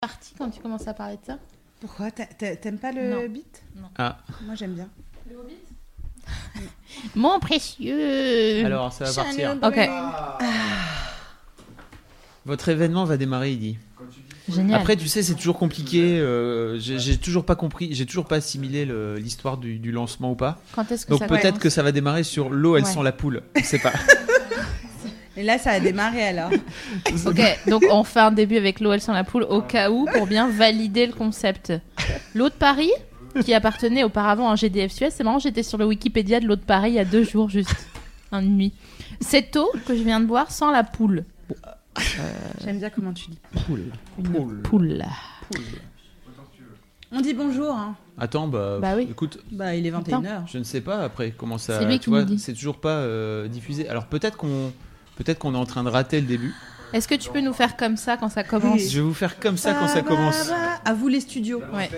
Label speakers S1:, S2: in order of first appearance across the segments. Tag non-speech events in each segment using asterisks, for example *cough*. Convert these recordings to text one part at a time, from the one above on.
S1: parti quand tu commences à parler de ça
S2: Pourquoi T'a- t'a- T'aimes pas le
S1: Non.
S2: beat
S3: Ah,
S2: Moi j'aime bien.
S1: Mon précieux
S3: alors ça va partir.
S1: Ok,
S3: Votre événement va démarrer, il dit.
S1: génial.
S3: Après, tu sais, c'est toujours compliqué. euh, j'ai j'ai toujours pas compris, j'ai toujours pas assimilé le- l'histoire du, du lancement ou pas.
S1: quand est-ce que
S3: Donc
S1: ça
S3: peut-être
S1: commence
S3: que ça va démarrer sur l'eau, elle
S1: Ouais.
S3: sent
S1: *laughs*
S3: la poule. Je sais pas.
S2: Et là ça a démarré
S3: *laughs*
S2: alors.
S1: Ok, donc on fait un début avec l'OL sans la poule au cas où pour bien valider le concept. L'eau de Paris, qui appartenait auparavant à un GDF Suez, c'est marrant, j'étais sur le Wikipédia de l'eau de Paris il y a deux jours juste, un nuit. Cette eau que je viens de boire sans la poule.
S2: J'aime bien comment tu dis.
S1: Une poule.
S2: On dit bonjour. Hein.
S3: Attends, bah,
S1: Bah oui.
S3: écoute,
S2: Bah il est 21h.
S3: je ne sais pas après comment ça.
S1: C'est lui
S3: tu
S1: qui
S3: vois,
S1: nous dit.
S3: C'est toujours pas euh, diffusé. Alors peut-être qu'on peut-être qu'on est en train de rater le début.
S1: Est-ce que tu peux nous faire comme ça quand ça commence
S2: Oui.
S3: Je vais vous faire comme ça
S1: Ah,
S3: quand ça commence.
S1: bah,
S2: À vous les studios.
S1: Ouais.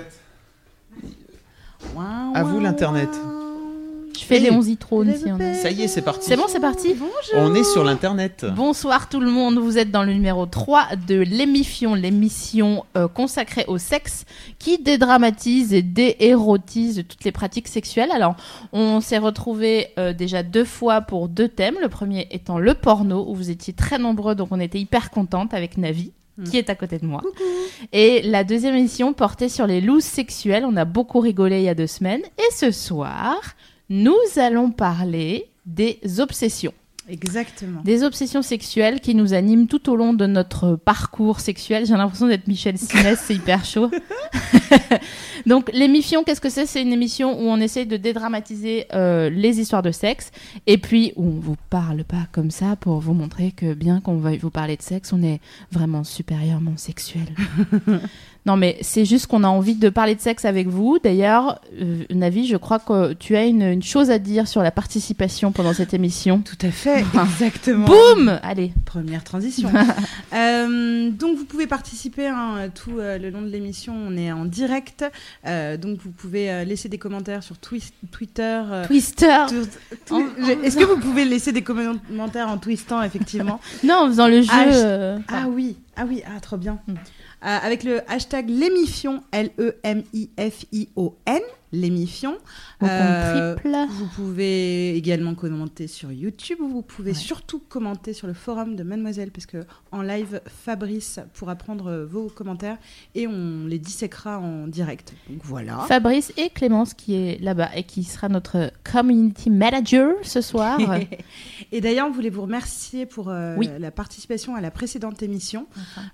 S2: Ouin,
S3: À
S2: ouin,
S3: vous, l'Internet.
S2: ouin.
S1: Je fais
S3: Oui.
S1: les 11 itrons si on a.
S3: Ça y est, c'est parti.
S1: bah, C'est bon, c'est parti
S3: On est sur l'internet.
S1: Bonsoir tout le monde, vous êtes dans le numéro 3 de l'émission, l'émission euh, consacrée au sexe qui dédramatise et déérotise toutes les pratiques sexuelles. Alors, on s'est retrouvés euh, déjà deux fois pour deux thèmes, le premier étant le porno, où vous étiez très nombreux, donc on était hyper contente avec Navi. Qui est à côté de moi. Et la deuxième émission portait sur les loups sexuelles. On a beaucoup rigolé il y a deux semaines. Et ce soir, nous allons parler des obsessions.
S2: Exactement.
S1: Des obsessions sexuelles qui nous animent tout au long de notre parcours sexuel. J'ai l'impression d'être Michel Simès, c'est hyper chaud. *laughs* Donc, l'émission, qu'est-ce que c'est C'est une émission où on essaie de dédramatiser euh, les histoires de sexe et puis où on vous parle pas comme ça pour vous montrer que bien qu'on veuille vous parler de sexe, on est vraiment supérieurement sexuel. non, mais c'est juste qu'on a envie de parler de sexe avec vous. D'ailleurs, euh, Navi, je crois que tu as une- une chose à dire sur la participation pendant cette émission.
S2: Tout à fait. *laughs* Exactement.
S1: Boum Allez.
S2: Première
S3: *laughs*
S2: transition. Euh, donc vous pouvez participer hein, tout euh, le long de l'émission. On est en direct. Euh, donc vous pouvez euh, laisser des commentaires sur Twi- Twitter. euh,
S1: Twister
S2: tout- tout-
S1: En- en-
S2: Est-ce que vous pouvez laisser des commentaires en twistant effectivement
S1: Non, en faisant le jeu.
S2: Ah, je-
S1: euh,
S2: *laughs* Ah oui, ah oui, ah trop bien.
S1: Mm.
S2: Euh, avec le hashtag l'émifion, E L-E-M-I-F-I-O-N, l'émifion.
S1: au compte
S2: Euh,
S1: triple.
S2: vous pouvez également commenter sur YouTube, vous pouvez surtout commenter sur le forum de Mademoiselle, parce que en live, Fabrice pourra prendre euh, vos commentaires et on les disséquera en direct. Donc voilà.
S1: Fabrice et Clémence qui est là-bas et qui sera notre community manager ce
S2: *laughs*
S1: soir. *laughs*
S2: et d'ailleurs, on voulait vous remercier pour euh,
S1: Oui.
S2: la participation à la précédente émission.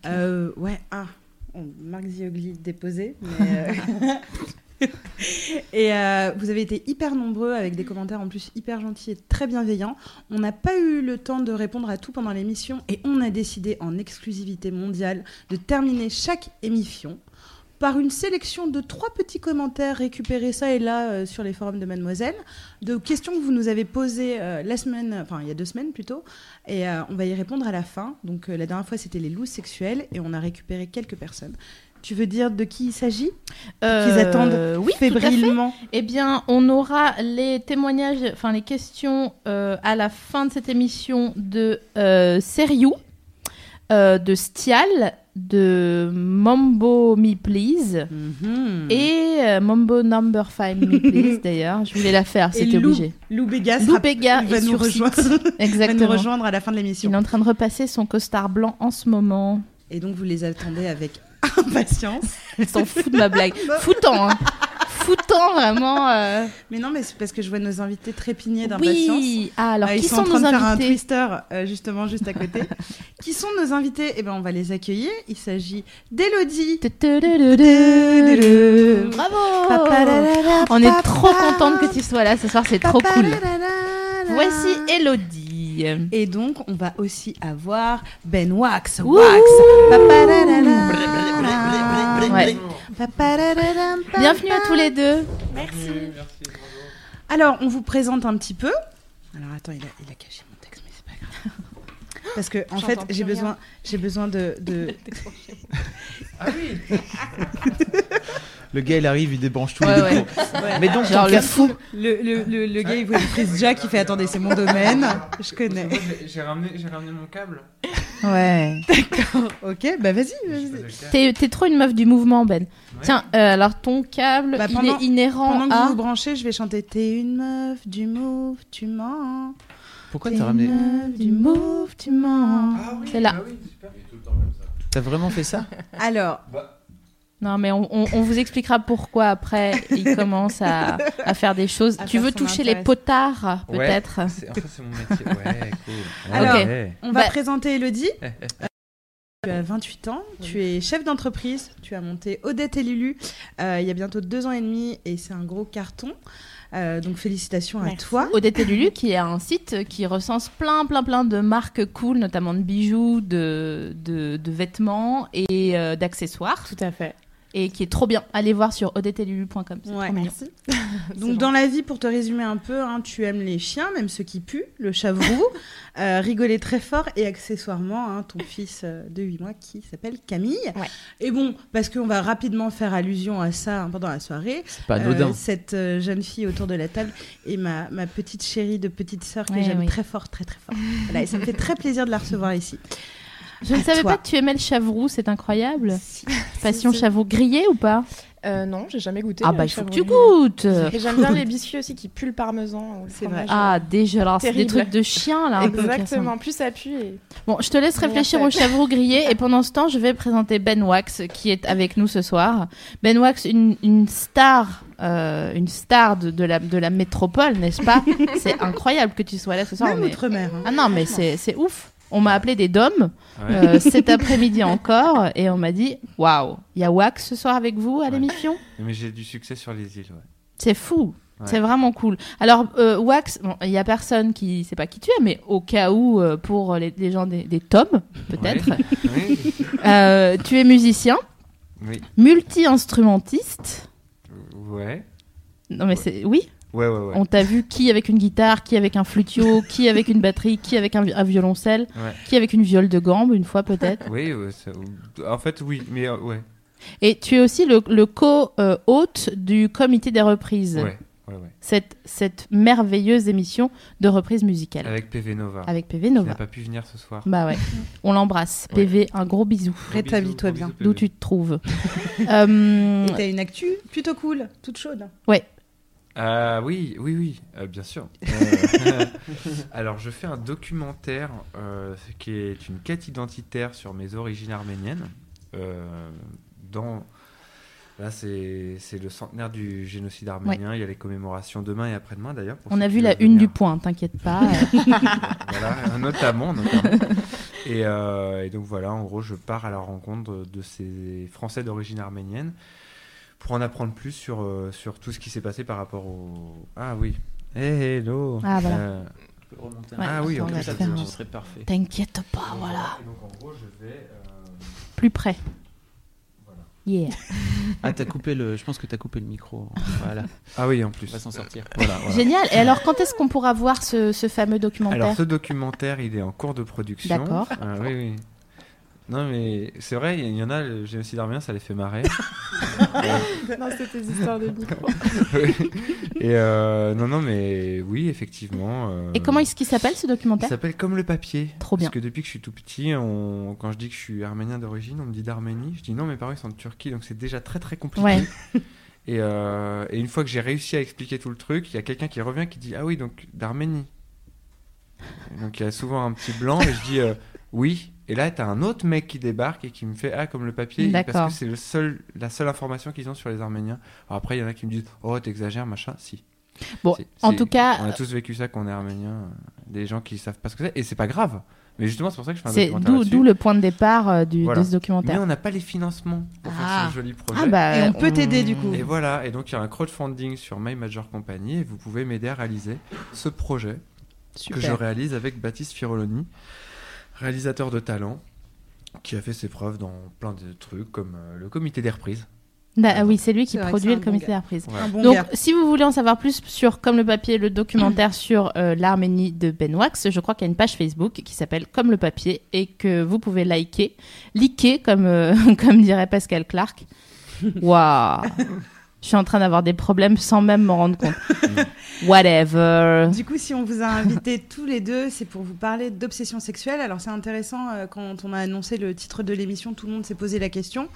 S2: Euh, ouais, ah, on- Marc Ziogli déposé. mais, euh, *laughs* et euh, vous avez été hyper nombreux avec des commentaires en plus hyper gentils et très bienveillants. On n'a pas eu le temps de répondre à tout pendant l'émission et on a décidé en exclusivité mondiale de terminer chaque émission par une sélection de trois petits commentaires récupérés ça et là euh, sur les forums de Mademoiselle, de questions que vous nous avez posées euh, la semaine, enfin il y a deux semaines plutôt, et euh, on va y répondre à la fin. Donc euh, la dernière fois c'était les loups sexuels et on a récupéré quelques personnes. Tu veux dire de qui il s'agit Qu'ils attendent
S1: Euh, oui, tout à fait.
S2: fébrilement
S1: Eh bien, on aura les témoignages, enfin les questions euh, à la fin de cette émission de euh, Seriou, euh, de Stial, de Mambo Me Please
S2: Mhm.
S1: et euh, Mambo Number 5 Me
S2: *laughs*
S1: Please d'ailleurs. Je voulais la faire,
S2: Et
S1: c'était
S2: Lou-
S1: obligé.
S2: Lou Béga
S1: Lou
S2: sera-
S1: Béga
S2: va
S1: est
S2: nous
S1: sur
S2: rejoindre. *laughs*
S1: site.
S2: va nous
S1: Exactement.
S2: rejoindre à la fin de l'émission.
S1: Il est en train de repasser son costard blanc en ce moment.
S2: Et donc vous les attendez avec *laughs* impatience.
S1: Il s'en fout
S2: *laughs*
S1: de ma blague. Foutant, hein. Foutant vraiment. euh.
S2: Mais non, mais c'est parce que je vois nos invités trépigner d'impatience.
S1: Oui. Ah, alors
S2: Ah, ils
S1: qui
S2: sont, en
S1: sont,
S2: train
S1: nos
S2: de faire un
S1: invités
S2: twister euh, justement juste
S1: *laughs*
S2: à côté. qui sont nos invités Eh ben on va les accueillir. Il s'agit d'Elodie.
S1: Tududududu. Bravo. On est trop contente que tu sois là ce soir, c'est trop cool. Voici Elodie. filles.
S2: Et donc, on va aussi avoir Ben Wax.
S1: Ouh.
S2: Wax.
S1: Ah, Ouais. Bienvenue
S2: Bienvenue
S1: à tous les deux.
S2: Alors, on vous présente un petit peu. Alors, attends, il a, il a caché mon texte, mais c'est pas
S1: *laughs*
S2: grave. Parce que, en fait,
S4: J'entends plus
S2: j'ai
S4: rien.
S2: besoin, j'ai besoin de. de...
S5: Ah
S3: Le gars, il arrive, il débranche tout.
S1: Ouais,
S3: le
S1: ouais.
S3: Mais donc,
S1: Genre
S3: ton
S1: le
S3: cas-
S1: fou.
S2: Le, le, le, le gars, il voit une prise jack, il fait Attendez, c'est mon domaine, je connais.
S5: Parce que moi, j'ai- J'ai ramené, j'ai ramené mon câble.
S1: Ouais.
S2: Ok, bah vas-y,
S5: Je
S2: vas-y.
S5: faisais le câble.
S1: T'es t'es trop une meuf du mouvement, Ben. Tiens, euh, alors ton câble,
S2: Bah,
S1: il
S2: pendant-
S1: est inhérent
S2: Pendant que vous
S1: à.
S2: vous branchez, je vais chanter T'es une meuf du move, tu mens.
S3: Pourquoi
S2: T'es
S3: t'as ramené
S2: une meuf du move, tu mens.
S5: Ah oui,
S1: C'est là.
S5: bah oui, super.
S3: T'as vraiment fait ça
S2: Alors,
S1: Non, mais on, on- on vous expliquera pourquoi après
S2: *laughs*
S1: il commence à, à faire des choses.
S2: À
S1: tu
S2: faire
S1: veux
S2: son
S1: toucher
S2: intérêt.
S1: les potards,
S5: Ouais.
S1: peut-être
S5: Ah, C'est- En fait, c'est mon métier. Ouais, cool.
S2: Alors,
S5: Ouais.
S2: on va
S1: Bah-
S2: présenter Elodie. Tu as 28 ans, tu es chef d'entreprise, tu as monté Odette et Lulu euh, il y a bientôt deux ans et demi et c'est un gros carton. Euh, donc félicitations à
S4: Merci.
S2: toi.
S1: ODT Lulu, qui est un site qui recense plein, plein, plein de marques cool, notamment de bijoux, de, de, de vêtements et euh, d'accessoires,
S4: Tout à fait.
S1: et qui est trop bien. Allez voir sur odtlulu.com. c'est
S2: Ouais.
S1: trop mignon.
S4: Merci. *laughs*
S2: Donc dans la vie, pour te résumer un peu, hein, tu aimes les chiens, même ceux qui puent, le chavrou,
S1: *laughs*
S2: euh, rigoler très fort et accessoirement hein, ton fils euh, de 8 mois qui s'appelle Camille.
S4: Ouais.
S2: Et bon, parce qu'on va rapidement faire allusion à ça hein, pendant la soirée,
S3: C'est pas
S2: Euh,
S3: anodin.
S2: cette euh, jeune fille autour de la table et ma, ma petite chérie de petite sœur que
S1: Ouais,
S2: j'aime
S1: oui.
S2: très fort,
S1: *laughs*
S2: très très fort. Voilà, et ça me fait très plaisir de la recevoir ici.
S1: Je ne
S2: À
S1: savais
S2: toi.
S1: pas que tu aimais le chavrou, c'est incroyable. Passion
S4: si.
S1: chavrou grillé ou pas
S4: Euh, non, j'ai jamais goûté.
S1: Ah
S4: euh,
S1: bah il faut que tu
S4: Chabrol.
S1: goûtes
S4: Et j'aime bien les biscuits aussi qui puent le parmesan. ou le
S2: C'est vrai.
S4: fromage.
S1: Ah dégueulasse, des
S4: Terrible.
S1: trucs de chien là. un peu, qui ressemblent.
S4: Exactement, plus appuyé.
S1: Bon, je te laisse
S4: Bon,
S1: réfléchir au
S4: parfait.
S1: chavrou grillé et pendant ce temps, je vais présenter Ben Wax qui est avec nous ce soir. Ben Wax, une, une star, euh, une star de, de la, de la métropole, n'est-ce pas C'est incroyable que tu sois là ce soir.
S2: Même
S1: mais-
S2: outre-mer. hein.
S1: Ah non, mais c'est c'est ouf. On m'a appelé des dômes euh, cet après-midi encore et on m'a dit waouh, il y a Wax ce soir avec vous à
S5: Ouais.
S1: l'émission
S5: Mais j'ai du succès sur les îles. Ouais.
S1: c'est fou.
S5: Ouais.
S1: C'est vraiment cool. Alors, euh, Wax, bon, il y a personne qui sait pas qui tu es, mais au cas où, euh, pour les, les gens des, des tomes, peut-être,
S5: Oui.
S1: euh, tu es musicien,
S5: oui.
S1: multi-instrumentiste.
S5: Ouais.
S1: Non, mais
S5: Ouais.
S1: c'est. Oui,
S5: Ouais, ouais, ouais.
S1: on t'a vu qui avec une guitare, qui avec un flutio, qui avec une batterie, qui avec un, vi- un violoncelle,
S5: Ouais.
S1: qui avec une viole de gambe, une fois
S5: *laughs*
S1: peut-être.
S5: Oui, ouais, ça- en fait, oui, mais euh, ouais.
S1: Et tu es aussi le, le co-hôte du comité des reprises.
S5: Ouais, ouais, ouais.
S1: Cette, cette merveilleuse émission de reprises musicales
S5: Avec PV Nova.
S1: avec PV
S5: Qui
S1: Nova.
S5: n'a pas pu venir ce soir.
S1: Bah ouais, on l'embrasse. PV, un gros bisou.
S5: Gros
S2: Rétablis-toi
S5: bisous,
S2: bien.
S5: gros bisous,
S1: D'où
S5: PV.
S1: tu te
S5: *laughs*
S1: trouves. Euh,
S2: Et t'as une actu plutôt cool, toute chaude.
S5: Ah oui, oui, oui, euh, bien sûr. Euh, *laughs* alors, je fais un documentaire euh, qui est une quête identitaire sur mes origines arméniennes. Euh, dans... Là, c'est c'est le centenaire du génocide arménien. Il y a les commémorations demain et après-demain, d'ailleurs. pour
S1: on
S5: ceux
S1: a
S5: qui
S1: vu la
S5: veulent
S1: une du
S5: venir.
S1: point, t'inquiète
S5: *laughs*
S1: pas. Euh,
S5: Voilà, euh, notamment. notamment. Et, euh, et donc voilà, en gros, je pars à la rencontre de ces Français d'origine arménienne pour en apprendre plus sur, euh, sur tout ce qui s'est passé par rapport au... Ah oui. Hey, hello.
S1: Ah, voilà.
S5: Euh,
S3: remonter
S1: Ouais,
S5: ah oui,
S1: on
S5: ok,
S1: va
S5: ça,
S1: faire
S5: tu
S1: un-
S5: serais-
S3: parfait.
S1: T'inquiète pas, Bah, voilà.
S5: Et donc en gros, je vais... euh,
S1: Plus près.
S5: Voilà.
S1: Yeah.
S3: Ah, t'as coupé le. Je pense que t'as coupé le micro. Voilà,
S5: Ah oui, en
S3: on
S5: plus.
S3: va s'en sortir. *laughs*
S5: Voilà, voilà.
S1: Génial. Et alors, quand est-ce qu'on pourra voir ce, ce fameux documentaire
S5: Alors ce documentaire, il est en cours de production.
S1: D'accord.
S5: Ah, oui, oui. Non mais c'est vrai, il y en a, le génocide arménien, ça les fait marrer.
S4: *laughs* Non, c'était des histoires
S5: *laughs*
S4: de micro.
S5: Et euh, non, non, mais oui, effectivement. euh,
S1: Et comment est-ce qu'il s'appelle ce
S5: Il
S1: documentaire
S5: s'appelle Comme le papier.
S1: Trop bien.
S5: Parce que depuis que je suis tout petit, on- quand je dis que je suis arménien d'origine, on me dit d'Arménie. Je dis non, mes parents ils sont de Turquie, donc c'est déjà très très compliqué. *laughs*
S1: Ouais.
S5: Et, euh, et une fois que j'ai réussi à expliquer tout le truc, il y a quelqu'un qui revient qui dit ah oui, donc d'Arménie. Et Donc il y a souvent un petit blanc et je dis euh, oui. Et là, t'as un autre mec qui débarque et qui me fait ah comme le papier
S1: D'accord.
S5: parce que c'est le seul, la seule information qu'ils ont sur les Arméniens. Alors après, il y en a qui me disent oh t'exagères machin, si.
S1: Bon,
S5: C'est-
S1: en
S5: c'est-
S1: tout cas,
S5: On a tous vécu ça quand on est arménien, euh, des gens qui savent pas ce que c'est, et c'est pas grave. Mais justement, c'est pour ça que je fais un
S1: c'est
S5: documentaire
S1: d'où d'où
S5: là-dessus.
S1: le point de départ euh, du,
S5: Voilà.
S1: de ce
S5: Mais
S1: documentaire.
S5: on n'a pas les financements pour
S1: Ah.
S5: faire ce joli projet.
S1: Ah bah,
S2: Et on peut t'aider, du coup.
S5: Et voilà, et donc il y a un crowdfunding sur My Major Company, et vous pouvez m'aider à réaliser ce projet.
S2: Super.
S5: que je réalise avec Baptiste Firoloni, réalisateur de talent, qui a fait ses preuves dans plein de trucs comme euh, le comité des reprises.
S1: Bah, ah oui, c'est lui qui
S2: C'est vrai que
S1: produit
S2: c'est
S1: le
S2: un
S1: comité
S2: bon
S1: de reprise.
S5: Ouais.
S2: Un bon
S1: Donc,
S2: gars.
S1: si vous voulez en savoir plus sur Comme le papier, le documentaire *clears throat* sur euh, l'Arménie de Ben Wax, je crois qu'il y a une page Facebook qui s'appelle Comme le papier et que vous pouvez liker, liker comme, euh, *laughs* comme dirait Pascal Clark.
S2: *laughs*
S1: Waouh Je suis en train d'avoir des problèmes sans même m'en rendre
S2: *laughs*
S1: compte. Whatever.
S2: Du coup, si on vous a invités *laughs* tous les deux, c'est pour vous parler d'obsession sexuelle. Alors, c'est intéressant, euh, quand on a annoncé le titre de l'émission, tout le monde s'est posé la question.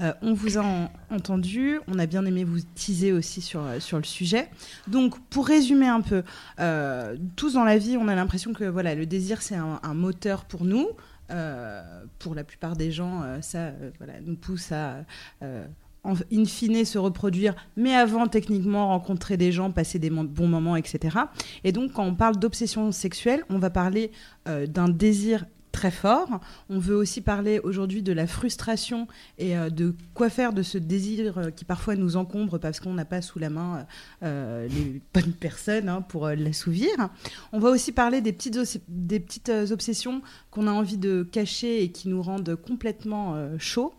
S2: Euh, on vous a en- entendu, on a bien aimé vous teaser aussi sur, euh, sur le sujet. Donc, pour résumer un peu, euh, tous dans la vie, on a l'impression que voilà, le désir, c'est un, un moteur pour nous. Euh, pour la plupart des gens, euh, ça euh, voilà, nous pousse à... euh, en- in fine se reproduire, mais avant techniquement rencontrer des gens, passer des mo- bons moments, etc. Et donc, quand on parle d'obsession sexuelle, on va parler euh, d'un désir très fort. On veut aussi parler aujourd'hui de la frustration et euh, de quoi faire de ce désir euh, qui parfois nous encombre parce qu'on n'a pas sous la main euh, euh, les bonnes personnes hein, pour euh, l'assouvir. On va aussi parler des petites, os- des petites euh, obsessions qu'on a envie de cacher et qui nous rendent complètement euh, chauds.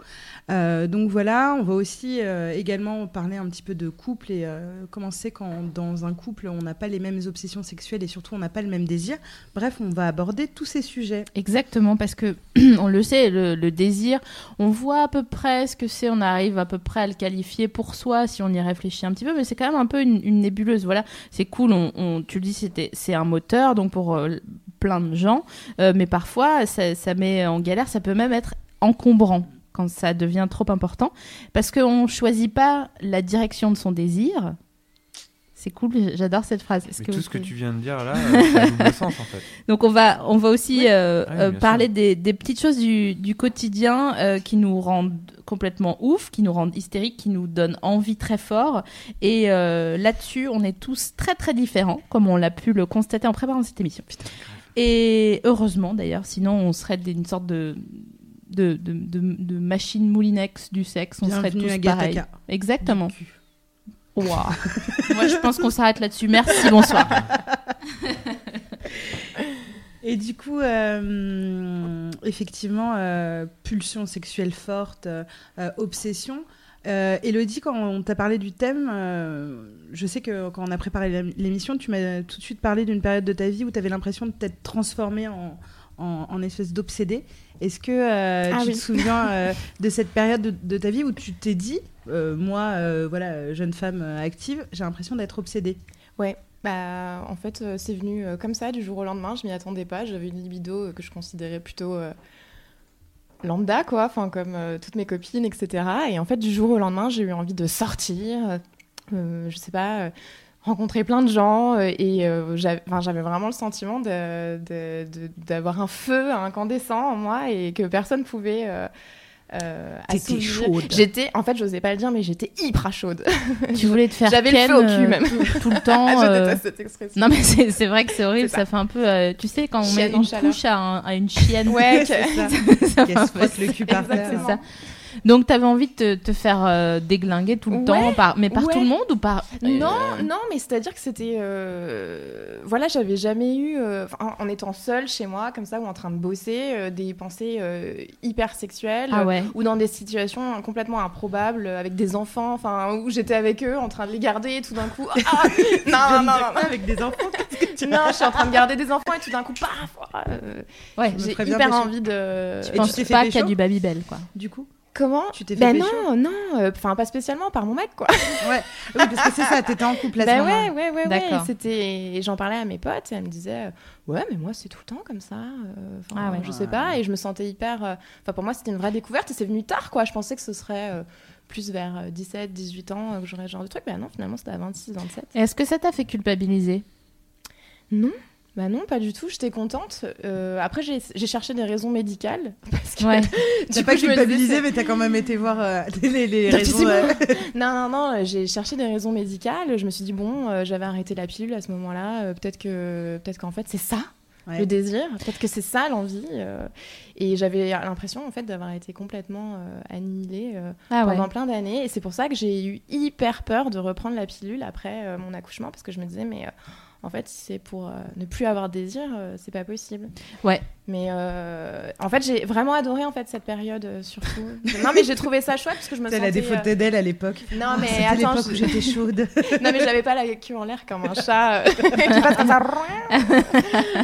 S2: Euh, donc voilà, on va aussi euh, également parler un petit peu de couple et euh, comment c'est quand dans un couple on n'a pas les mêmes obsessions sexuelles et surtout on n'a pas le même désir. Bref, on va aborder tous ces sujets.
S1: Exactement, parce que *clears throat* on le sait, le, le désir, on voit à peu près ce que c'est, on arrive à peu près à le qualifier pour soi si on y réfléchit un petit peu, mais c'est quand même un peu une, une nébuleuse. Voilà, c'est cool, on, on- tu le dis, c'était- c'est un moteur, donc pour euh, plein de gens, euh, mais parfois ça, ça met en galère, ça peut même être encombrant quand ça devient trop important, parce qu'on choisit pas la direction de son désir. C'est cool, j'adore cette phrase. Est-ce
S5: Mais
S1: que
S5: tout
S1: vous
S5: ce que
S1: pouvez-
S5: tu viens de dire là, euh, ça a double sens en fait.
S1: donc on va, on va aussi euh,
S5: oui,
S1: euh,
S5: bien
S1: parler des, des petites choses du, du quotidien euh, qui nous rendent complètement ouf, qui nous rendent hystériques, qui nous donnent envie très fort. Et euh, là-dessus, on est tous très très différents, comme on l'a pu le constater en préparant cette émission. Et heureusement d'ailleurs, sinon on serait des- une sorte de... De, de, de- de machine moulinex du sexe, on
S2: Bienvenue
S1: serait
S2: à
S1: tous pareils.
S2: Gataka.
S1: *laughs* Exactement. Ouah. Moi, je pense qu'on s'arrête là-dessus. Merci, bonsoir.
S2: Et du coup, euh, effectivement, euh, pulsion sexuelle forte, euh, euh, obsession. Euh, Elodie, quand on t'a parlé du thème, euh, je sais que quand on a préparé l'ém- l'émission, tu m'as tout de suite parlé d'une période de ta vie où tu avais l'impression de t'être transformée en, en, en espèce d'obsédée. Est-ce que euh,
S4: Ah
S2: tu
S4: oui.
S2: te souviens
S4: *laughs*
S2: euh, de cette période de, de ta vie où tu t'es dit, euh, moi, euh, voilà, jeune femme euh, active, j'ai l'impression d'être
S4: *laughs*
S2: obsédée
S4: Bah, en fait, euh, c'est venu euh, comme ça du jour au lendemain. Je m'y attendais pas. J'avais une libido euh, que je considérais plutôt euh, lambda, quoi. Enfin, comme euh, toutes mes copines, etc. Et en fait, du jour au lendemain, j'ai eu envie de sortir. euh, euh, je sais pas. euh, rencontrer plein de gens euh, et euh, j'avais enfin, j'avais vraiment le sentiment de- de- de- d'avoir un feu incandescent en moi et que personne pouvait euh, euh,
S2: T'étais
S4: assouvir.
S2: chaude.
S4: J'étais, en fait, j'osais pas le dire, mais j'étais hyper chaude.
S1: *laughs* Tu voulais te faire
S4: J'avais le
S1: ken,
S4: feu au cul,
S1: euh,
S4: même.
S1: tout, *laughs* tout le temps.
S4: Ah, *laughs* je
S1: euh,
S4: déteste cette expression.
S1: Non mais c'est c'est vrai que c'est horrible,
S4: C'est
S1: ça. fait un peu, euh, tu sais, quand on met
S4: Chienne en
S1: une
S4: chaleur.
S1: couche à, un- à une chienne, *laughs*
S4: Ouais, que-
S2: C'est
S1: ça
S2: ça.
S1: fait
S2: Qu'elle
S1: un
S2: se
S1: peu
S2: frotte le cul par terre.
S4: Exactement.
S1: c'est ça. Donc t'avais envie de te, te faire euh, déglinguer tout le
S4: Ouais,
S1: temps, par, mais par
S4: ouais.
S1: tout le monde ou par euh,
S4: Non, non, mais c'est-à-dire que c'était, euh, voilà, j'avais jamais eu, euh, enfin, en en étant seule chez moi, comme ça, ou en train de bosser, euh, des pensées euh, hyper sexuelles,
S1: Ah ouais.
S4: ou dans des situations complètement improbables, euh, avec des enfants, enfin, où j'étais avec eux, en train de les garder, et tout
S2: *laughs*
S4: d'un coup, ah, non, non, non, non,
S2: Avec des enfants.
S4: non, je suis en train de garder des enfants, et tout d'un coup, paf, euh,
S1: Ouais.
S2: me
S4: j'ai
S2: ferais
S4: hyper
S2: bien pécho.
S4: envie de.
S1: Je
S2: tu
S1: pense
S2: t'es fait
S1: pas
S2: pécho
S1: qu'il y a du Babybel quoi.
S2: Du coup
S4: Comment
S2: Tu t'es fait
S4: Ben
S2: pécho Ah
S4: non, non, euh, enfin, pas spécialement par mon mec, quoi.
S2: Oui, parce que c'est ça, t'étais en couple à ce
S4: Bah
S2: moment-là.
S4: ouais, ouais, ouais, ouais.
S1: D'accord.
S4: C'était, et j'en parlais à mes potes et elles me disaient, euh, ouais, mais moi c'est tout le temps comme ça. euh, enfin,
S1: Ah ouais.
S4: Je sais pas. Et je me sentais hyper. euh, Enfin, pour moi c'était une vraie découverte et c'est venu tard, quoi. Je pensais que ce serait euh, plus vers euh, 17, 18 ans euh, que j'aurais ce genre de truc. Bah non, finalement c'était à 26, 27.
S1: Est-ce que ça t'a fait culpabiliser
S4: Bah non, pas du tout. J'étais contente. Euh, après j'ai, j'ai cherché des raisons médicales *laughs* parce que.
S1: Ouais.
S4: du
S2: T'as
S4: coup,
S2: pas
S4: je me disais,
S2: culpabilisé, mais t'as quand même été voir euh, *laughs* les, les
S4: Non,
S2: raisons.
S4: c'est bon.
S2: euh,
S4: *laughs* Non, non, non, euh, j'ai cherché des raisons médicales. Je me suis dit, bon, euh, j'avais arrêté la pilule à ce moment-là. euh, peut-être, que, peut-être qu'en fait, c'est ça,
S2: Ouais.
S4: le désir. Peut-être que c'est ça, l'envie. euh, et j'avais l'impression, en fait, d'avoir été complètement euh, annihilée euh,
S1: *laughs* Ah ouais.
S4: pendant plein d'années. Et c'est pour ça que j'ai eu hyper peur de reprendre la pilule après euh, mon accouchement, parce que je me disais, mais euh, En fait, c'est pour euh, ne plus avoir désir, euh, c'est pas possible.
S1: Ouais.
S4: Mais euh, en fait, j'ai vraiment adoré en fait cette période euh, surtout. non, mais j'ai trouvé ça chouette parce que je me
S2: Elle
S4: sentais.
S2: a des
S4: euh,
S2: photos d'elle à l'époque.
S4: Non, mais
S2: C'était
S4: attends,
S2: l'époque où
S4: *laughs* je-
S2: j'étais chaude.
S4: non, mais j'avais pas la queue en l'air comme
S2: *laughs*
S4: un chat euh, qui passe comme ça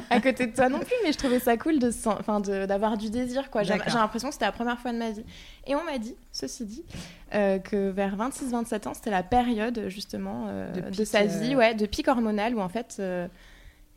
S4: à côté de toi non plus, mais je trouvais ça cool de, sen- enfin, de- d'avoir du désir. Quoi. J'ai,
S2: D'accord.
S4: j'ai l'impression que c'était la première fois de ma vie. Et on m'a dit, ceci dit, euh, que vers 26-27 ans, c'était la période justement euh,
S2: De
S4: de,
S2: pic,
S4: sa
S2: euh,
S4: vie, ouais, de pic hormonal où en fait euh,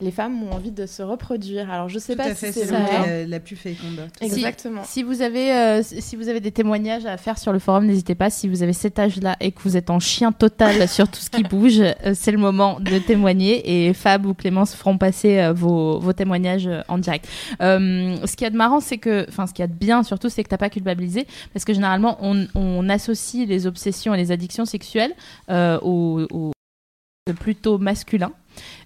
S4: les femmes ont envie de se reproduire. Alors je sais
S2: Tout
S4: pas
S2: à
S4: si
S2: fait,
S4: c'est hein.
S2: c'est
S1: vrai.
S4: vrai.
S2: la, la plus féconde.
S1: Si-
S4: Exactement.
S1: Si vous avez, euh, si si vous avez des témoignages à faire sur le forum, n'hésitez pas. Si vous avez cet âge-là et que vous êtes en chien total sur tout ce qui bouge, euh, c'est le moment de témoigner. Et Fab ou Clémence feront passer euh, vos, vos témoignages euh, en direct. Euh, ce qu'il y a de marrant, c'est que, enfin, ce qu'il y a de bien surtout, c'est que t'as pas culpabilisé, parce que généralement, on, on associe les obsessions et les addictions sexuelles euh, au, au- plutôt masculin.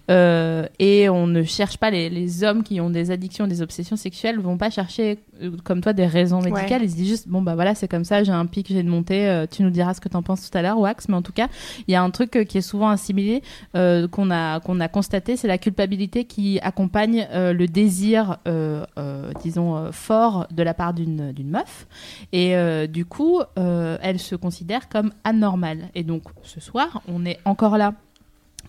S1: Euh, et on ne cherche pas les, les hommes qui ont des addictions, des obsessions sexuelles, vont pas chercher euh, comme toi des raisons médicales. Ils se disent juste bon bah voilà c'est comme ça, j'ai un pic, j'ai de montée. euh, tu nous diras ce que t'en penses tout à l'heure, Wax. Mais en tout cas, il y a un truc euh, qui est souvent assimilé euh, qu'on a qu'on a constaté, c'est la culpabilité qui accompagne euh, le désir, euh, euh, disons euh, fort de la part d'une d'une meuf. Et euh, du coup, euh, elle se considère comme anormale. Et donc ce soir, on est encore là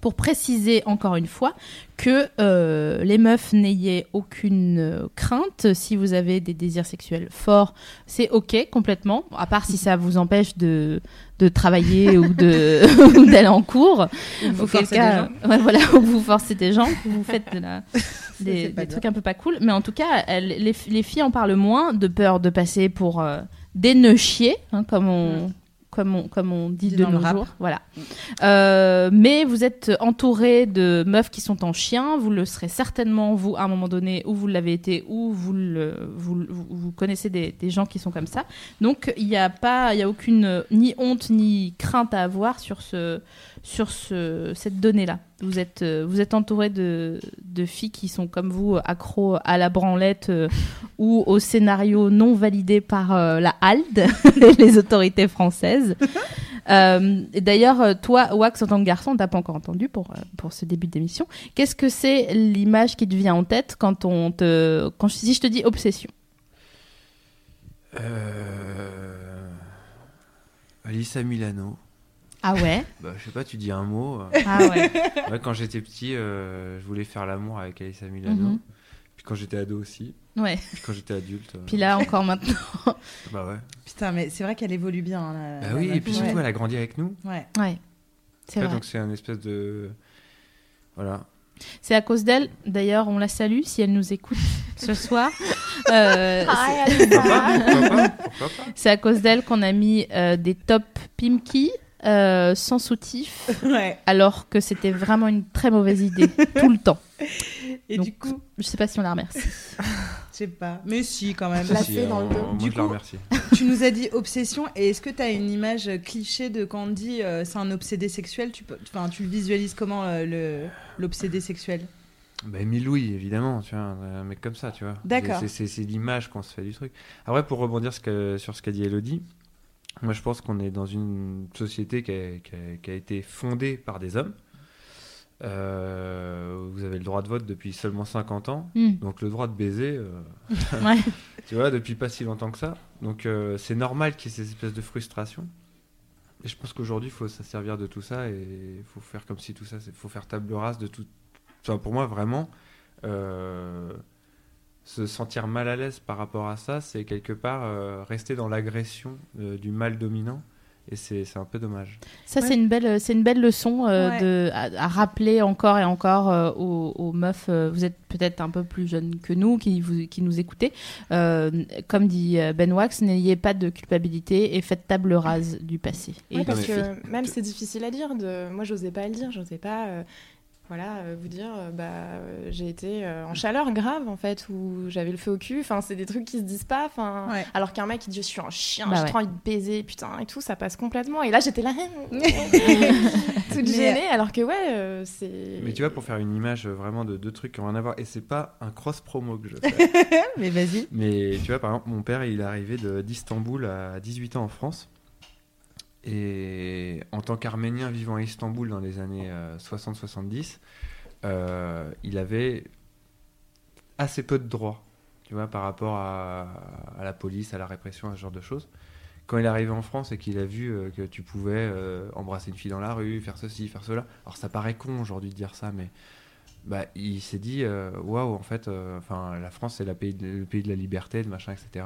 S1: pour préciser encore une fois que euh, les meufs n'ayez aucune euh, crainte si vous avez des désirs sexuels forts, c'est ok complètement, à part si ça vous empêche de, de travailler ou de- *laughs* ou d'aller en cours.
S2: Vous
S1: Auquel
S2: forcez
S1: cas, euh, ouais, voilà, *laughs* où vous forcez des gens, où vous faites de
S2: *laughs*
S1: la- des,
S2: c'est pas
S1: des
S2: bien.
S1: trucs un peu pas cool. Mais en tout cas, elles- les, les filles en parlent moins de peur de passer pour euh, des neuchiers, hein, comme
S2: Mm.
S1: on. Comme on, comme on dit
S2: Dit
S1: de
S2: dans le
S1: nos
S2: rap.
S1: jours. Voilà. Euh, mais vous êtes entouré de meufs qui sont en chien. Vous le serez certainement, vous, à un moment donné, ou vous l'avez été, ou vous, le- vous, vous- vous connaissez des, des gens qui sont comme ça. Donc, il n'y a, pas- il y a aucune euh, ni honte ni crainte à avoir sur ce, sur ce, cette donnée-là. Vous êtes, euh, vous êtes entouré de, de filles qui sont comme vous euh, accro à la branlette euh, ou au scénario non validé par euh, la HALD, les autorités *laughs* françaises. Euh, et D'ailleurs, euh, toi, Wax, en tant que garçon, on t'a pas encore entendu pour, euh, pour ce début d'émission. Qu'est-ce que c'est l'image qui te vient en tête quand on te, quand, je- si je te dis obsession
S5: Euh... Alissa Milano.
S1: Ah ouais
S5: Bah, je sais pas, tu dis un mot. euh.
S1: *laughs* Ah ouais.
S5: Ouais, quand j'étais petit, euh, je voulais faire l'amour avec Alissa Milano.
S1: Mhm.
S5: Puis quand j'étais ado aussi.
S1: ouais.
S5: Puis quand j'étais adulte. euh,
S1: Puis là, encore maintenant.
S5: Bah ouais.
S2: Putain, mais c'est vrai qu'elle évolue bien. hein, la-
S5: Bah
S2: la
S5: oui,
S2: meuf.
S5: et puis surtout, elle a grandi avec nous.
S2: Ouais.
S1: *laughs* Ouais. C'est
S5: Ouais,
S1: vrai.
S5: donc c'est un espèce de. Voilà.
S1: C'est à cause d'elle. D'ailleurs, on la salue si elle nous *laughs* écoute ce soir. Euh, c'est-
S4: Hi,
S5: Pourquoi
S4: Alissa.
S2: *laughs*
S5: pas Pourquoi pas Pourquoi pas
S1: c'est à cause d'elle qu'on a mis euh, des tops Pimki euh, sans soutif,
S2: ouais.
S1: alors que c'était vraiment une très mauvaise *laughs* idée tout le temps.
S2: Et
S1: Donc,
S2: du coup,
S1: Je sais pas si on la remercie. *laughs*
S2: je sais pas. Mais si, quand même.
S4: La
S5: Si,
S4: fée dans le
S5: on-
S4: dos.
S5: Moi,
S2: Du
S5: je la
S2: coup-
S5: remercie.
S2: tu nous as dit obsession. Et est-ce que t'as une image cliché de quand on dit euh, c'est un obsédé sexuel Tu peux, enfin, tu le visualises comment euh, le l'obsédé sexuel
S5: Bah, Émile Louis, évidemment, tu vois, un mec comme ça, tu vois.
S2: D'accord.
S5: C'est- C'est c'est l'image qu'on se fait du truc. Après, pour rebondir ce que- sur ce qu'a dit Elodie, moi je pense qu'on est dans une société qui a, qui a- qui a été fondée par des hommes. Euh, vous avez le droit de vote depuis seulement 50 ans,
S1: Hmm.
S5: donc le droit de baiser, euh, *laughs*
S1: Ouais.
S5: tu vois, depuis pas si longtemps que ça. Donc euh, c'est normal qu'il y ait ces espèces de frustrations. Et je pense qu'aujourd'hui, il faut se servir de tout ça et il faut faire comme si tout ça, il faut faire table rase de tout. Enfin, pour moi, vraiment, euh, se sentir mal à l'aise par rapport à ça, c'est quelque part euh, rester dans l'agression euh, du mal dominant. Et c'est c'est un peu dommage.
S1: Ça,
S2: Ouais.
S1: c'est une belle, c'est une belle leçon euh,
S2: Ouais.
S1: de, à, à rappeler encore et encore euh, aux, aux meufs. euh, vous êtes peut-être un peu plus jeunes que nous, qui, vous, qui nous écoutez. Euh, comme dit euh, Ben Wax, n'ayez pas de culpabilité et faites table rase du passé. Et
S4: Oui,
S1: des
S4: parce
S1: filles.
S4: que même c'est difficile à dire. De... Moi, j'osais pas le dire. J'osais pas, euh, voilà, euh, vous dire, euh, bah, euh, j'ai été euh, en chaleur grave en fait, ou j'avais le feu au cul. Enfin, c'est des trucs qui se disent pas. Enfin,
S2: Ouais.
S4: alors qu'un mec qui dit, je suis un chien,
S1: Bah
S4: j'ai
S1: ouais.
S4: trop envie de baiser, putain et tout, ça passe complètement. Et là, j'étais là,
S1: *laughs*
S4: *laughs*
S1: euh,
S4: toute
S2: Mais,
S4: gênée, alors que ouais, euh, c'est.
S5: Mais tu vois, pour faire une image euh, vraiment de deux trucs qui ont rien à voir, et c'est pas un cross promo que je fais.
S2: Mais vas-y.
S5: Mais tu vois, par exemple, mon père, il est arrivé de- d'Istanbul à 18 ans en France. Et en tant qu'Arménien vivant à Istanbul dans les années euh, 60-70, euh, il avait assez peu de droits, tu vois, par rapport à, à la police, à la répression, à ce genre de choses. Quand il est arrivé en France et qu'il a vu euh, que tu pouvais euh, embrasser une fille dans la rue, faire ceci, faire cela, alors ça paraît con aujourd'hui de dire ça, mais bah, il s'est dit, euh, waouh, en fait, euh, enfin, la France, c'est la pays de- le pays de la liberté, de machin, etc.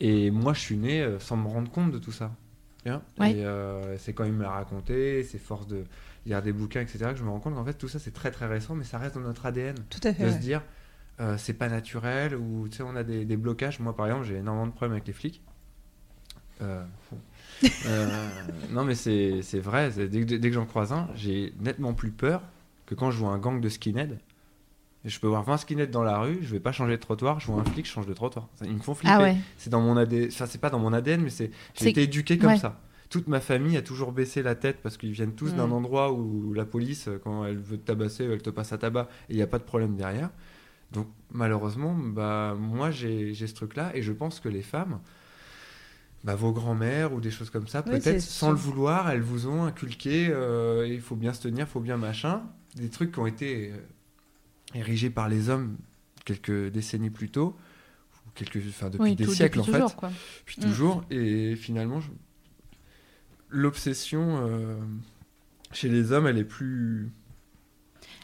S5: Et moi, je suis né euh, sans me rendre compte de tout ça. Tu vois
S1: Ouais.
S5: Et euh, c'est quand il me l'a raconté, c'est force de lire des bouquins, etc., que je me rends compte qu'en fait, tout ça, c'est très, très récent, mais ça reste dans notre ADN
S2: Tout à fait.
S1: *laughs*
S5: de
S2: ouais.
S5: se dire euh, c'est pas naturel ou tu sais on a des, des blocages moi par exemple j'ai énormément de problèmes avec les flics Euh, fou.
S1: *laughs*
S5: Euh, non mais c'est c'est vrai c'est- dès, que- dès que j'en croise un j'ai nettement plus peur que quand je vois un gang de skinhead je peux voir 20 skinheads dans la rue je vais pas changer de trottoir je vois un flic je change de trottoir Ça, ils me font flipper
S1: Ah ouais.
S5: c'est dans mon ADN enfin c'est pas dans mon ADN mais c'est j'ai
S1: C'est-
S5: été éduqué comme
S1: ouais.
S5: ça toute ma famille a toujours baissé la tête parce qu'ils viennent tous
S2: Mm.
S5: d'un endroit où la police euh, quand elle veut te tabasser elle te passe à tabac et il n'y a pas de problème derrière donc malheureusement bah moi j'ai j'ai ce truc là et je pense que les femmes bah, vos grands-mères ou des choses comme ça
S2: Oui, c'est
S5: peut-être sans
S2: sûr.
S5: le vouloir elles vous ont inculqué euh, il faut bien se tenir faut bien machin des trucs qui ont été euh, érigés par les hommes quelques décennies plus tôt ou quelques enfin depuis
S1: Oui,
S5: des
S1: tout-
S5: siècles
S1: depuis
S5: en fait
S1: toujours, quoi.
S5: puis
S1: Mm.
S5: toujours. Et finalement, je- l'obsession euh, chez les hommes, elle est plus.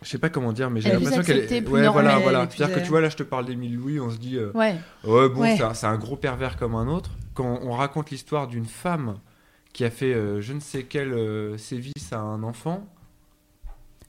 S5: Je sais pas comment dire, mais j'ai
S1: Elle est plus
S5: l'impression qu'elle
S1: acceptée,
S5: est.
S1: plus
S5: Ouais,
S1: normale,
S5: voilà,
S2: elle est
S5: voilà.
S2: plus,
S5: C'est-à-dire
S2: euh,
S5: que tu vois, là, je te parle d'Émile Louis, on se dit, euh,
S1: Ouais.
S5: ouais, bon,
S2: Ouais.
S5: c'est un- c'est un, gros pervers comme un autre. Quand on raconte l'histoire d'une femme qui a fait euh, je ne sais quel euh, sévice à un enfant,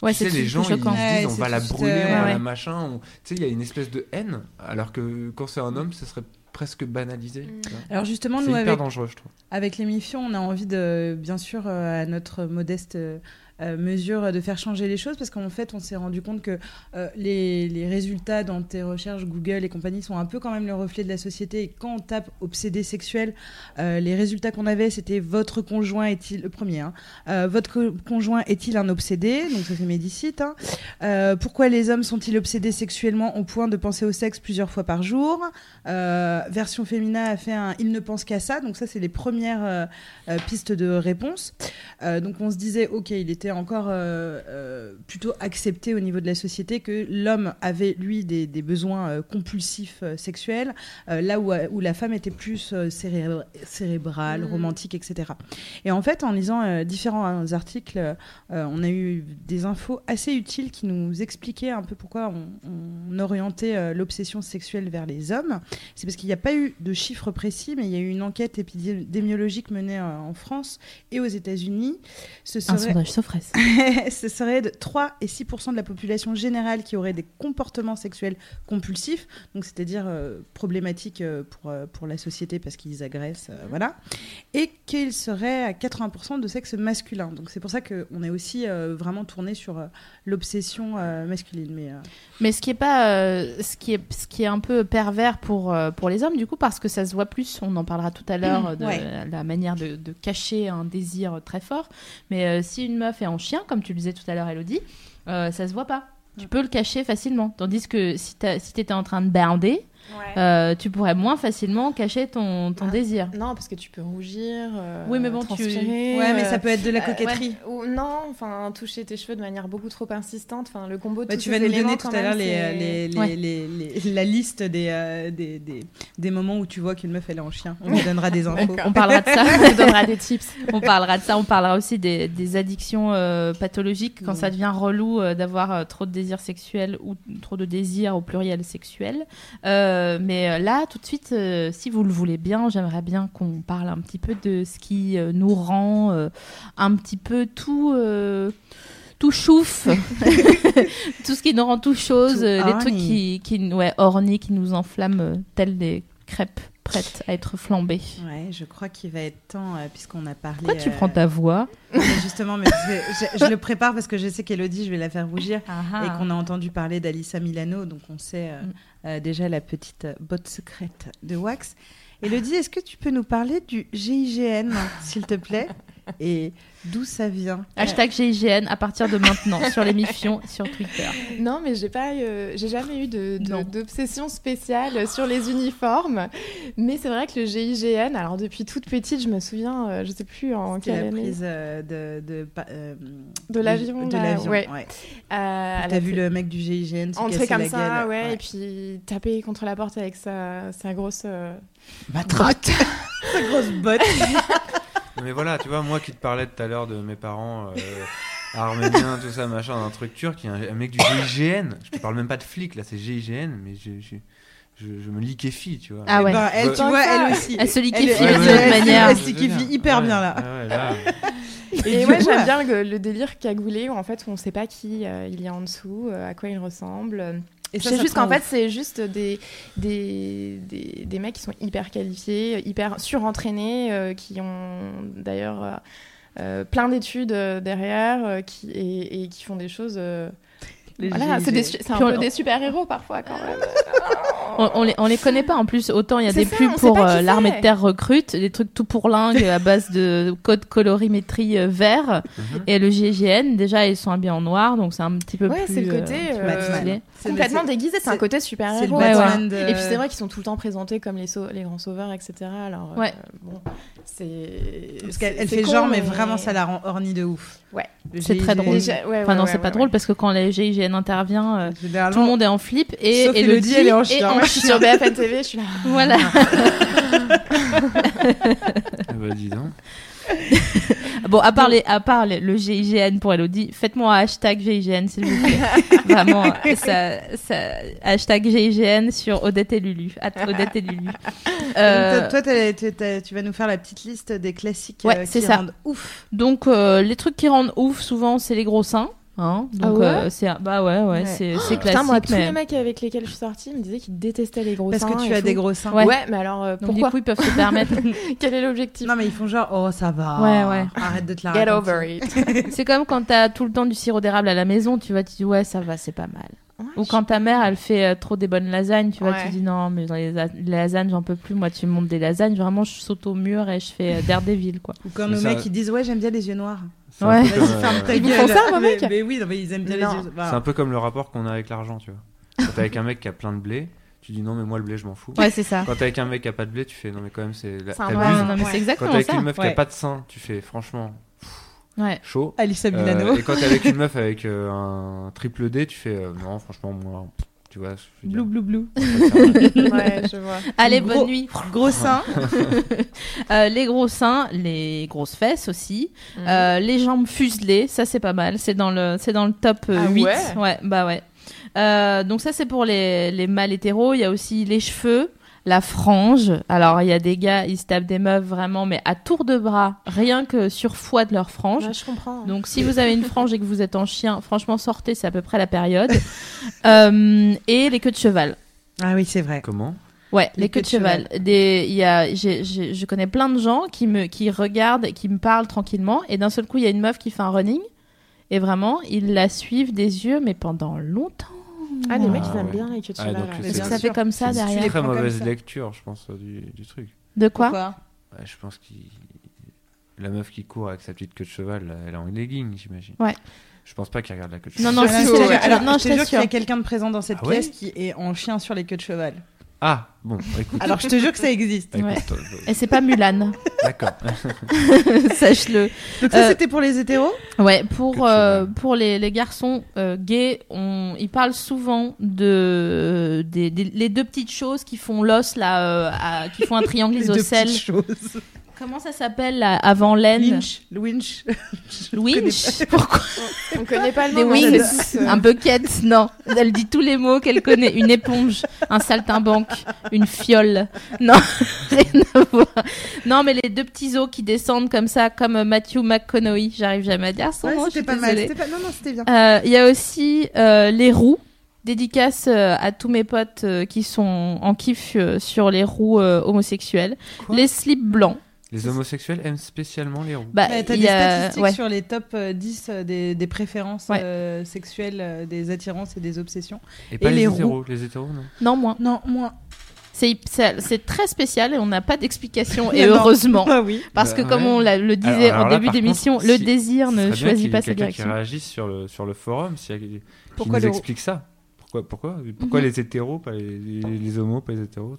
S1: Ouais,
S5: tu sais,
S1: c'est
S5: les
S1: tout-
S5: gens,
S1: tout
S5: ils se
S1: choquant.
S2: Ouais,
S5: disent, on
S2: c'est
S5: va la
S2: tout,
S5: brûler,
S2: euh,
S5: on va
S1: ouais.
S5: la machin. on- Tu sais, il y a une espèce de haine, alors que quand c'est un homme, ça serait presque banalisé.
S4: Mm.
S5: tu vois.
S2: Alors justement,
S5: C'est
S2: nous,
S5: hyper
S2: avec,
S5: dangereux, je trouve.
S2: avec l'émission, on a envie de, bien sûr, euh, à notre modeste euh, euh, mesure, euh, de faire changer les choses parce qu'en fait, on s'est rendu compte que euh, les, les résultats dans tes recherches Google et compagnie sont un peu quand même le reflet de la société. Et quand on tape obsédé sexuel, euh, les résultats qu'on avait, c'était votre conjoint est-il le premier hein, euh, Votre co- conjoint est-il un obsédé Donc ça c'est Médicite. hein. Euh, pourquoi les hommes sont-ils obsédés sexuellement au point de penser au sexe plusieurs fois par jour Euh, Version Femina a fait un Il ne pense qu'à ça. Donc ça c'est les premières euh, euh, pistes de réponse. Euh, donc on se disait ok, il était encore euh, euh, plutôt accepté au niveau de la société que l'homme avait lui des, des besoins euh, compulsifs euh, sexuels, euh, là où, où la femme était plus euh, cérébr- cérébrale,
S4: Mhm.
S2: romantique, etc. Et en fait, en lisant euh, différents articles, euh, on a eu des infos assez utiles qui nous expliquaient un peu pourquoi on, on orientait euh, l'obsession sexuelle vers les hommes. C'est parce qu'il n'y a pas eu de chiffres précis, mais il y a eu une enquête épidémiologique menée euh, en France et aux États-Unis. Ce
S1: Un
S2: serait
S1: sondage Sophrès.
S2: *laughs* ce serait de 3 et 6 de la population générale qui aurait des comportements sexuels compulsifs, donc c'est-à-dire euh, problématiques euh, pour, euh, pour la société parce qu'ils agressent, euh, voilà, et qu'ils seraient à 80 de sexe masculin. Donc c'est pour ça qu'on est aussi euh, vraiment tourné sur euh, l'obsession euh, masculine. Mais, euh,
S1: Mais ce qui est pas, euh, ce qui est, ce qui est un peu pervers pour euh, pour les hommes du coup parce que ça se voit plus. On en parlera tout à l'heure
S2: Mmh,
S1: euh, de
S2: ouais.
S1: la, la manière de, de cacher un désir très fort. Mais euh, si une meuf est en chien, comme tu le disais tout à l'heure, Elodie, euh, ça se voit pas.
S2: Mmh.
S1: Tu peux le cacher facilement. Tandis que si t'as- si t'étais en train de bander, euh, tu pourrais moins facilement cacher ton ton
S4: Ah.
S1: désir.
S4: Non, parce que tu peux rougir. euh,
S1: Oui, mais bon, tu-
S4: transpirer,
S2: Ouais, mais
S4: euh,
S2: ça peut être de la
S4: euh,
S2: coquetterie.
S4: ouais, ou non, enfin, toucher tes cheveux de manière beaucoup trop insistante. Enfin, le combo de
S2: Bah,
S4: tous
S2: tu vas
S4: ces
S2: nous
S4: éléments,
S2: donner tout
S4: quand
S2: à l'heure
S4: même,
S2: les, euh,
S4: c'est-
S2: les- les-
S1: Ouais.
S2: les- les- la liste des, euh, des, des, des moments où tu vois qu'une meuf elle est en chien.
S4: *laughs*
S2: On vous donnera des infos.
S1: On parlera de ça. *laughs* on vous donnera des
S2: *laughs*
S1: tips. On parlera de ça. On parlera aussi des, des addictions euh, pathologiques quand
S2: Mm.
S1: ça devient relou euh, d'avoir euh, trop de désirs sexuels ou trop de désirs au pluriel sexuel. Euh, mais euh, là, tout de suite, euh, si vous le voulez bien, j'aimerais bien qu'on parle un petit peu de ce qui euh, nous rend euh, un petit peu tout. euh, tout
S2: *laughs*
S1: chouf, tout ce qui nous rend tout chose,
S2: Tout
S1: euh, les
S2: horny.
S1: trucs qui, qui, ouais, horny, qui nous enflamment, euh, telles des crêpes prêtes à être flambées.
S2: Ouais, je crois qu'il va être temps, euh, puisqu'on a parlé.
S1: Pourquoi tu
S2: euh,
S1: prends ta voix
S2: mais *laughs* Justement, mais c'est- je, je le prépare parce que je sais qu'Elodie, je vais la faire rougir. Et qu'on a entendu parler d'Alissa Milano, donc on sait euh,
S1: Ah. Mm.
S2: euh, déjà la petite euh, botte secrète de Wax. Elodie, est-ce que tu peux nous parler du GIGN, s'il te plaît et d'où ça vient.
S1: Hashtag GIGN à partir de
S4: *laughs*
S1: maintenant sur l'émission sur Twitter.
S4: Non, mais j'ai pas, euh, j'ai jamais eu de-
S1: Non.
S4: de- d'obsession spéciale sur les uniformes. Mais c'est vrai que le GIGN, alors depuis toute petite, je me souviens, euh, je sais plus en
S2: C'est
S4: quelle
S2: la
S4: année.
S2: prise euh, de, de, pa- euh,
S4: De l'avion,
S2: De
S4: là,
S2: l'avion,
S4: ouais.
S2: ouais.
S4: Euh, à la
S2: T'as vu le mec du GIGN se
S4: entrer
S2: casser
S4: comme
S2: la
S4: ça,
S2: gueule,
S4: ouais, et puis taper contre la porte avec sa, sa grosse euh,
S2: Matraque. *laughs* Sa grosse botte.
S5: Non, mais voilà, tu vois, moi qui te parlais tout à l'heure de mes parents euh, arméniens, tout ça, machin, d'un truc turc, il y a un, un mec du GIGN. Je te parle même pas de flic, là, c'est GIGN, mais je, je, je, je me liquéfie, tu vois.
S1: Ah ouais.
S2: Ben, elle, tu
S4: Bah,
S2: vois,
S4: ça.
S2: elle aussi.
S1: Elle se liquéfie
S2: Elle-
S1: de
S2: elle-
S1: cette
S2: elle-
S1: manière.
S2: elle- se liquéfie hyper bien, là.
S4: Et,
S2: du
S4: ouais,
S2: coup,
S4: j'aime
S2: là-
S4: bien le, le délire cagoulé où en fait on sait pas qui euh, il y a en dessous, euh, à quoi il ressemble.
S2: Et ça,
S4: C'est
S2: ça
S4: juste
S2: prend
S4: qu'en fait c'est juste des, des, des, des mecs qui sont hyper qualifiés, hyper surentraînés, euh, qui ont d'ailleurs euh, euh, plein d'études euh, derrière euh, qui, et, et qui font des choses. euh,
S2: Les
S4: voilà, c'est
S2: GIGN.
S4: des su- c'est un
S1: Puis on-
S4: peu des super-héros parfois quand même.
S1: On, on les, on les connaît pas en plus. Autant il y a des
S4: C'est ça, on
S1: pubs
S4: sait
S1: pour
S4: pas qui
S1: euh,
S4: c'est.
S1: l'armée de terre recrute, des trucs tout pour lingue à base de code colorimétrie euh, vert.
S5: Mhm.
S1: Et le GIGN, déjà, ils sont habillés en noir, donc c'est un petit peu
S4: Ouais,
S1: plus.
S4: c'est le
S1: euh,
S4: côté,
S1: plus
S4: euh,
S1: stylé.
S2: C'est-
S4: complètement
S2: c'est-
S4: déguisé, c'est un
S2: c'est-
S4: côté super
S2: C'est le
S4: héros.
S2: Batman de-
S4: Et puis c'est vrai qu'ils sont tout le temps présentés comme les, sau- les grands sauveurs, etc. Alors, euh,
S1: Ouais.
S4: bon, c'est.
S2: Parce
S4: c'est-
S2: qu'elle elle
S4: c'est
S2: fait
S4: con,
S2: genre, mais
S4: mais-
S2: vraiment, ça la rend hornie de ouf.
S4: Ouais.
S2: Le
S1: C'est très
S2: GIGN,
S1: drôle.
S4: Déjà- ouais, ouais,
S1: Enfin, non,
S4: ouais,
S1: c'est pas
S4: ouais,
S1: drôle
S4: ouais.
S1: parce que quand le GIGN intervient, euh,
S2: Généralement,
S1: tout le monde est en flip et
S2: Sauf
S1: Elodie
S2: Élodie, elle est en chien.
S4: Moi, je *laughs* suis sur BFN TV, je suis là.
S1: Voilà.
S5: Ah bah, dis donc.
S1: Bon, à part, les- à part les- le GIGN pour Elodie, faites-moi un hashtag GIGN, s'il vous plaît.
S4: *laughs*
S1: Vraiment, ça, ça- hashtag GIGN sur Odette et Lulu. at Odette et
S4: *laughs*
S1: Lulu. Euh,
S2: Toi, t'as- t'as- t'as- tu vas nous faire la petite liste des classiques
S1: Ouais,
S2: euh,
S1: c'est
S2: qui
S1: ça.
S2: rendent ouf.
S1: donc, euh, les trucs qui rendent ouf, souvent, c'est les gros seins. Hein donc,
S4: Ah ouais Oh,
S1: euh, c'est un- bah ouais, ouais,
S2: Ouais.
S1: c'est c'est classique.
S4: Putain, moi, tous
S1: mais-
S4: les mecs avec lesquels je suis sortie ils me disaient qu'ils détestaient les gros
S2: Parce
S4: seins
S2: que tu
S4: et
S2: as des
S4: tout.
S2: gros seins.
S1: Ouais.
S4: Ouais. mais alors euh,
S1: Donc,
S4: pourquoi
S1: du coup, ils peuvent se permettre.
S4: *laughs* Quel est l'objectif
S2: Non, mais ils font genre, oh, ça va.
S1: Ouais, ouais.
S2: Arrête de te la
S4: Get
S2: raconter.
S4: over *laughs* it.
S1: c'est comme quand t'as tout le temps du sirop d'érable à la maison, tu vois, tu dis ouais, ça va, c'est pas mal. Ou quand ta mère, elle fait euh, trop des bonnes lasagnes, tu vois,
S4: Ouais.
S1: tu dis non, mais dans les, la- les lasagnes, j'en peux plus. Moi, tu me montes des lasagnes, vraiment, je saute au mur et je fais euh, Daredevil, quoi.
S2: Ou quand
S5: Mais
S2: nos
S5: ça-
S2: mecs ils disent ouais j'aime bien les yeux noirs.
S5: C'est un peu
S1: Ouais.
S5: comme,
S2: Vas-y ferme
S5: euh,
S2: ta gueule.
S4: font ça, vos
S2: mais,
S4: mecs
S2: mais oui non mais ils aiment bien
S4: Non.
S2: les yeux.
S5: C'est un peu comme le rapport qu'on a avec l'argent, tu vois. Quand t'es avec un mec qui a plein de blé, tu dis non, mais moi le blé, je m'en fous.
S1: Ouais, c'est ça.
S5: Quand t'es avec un mec qui a pas de blé, tu fais non, mais quand même, c'est. la-
S4: C'est un
S5: t'abuses.
S1: Ouais, non, mais c'est
S4: Ouais.
S5: Quand
S1: exactement
S5: t'es avec
S1: ça.
S5: une meuf qui a
S2: Ouais.
S5: pas de sein, tu fais franchement
S1: Ouais.
S5: chaud.
S2: Alissa
S5: Euh,
S2: Milano.
S5: et quand t'es avec une meuf avec euh, un triple D, tu fais euh, non, franchement, moi, tu vois. je veux dire,
S2: Blou blou blou.
S5: ça sert à
S2: *laughs*
S5: rien.
S4: *laughs* Ouais, je vois.
S1: Allez,
S2: Gros-
S1: bonne nuit.
S2: Euh, Gros seins.
S1: *laughs* Euh, les gros seins, les grosses fesses aussi,
S4: Mhm.
S1: Euh, les jambes fuselées, ça c'est pas mal. C'est dans le, c'est dans le top euh,
S4: Ah
S1: 8.
S4: ouais
S1: bah ouais. Euh, donc ça c'est pour les, les mâles hétéros. Il y a aussi les cheveux, la frange. Alors il y a des gars, ils se tapent des meufs vraiment, mais à tour de bras, rien que sur foi de leur frange.
S4: Ouais, je comprends.
S1: *laughs* Donc si vous avez une frange et que vous êtes en chien, franchement sortez, c'est à peu près la
S4: *laughs*
S1: période. Euh, et les queues de cheval.
S2: Ah oui c'est vrai.
S5: Comment
S1: Ouais, les,
S2: Les
S1: queues de cheval. Des, il y a, j'ai- j'ai- je connais plein de gens qui me, qui regardent, et qui me parlent tranquillement, et d'un seul coup, il y a une meuf qui fait un running, et vraiment, ils la suivent des yeux, mais pendant longtemps.
S4: Ah,
S1: euh,
S4: les mecs,
S5: Ah
S4: ils aiment
S5: ouais.
S4: bien les queues de
S5: Ah,
S4: cheval,
S5: donc,
S4: ouais.
S5: c'est-
S1: Parce que
S2: bien
S1: ça
S2: sûr.
S1: fait comme ça
S5: C'est une
S1: derrière.
S2: les
S5: très
S2: prends comme
S5: mauvaise
S2: ça.
S5: lecture, je pense, euh, du, du truc.
S1: De quoi
S5: Ouais, je pense que la meuf qui court avec sa petite queue de cheval, là, elle est en legging, j'imagine.
S1: Ouais.
S5: Je pense pas qu'elle regarde la queue de
S1: Non,
S5: cheval.
S1: non,
S2: Ah,
S1: je
S2: là,
S1: suis
S2: je
S1: sûre.
S2: te jure- alors,
S1: Non,
S2: je
S1: je
S2: te jure qu'il y a
S1: t'assure.
S2: quelqu'un de présent dans cette
S5: Ah ouais
S2: pièce qui est en chien sur les queues
S1: *laughs*
S2: de cheval.
S5: Ah, bon, écoute.
S2: Alors je te jure que ça existe.
S5: écoute,
S1: Ouais.
S5: euh, bah,
S1: Et c'est pas Mulan, *laughs*
S5: D'accord.
S1: sache-le.
S2: Donc ça
S1: Euh,
S2: c'était pour les hétéros.
S1: Ouais,
S5: Que de
S1: pour, euh,
S5: cheval.
S1: pour les, les garçons euh, gays, on, ils parlent souvent de euh, des, des- les deux petites choses qui font l'os là, euh, à- qui font un triangle
S2: *laughs* Les deux petites
S1: isocèle.
S2: choses.
S1: Comment ça s'appelle là, avant l'aine
S2: Lynch, le winch. Je
S1: Winch Pourquoi
S4: On connaît pas le
S1: Des
S4: nom. mais on
S1: wings.
S4: sait tous, euh,
S1: Un bucket Non. Elle dit tous les mots qu'elle connaît. Une éponge, un saltimbanque, une fiole. Non, *laughs* rien à voir. Non, mais les deux petits os qui descendent comme ça, comme Matthew McConaughey. J'arrive jamais à dire son
S2: Ouais,
S1: nom. je
S2: c'était
S1: suis
S2: pas mal.
S1: désolée.
S2: c'était pas- Non non c'était bien.
S1: Euh, Il y a aussi euh, les roues. Dédicace euh, à tous mes potes euh, qui sont en kiff euh, sur les roues euh, homosexuelles.
S5: Quoi
S1: les slips blancs.
S5: Les homosexuels aiment spécialement les roues.
S1: Bah,
S2: Ouais, T'as
S1: il
S2: des
S1: y a-
S2: statistiques
S1: ouais.
S2: sur les top euh, 10 euh, des, des préférences
S1: Ouais.
S2: euh, sexuelles, euh, des attirances et des obsessions.
S5: Et pas
S2: et
S5: les,
S2: les
S5: hétéros. Les hétéros, non
S1: Non, moins.
S2: Non, moins.
S1: C'est c'est- c'est très spécial et on n'a pas
S2: *laughs*
S1: d'explication, et
S2: Non.
S1: heureusement.
S2: Ah oui.
S1: Parce que
S5: Bah,
S1: comme
S5: ouais.
S1: on l'a- le disait
S5: Alors- alors
S1: en
S5: là,
S1: début
S5: par
S1: d'émission,
S5: contre,
S1: le
S5: si-
S1: désir
S5: Ce
S1: ne
S5: serait bien qu'il y
S1: choisit
S5: ait
S1: pas sa
S5: quelqu'un qui
S1: direction.
S5: réagisse sur le, sur le forum, s'il y a- qui
S2: Pourquoi
S5: nous
S2: le-
S5: explique ça. Pourquoi, pourquoi, pourquoi
S1: Mhm.
S5: les hétéros, pas les, les- les homos, pas les hétéros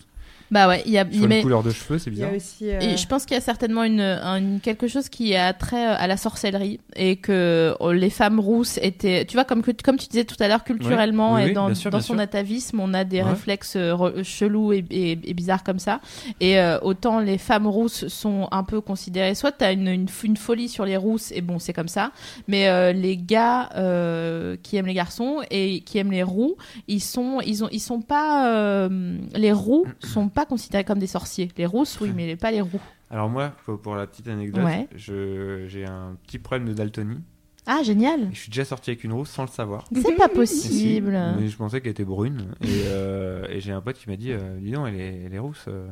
S1: Bah ouais, il y a,
S5: Sur
S1: mais-
S5: les couleurs de cheveux, c'est
S2: Il y a
S5: bizarre.
S2: aussi. euh,
S1: Et je pense qu'il y a certainement une, une- quelque chose qui a trait euh, à la sorcellerie et que oh, les femmes rousses étaient, tu vois, comme, que, comme tu disais tout à l'heure, culturellement
S5: Oui, oui,
S1: et dans,
S5: bien sûr,
S1: dans
S5: bien
S1: son
S5: sûr.
S1: atavisme, on a des
S5: Ouais.
S1: réflexes euh, re- chelous et, et- et bizarres comme ça. Et euh, autant les femmes rousses sont un peu considérées, soit tu as une, une, f- une folie sur les rousses et bon, c'est comme ça, mais euh, les gars euh, qui aiment les garçons et qui aiment les roux, ils sont, ils ont, ils sont pas, euh, les roux sont pas considérés comme des sorciers. Les rousses, oui, mais pas les roux.
S5: Alors moi, pour, pour la petite anecdote,
S1: Ouais.
S5: je- j'ai un petit problème de daltonie.
S1: Ah, génial
S5: Et je suis déjà sorti avec une rousse sans le savoir.
S1: C'est *laughs* pas
S5: Et si,
S1: possible
S5: mais je pensais qu'elle était brune. Et, euh, et j'ai un pote qui m'a dit, euh, dis donc, elle est, elle est rousse, euh,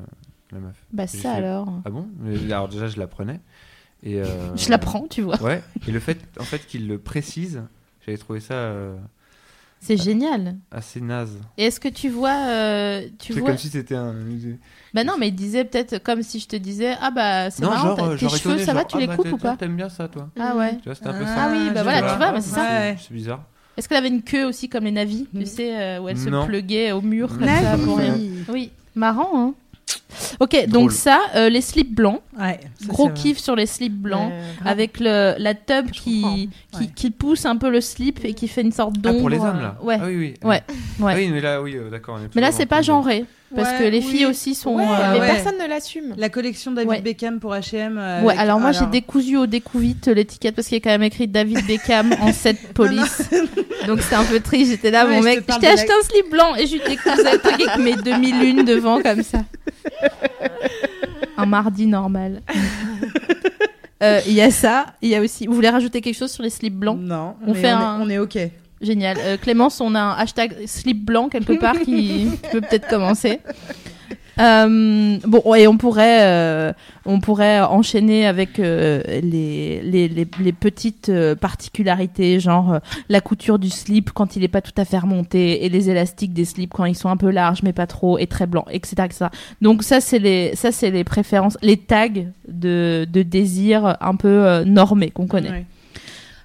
S5: la meuf.
S1: Bah
S5: J'ai
S1: ça
S5: fait-
S1: alors
S5: Ah bon Mais Alors déjà, je la prenais. Et, euh,
S1: *laughs* Je la prends, tu vois.
S5: Ouais. Et le fait, en fait, qu'il le précise, j'avais trouvé ça euh,
S1: C'est génial.
S5: assez naze.
S1: Et est-ce que tu vois... euh, tu
S5: C'est
S1: vois...
S5: comme si c'était un.
S1: Bah non, mais il disait peut-être comme si je te disais, ah bah c'est
S5: non,
S1: marrant,
S5: genre,
S1: t'as-
S5: euh,
S1: tes
S5: genre
S1: cheveux,
S5: étonné,
S1: ça va,
S5: genre,
S1: tu
S5: ah
S1: les
S5: bah,
S1: coupes
S5: t'es-
S1: ou pas
S5: T'aimes bien ça, toi
S1: Ah ouais.
S5: Tu vois, c'était un peu ça.
S1: Ah oui, bah
S2: je
S1: voilà,
S2: vois.
S1: tu vois, bah, c'est ça.
S2: Ouais.
S5: C'est bizarre. Ah,
S1: Est-ce qu'elle avait une queue aussi comme les navis,
S2: Mhm.
S1: tu sais, euh, où elle se
S5: Non.
S1: pluguait au mur comme
S5: Navi.
S1: ça pour
S2: *laughs*
S1: rien Oui, marrant, hein Ok, donc ça, euh, les slips blancs,
S2: Ouais, ça,
S1: gros
S2: c'est vrai.
S1: kiff sur les slips blancs,
S4: Ouais, grave.
S1: avec le, la tub qui,
S4: comprends.
S1: qui,
S2: Ouais.
S1: qui pousse un peu le slip et qui fait une sorte
S5: Ah,
S1: d'ombre. euh,
S5: pour les hommes, là
S1: Ouais.
S5: Ah oui, oui.
S1: Ouais.
S5: Ah
S1: Ouais.
S5: oui, mais là, oui, euh, d'accord. on est
S1: Mais là,
S5: toujours
S1: c'est
S5: en
S1: pas
S5: train de-
S1: genré, parce
S2: Ouais,
S1: que les
S2: oui.
S1: filles aussi sont.
S4: Ouais,
S1: euh,
S4: mais
S2: ouais.
S4: personne ne l'assume.
S2: La collection David
S1: Ouais.
S2: Beckham pour H&M. euh,
S1: Ouais,
S2: avec-
S1: alors moi j'ai décousu au découvite l'étiquette parce qu'il y a quand même écrit David Beckham
S2: *laughs*
S1: en 7 police. Donc c'est un peu triste, j'étais là,
S2: Ouais,
S1: mon
S2: je te
S1: mec, je
S2: parle
S1: t'ai
S2: de
S1: acheté un slip blanc et je décousais le truc avec mes demi-lunes devant comme ça. Un mardi
S2: *laughs*
S1: normal. Euh, Il y a ça, il y a aussi. Vous voulez rajouter quelque chose sur les slips blancs
S2: Non,
S1: On
S2: mais
S1: fait
S2: on,
S1: un-
S2: est, on est ok.
S1: Génial. Euh, Clémence, on a un hashtag slip blanc quelque part *laughs* qui qui peut peut-être commencer. Euh, bon, et on pourrait, euh, on pourrait enchaîner avec euh, les, les, les, les petites euh, particularités, genre euh, la couture du slip quand il n'est pas tout à fait remonté, et les élastiques des slips quand ils sont un peu larges mais pas trop, et très blancs, etc. etc. Donc ça, c'est les, ça, c'est les préférences, les tags de, de désir un peu euh, normés qu'on connaît.
S2: Ouais.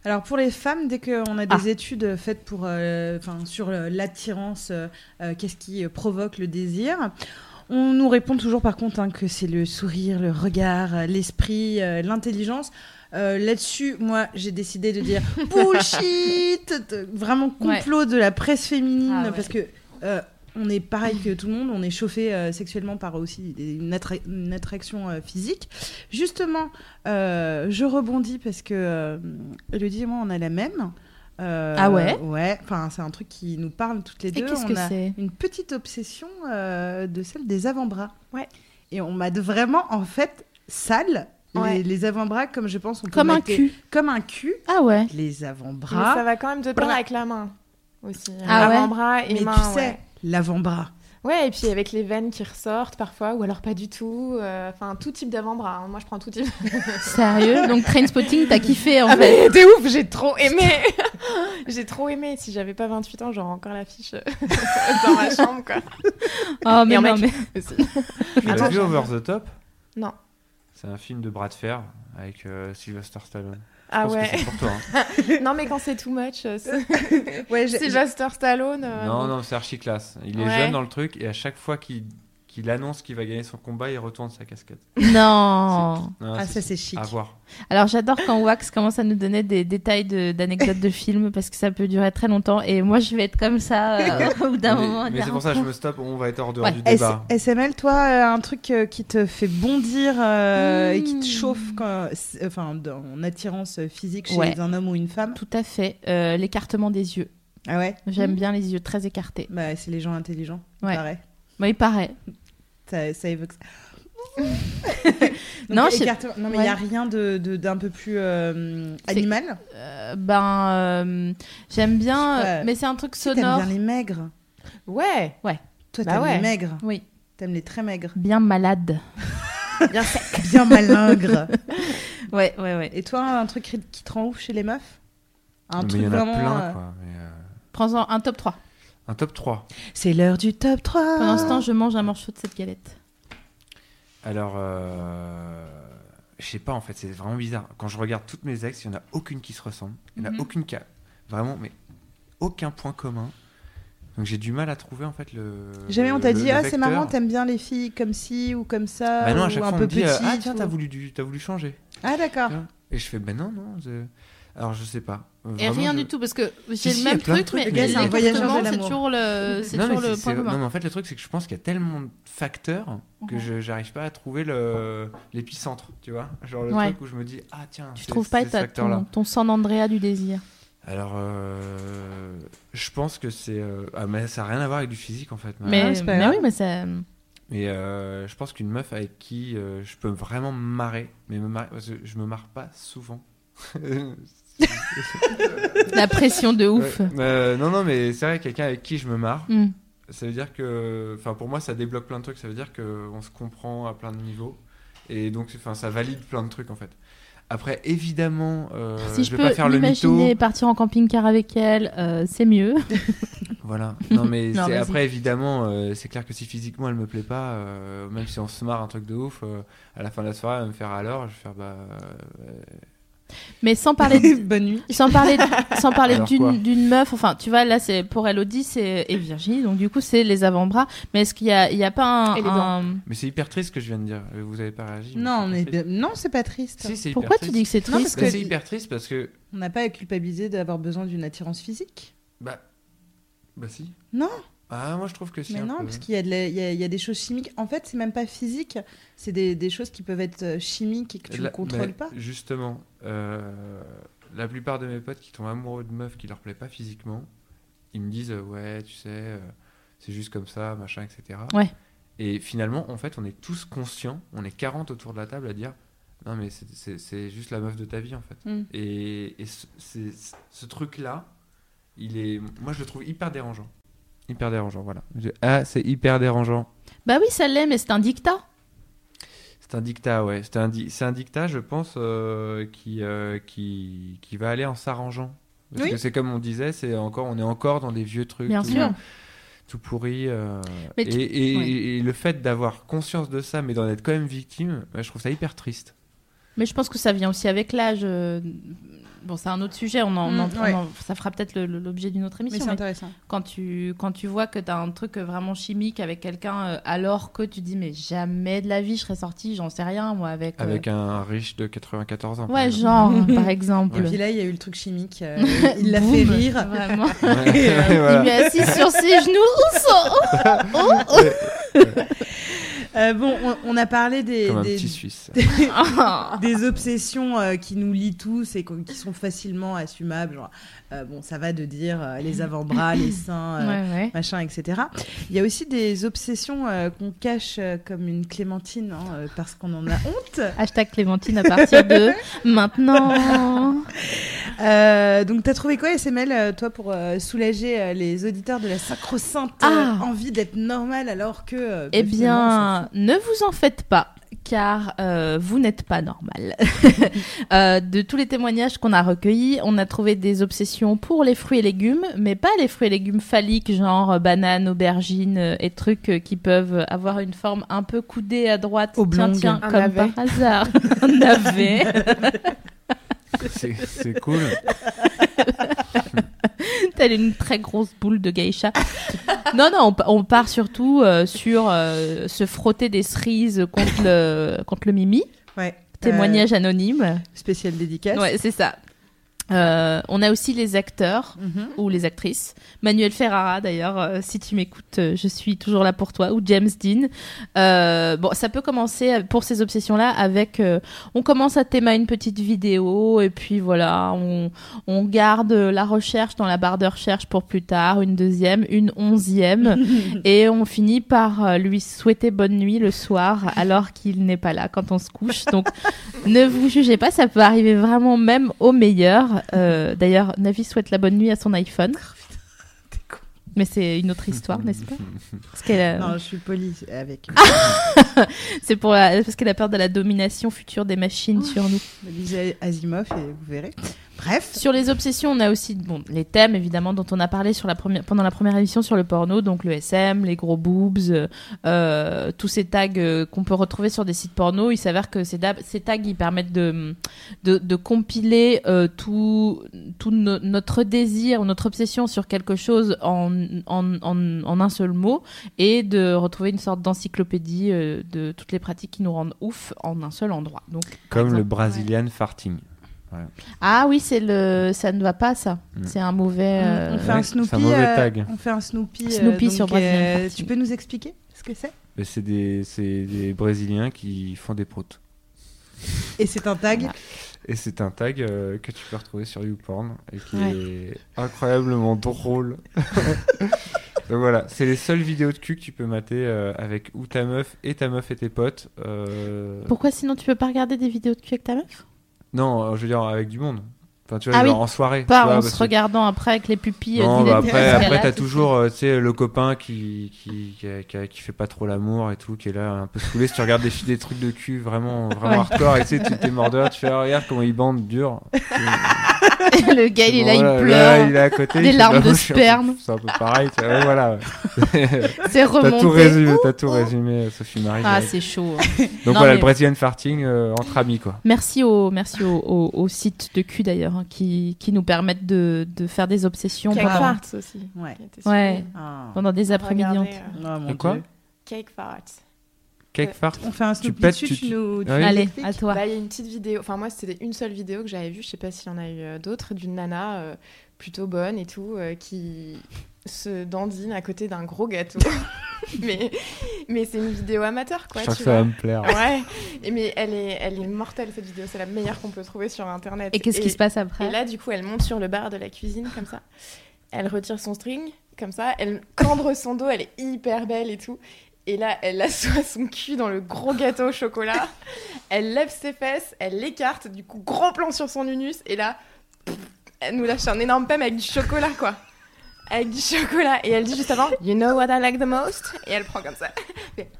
S2: Alors pour les femmes, dès qu'on a
S1: Ah.
S2: des études faites pour, euh, enfin, sur euh, l'attirance, euh, euh, qu'est-ce qui euh, provoque le désir on nous répond toujours par contre hein, que c'est le sourire, le regard, euh, l'esprit, euh, l'intelligence. Euh, Là-dessus, moi, j'ai décidé
S1: *laughs*
S2: de dire bullshit, de- vraiment complot de la presse féminine,
S1: Ah ouais.
S2: parce que euh, on est pareil que tout le monde, on est chauffé euh, sexuellement par aussi des- une, attra- une attraction euh, physique. Justement, euh, je rebondis parce que euh, Elodie et moi, on a la même. Euh,
S1: Ah ouais
S2: Ouais, enfin, c'est un truc qui nous parle toutes les
S1: Et
S2: deux.
S1: qu'est-ce
S2: On
S1: que
S2: a
S1: c'est
S2: une petite obsession euh, de celle des avant-bras.
S4: Ouais.
S2: Et on m'a vraiment, en fait, sale
S4: Ouais.
S2: les, les avant-bras, comme je pense on peut
S1: Comme un
S2: mater-
S1: cul.
S2: Comme un cul,
S1: Ah ouais.
S2: les
S4: Mais ça
S2: avant-bras.
S4: va quand même te peindre
S2: Bras.
S4: avec la main aussi.
S1: Ah ouais
S4: Avant-bras et
S2: Mais
S4: main.
S2: tu sais,
S4: ouais.
S2: l'avant-bras.
S4: Ouais, et puis avec les veines qui ressortent parfois, ou alors pas du tout. euh, Enfin, tout type d'avant-bras. hein. Moi, je prends tout type.
S1: Sérieux Donc Trainspotting, t'as kiffé en fait
S4: Ah, mais t'es ouf, j'ai trop aimé. *laughs* j'ai trop aimé. Si j'avais pas 28 ans, j'aurais encore l'affiche euh, *laughs* dans ma chambre, quoi.
S1: Oh mais
S4: Et en
S1: non
S4: *laughs*
S1: mais...
S4: mec. Aussi.
S5: Tu l'as
S4: Attends,
S5: vu
S4: j'ai-
S5: Over the Top
S4: Non.
S5: C'est un film de bras de fer avec euh, Sylvester Stallone.
S4: Ah
S5: Je pense que
S4: ouais.
S5: c'est pour toi. hein.
S1: *laughs*
S4: Non, mais quand c'est too much, euh, c'est-
S2: Ouais, j'ai-
S4: Sylvester Stallone.
S1: Ah,
S4: euh,
S5: Non, non, c'est archi classe. Il est
S4: Ouais.
S5: jeune dans le truc et à chaque fois qu'il qu'il annonce qu'il va gagner son combat, il retourne sa casquette.
S1: Non
S5: Non,
S2: Ah, ça, c'est chic.
S5: À voir.
S1: Alors j'adore quand Wax commence à nous donner des détails de- d'anecdotes de, films parce que ça peut durer très longtemps et moi je vais être comme ça
S4: *laughs*
S1: euh, au bout d'un
S5: Mais-
S1: moment. à
S5: Mais
S1: dire,
S5: c'est pour ça que je me stoppe, on va être hors dehors
S1: Ouais.
S5: du
S2: S-
S5: débat.
S2: SML, toi, euh, un truc euh, qui te fait bondir euh, et qui te
S1: Mmh.
S2: chauffe quand- c'est- enfin, dans- en attirance physique chez
S1: Ouais.
S2: un homme ou une femme
S1: Tout à fait. Euh, L'écartement des yeux.
S2: Ah ouais
S4: Mm.
S1: J'aime bien les yeux très écartés.
S2: bah, C'est les gens intelligents, il
S1: Ouais.
S2: paraît.
S1: Moi il paraît.
S2: Ça, ça
S1: *laughs*
S2: évoque ça.
S1: Non,
S2: non,
S1: je sais-
S2: non, mais il
S1: ouais.
S2: n'y a rien de, de- d'un peu plus euh,
S1: C'est-
S2: animal.
S1: Euh, ben euh, j'aime bien,
S2: Ouais.
S1: euh, mais c'est un truc
S2: Tu sais, T'aimes
S1: sonore.
S2: bien les maigres.
S4: Ouais.
S2: Toi,
S4: Bah
S2: t'aimes
S4: ouais.
S2: les maigres.
S1: Oui.
S2: T'aimes les très maigres.
S1: Bien malade.
S4: *laughs* Bien sec.
S1: *laughs*
S2: Bien malingres.
S1: Ouais ouais ouais.
S2: Et toi, un truc qui qui te rend ouf chez les meufs Un
S5: Non, mais
S2: truc
S5: il y en a
S2: vraiment.
S5: plein,
S2: euh,
S5: quoi. mais, euh,
S1: Prends-en un top 3.
S5: Un top 3.
S2: C'est l'heure du top 3.
S1: Pendant
S4: Ah.
S1: ce temps, je mange un morceau de cette galette.
S5: Alors, euh, je sais pas en fait, c'est vraiment bizarre. Quand je regarde toutes mes ex, il n'y en a aucune qui se ressemble. Il n'y en
S1: Mhm.
S5: a aucune qui a vraiment, mais aucun point commun. Donc j'ai du mal à trouver en fait le.
S2: Jamais on t'a
S5: Euh, le-
S2: dit
S5: le
S2: ah c'est
S5: vecteur.
S2: marrant t'aimes bien les filles comme ci ou comme ça
S5: Bah non, à
S2: ou
S5: chaque
S2: un
S5: fois on
S2: peu
S5: me dit euh, ah
S2: petites
S5: tiens
S2: ou-
S5: t'as voulu du t'as voulu changer.
S2: ah d'accord
S5: Et je fais ben non non. je- Alors je sais pas. Euh,
S1: Et
S5: vraiment,
S1: rien
S5: je-
S1: du tout, parce que j'ai
S5: Si, si,
S1: le
S5: y a
S1: même
S5: plein de
S1: truc,
S5: trucs,
S1: mais
S5: mais-
S1: les
S5: Le
S2: voyageur de
S1: comportements, c'est
S2: l'amour.
S1: toujours le, c'est
S5: Non, mais
S1: toujours le
S5: c'est-
S1: point
S5: c'est-
S1: commun.
S5: non, mais en fait le truc c'est que je pense qu'il y a tellement de facteurs que
S1: Ouais.
S2: Mhm.
S5: je j'arrive pas à trouver le l'épicentre, tu vois. Genre le
S1: Ouais.
S5: truc où je me dis ah tiens.
S1: Tu
S5: c'est-
S1: trouves pas
S5: c'est ce
S1: ta-
S5: facteur-là.
S1: ton, ton San Andrea du désir
S5: Alors, euh, je pense que c'est. euh, Ah, mais ça n'a rien à voir avec du physique en fait. ma-
S1: Mais,
S2: ouais, c'est pas
S1: mais
S2: grave.
S1: oui, mais ça.
S5: Mais euh, je pense qu'une meuf avec qui euh, je peux vraiment me marrer, mais me marrer, parce que je me marre pas souvent.
S1: La pression de *laughs* ouf.
S5: Ouais. Euh, non, non, mais c'est vrai, quelqu'un avec qui je me marre,
S1: Mm.
S5: ça veut dire que. Enfin, pour moi, ça débloque plein de trucs, ça veut dire qu'on se comprend à plein de niveaux. Et donc, enfin, ça valide plein de trucs en fait. Après, évidemment, euh,
S1: Ah, si
S5: je
S1: je
S5: vais pas
S1: peux
S5: faire le mytho.
S1: m'imaginer partir en camping-car avec elle, euh, c'est mieux.
S5: Voilà. Non, mais
S1: Non,
S5: c'est-
S1: vas-y.
S5: après, évidemment, euh, c'est clair que si physiquement elle me plaît pas, euh, même si on se marre un truc de ouf, euh, à la fin de la soirée, elle va me faire alors, je vais faire bah. euh,
S1: Mais sans parler
S5: *laughs*
S1: de-
S2: bonne nuit
S1: sans parler de- sans parler
S5: Alors quoi
S1: d'une d'une meuf enfin tu vois là c'est pour Elodie c'est et Virginie donc du coup c'est les avant-bras mais est-ce qu'il y a il y a pas un,
S4: Et les dents.
S1: un-
S5: Mais c'est hyper triste ce que je viens de dire. Euh, Vous avez pas réagi. mais
S2: non
S5: c'est
S2: on
S5: hyper
S2: est
S5: triste.
S2: bien- non c'est pas triste
S5: Si, c'est hyper
S1: pourquoi tu
S5: triste.
S1: dis que c'est
S2: Non,
S1: triste
S2: parce
S5: Bah,
S2: que-
S5: C'est hyper triste parce que.
S2: on n'a pas à culpabiliser d'avoir besoin d'une attirance physique
S5: Bah. Bah si.
S2: Non.
S5: Ah, moi je trouve que si.
S2: mais
S5: un
S2: non
S5: peu.
S2: parce qu'il y a de la- il y a- il y a des choses chimiques en fait c'est même pas physique c'est des, des choses qui peuvent être euh, chimiques et que tu ne
S5: La-
S2: contrôles
S5: mais
S2: pas
S5: Justement, euh, la plupart de mes potes qui tombent amoureux de meufs qui leur plaît pas physiquement, ils me disent euh, ouais, tu sais, euh, c'est juste comme ça, machin, etc.
S1: Ouais.
S5: Et finalement, en fait, on est tous conscients, on est 40 autour de la table à dire non mais c'est- c'est c'est juste la meuf de ta vie en fait.
S2: Mm.
S5: Et, et ce, c'est- ce- ce truc-là, il est, moi je le trouve hyper dérangeant. Hyper dérangeant, voilà. Je- Ah, c'est hyper dérangeant.
S1: bah oui ça l'est mais c'est un dictat
S5: C'est un dictat, ouais. C'est un, di- c'est un dictat, je pense, euh, qui, euh, qui, qui va aller en s'arrangeant. Parce
S2: Oui.
S5: que c'est comme on disait, c'est encore, on est encore dans des vieux trucs
S1: Bien
S5: tout,
S1: sûr.
S5: tout pourris. euh,
S1: Mais
S5: et,
S1: tu-
S5: et-
S1: ouais.
S5: et le fait d'avoir conscience de ça, mais d'en être quand même victime, bah, je trouve ça hyper triste.
S1: mais je pense que ça vient aussi avec l'âge euh, bon c'est un autre sujet on en, on en-
S2: Mm, ouais.
S1: on en- ça fera peut-être le- le- l'objet d'une autre
S2: mais
S1: émission
S2: c'est
S1: mais
S2: intéressant
S1: quand tu quand tu vois que t'as un truc vraiment chimique avec quelqu'un euh, alors que tu dis mais jamais de la vie je serais sortie j'en sais rien moi avec euh,
S5: Avec un riche de 94 ans. par
S1: ouais
S5: exemple.
S1: *laughs* genre par exemple
S2: et puis là il y a eu le truc chimique euh, il l'a fait
S1: Boum. *laughs*
S2: rire
S1: Vraiment.
S5: Ouais,
S1: euh,
S5: voilà.
S1: Il est assis sur ses genoux. Oh, ça- oh, oh,
S2: Euh, bon on, on a parlé des,
S5: Comme un
S2: des- *laughs*
S5: petit Suisse.
S1: *laughs* oh.
S2: des obsessions euh, qui nous lient tous et qu'on- qui sont facilement assumables. genre, euh, bon, ça va de dire euh, les avant-bras, les seins, euh,
S1: Ouais, ouais.
S2: machin, etc. Il y a aussi des obsessions euh, qu'on cache euh, comme une clémentine hein, euh, parce qu'on en a honte.
S1: Hashtag Clémentine *laughs* à partir de maintenant.
S2: Euh, donc, t'as trouvé quoi, SML, euh, toi, pour euh, soulager euh, les auditeurs de la sacro-sainte euh,
S1: Ah.
S2: envie d'être normal alors que. euh,
S1: Eh
S2: bah, finalement, on s'en
S1: bien, ne vous en faites pas, car euh, vous n'êtes pas normal. *laughs* Euh, de tous les témoignages qu'on a recueillis, on a trouvé des obsessions pour les fruits et légumes, mais pas les fruits et légumes phalliques, genre euh, bananes, aubergines euh, et trucs euh, qui peuvent avoir une forme un peu coudée à droite.
S2: Oblongue.
S1: Tiens, tiens,
S4: Un
S1: comme
S4: navet.
S1: par hasard. *laughs* Un navet.
S5: *laughs*
S1: *laughs*
S5: C'est- C'est cool.
S1: Telle une très grosse boule de geisha. *laughs* non, non, on pa- on, part surtout euh, sur euh, se frotter des cerises contre le, contre le mimi.
S2: fout. Ouais.
S1: Témoignage anonyme.
S2: Euh, spécial dédicace.
S1: Ouais, c'est ça. Euh, on a aussi les acteurs
S2: Mhm.
S1: ou les actrices. Manuel Ferrara, d'ailleurs, euh, si tu m'écoutes, euh, je suis toujours là pour toi. Ou James Dean. Euh, bon, ça peut commencer euh, pour ces obsessions-là avec. euh, on commence à thème à une petite vidéo et puis voilà, on, on garde euh, la recherche dans la barre de recherche pour plus tard, une deuxième, une onzième, et on finit par euh, lui souhaiter bonne nuit le soir alors qu'il n'est pas là quand on se couche. Donc ne vous jugez pas, ça peut arriver vraiment même au meilleur. Euh, D'ailleurs, Navi souhaite la bonne nuit à son iPhone. Mais c'est une autre histoire, n'est-ce pas Parce qu'elle euh, a-
S2: Non, je suis polie avec.
S1: Ah. c'est pour la- parce qu'elle a peur de la domination future des machines sur nous.
S2: Lisez Asimov et vous verrez. Bref.
S1: Oh, Sur les obsessions, on a aussi bon, les thèmes, évidemment, dont on a parlé sur la première, pendant la première émission sur le porno, donc le SM, les gros boobs, euh, euh, tous ces tags euh, qu'on peut retrouver sur des sites porno. Il s'avère que ces, da- ces tags, ils permettent de, de, de compiler euh, tout, tout no- notre désir, notre obsession sur quelque chose en, en, en, en un seul mot et de retrouver une sorte d'encyclopédie euh, de toutes les pratiques qui nous rendent ouf en un seul endroit. Donc,
S5: Comme
S1: exemple,
S5: le Brazilian farting.
S1: ah oui, c'est le, ça ne va pas ça.
S5: Mm.
S1: C'est un mauvais. euh,
S2: on fait
S5: ouais,
S2: un
S5: c'est un
S2: Snoopy.
S5: mauvais
S2: euh,
S5: tag.
S2: On fait un Snoopy. euh,
S1: Snoopy sur
S2: donc,
S1: Brazilian
S2: euh,
S1: Farting.
S2: Tu peux nous expliquer ce que c'est
S5: Mais C'est des, c'est des Brésiliens qui font des proutes.
S2: Et c'est un tag.
S5: Et c'est un tag euh, que tu peux retrouver sur YouPorn et qui
S2: Ouais.
S5: est
S1: *laughs*
S5: incroyablement drôle. Donc voilà, c'est les seules vidéos de cul que tu peux mater euh, avec ou ta meuf et ta meuf et tes potes. euh,
S1: Pourquoi sinon tu peux pas regarder des vidéos de cul avec ta meuf
S5: Non, euh, je veux dire avec du monde. Enfin, tu vois,
S1: Ah
S5: genre
S1: oui.
S5: en soirée.
S1: Pas
S5: tu vois,
S1: en
S5: parce
S1: se
S5: que-
S1: regardant après avec les pupilles. euh,
S5: Non, bah
S1: dilatées
S5: après,
S1: parce qu'elle
S5: après
S1: a
S5: t'as
S1: tout-
S5: toujours euh, tu sais, le copain qui, qui, qui, a- qui a- qui fait pas trop l'amour et tout, qui est là un peu saoulé. si tu regardes des, fi- des trucs de cul vraiment,
S1: Ouais.
S5: vraiment hardcore et tu sais, tu t'es mort de rire, tu fais Ah, regarde comment il
S1: *laughs*
S5: bande dur.
S1: le gars, il est là,
S5: Voilà,
S1: il pleure.
S5: là, il est à côté,
S1: Des
S5: il fait,
S1: larmes
S5: bah,
S1: de
S5: moi, je suis un peu-
S1: sperme.
S5: C'est un peu pareil, tu vois,
S1: *laughs*
S5: ouais, voilà.
S1: C'est
S5: t'as tout
S1: remonté.
S5: résumé, t'as tout résumé, euh, Sophie Marie.
S1: Ah,
S5: direct.
S1: c'est chaud.
S5: Donc
S1: non,
S5: voilà,
S1: mais-
S5: le Brazilian farting euh, entre amis, quoi.
S1: Merci aux merci au, au, au sites de cul d'ailleurs hein, qui, qui nous permettent de, de faire des obsessions
S4: Cake
S1: pendant,
S4: Farts aussi.
S2: Ouais.
S4: qui était
S1: Ouais.
S4: sublime.
S2: Ah.
S1: pendant des après-midi.
S4: Regardez,
S1: entières.
S4: euh,
S2: Ah, mon
S5: Et quoi
S2: Dieu.
S4: Cake Farts.
S5: Cake
S4: Ouais.
S5: fart.
S2: On fait un Snoopy
S5: pètes,
S2: dessus,
S5: tu- Ah
S2: tu
S5: tu-
S2: nous. tu
S5: Ouais.
S2: nous
S1: Allez,
S2: expliques
S1: à toi.
S4: Bah, il y a une petite vidéo, enfin moi c'était une seule vidéo que j'avais vue, je sais pas s'il y en a eu euh, d'autres, d'une nana euh, plutôt bonne et tout, euh, qui se dandine à côté d'un gros gâteau. *laughs* mais mais c'est une vidéo amateur
S5: Je
S4: quoi.
S5: crois
S4: Tu
S5: que ça va
S4: vois.
S5: me plaire.
S4: Ouais, et mais elle est, elle est mortelle cette vidéo, c'est la meilleure qu'on peut trouver sur internet.
S1: Et qu'est-ce qui se passe après
S4: Et là du coup elle monte sur le bar de la cuisine comme ça, elle retire son string comme ça, elle cambre son dos, elle est hyper belle et tout. Et là, elle assoit son cul dans le gros gâteau au chocolat. Elle lève ses fesses, elle l'écarte, du coup, gros plan sur son unus, et là, pff, elle nous lâche un énorme pème avec du chocolat, quoi. Avec du chocolat. Et elle dit juste avant, You know what I like the most? Et elle prend comme ça. Elle fait,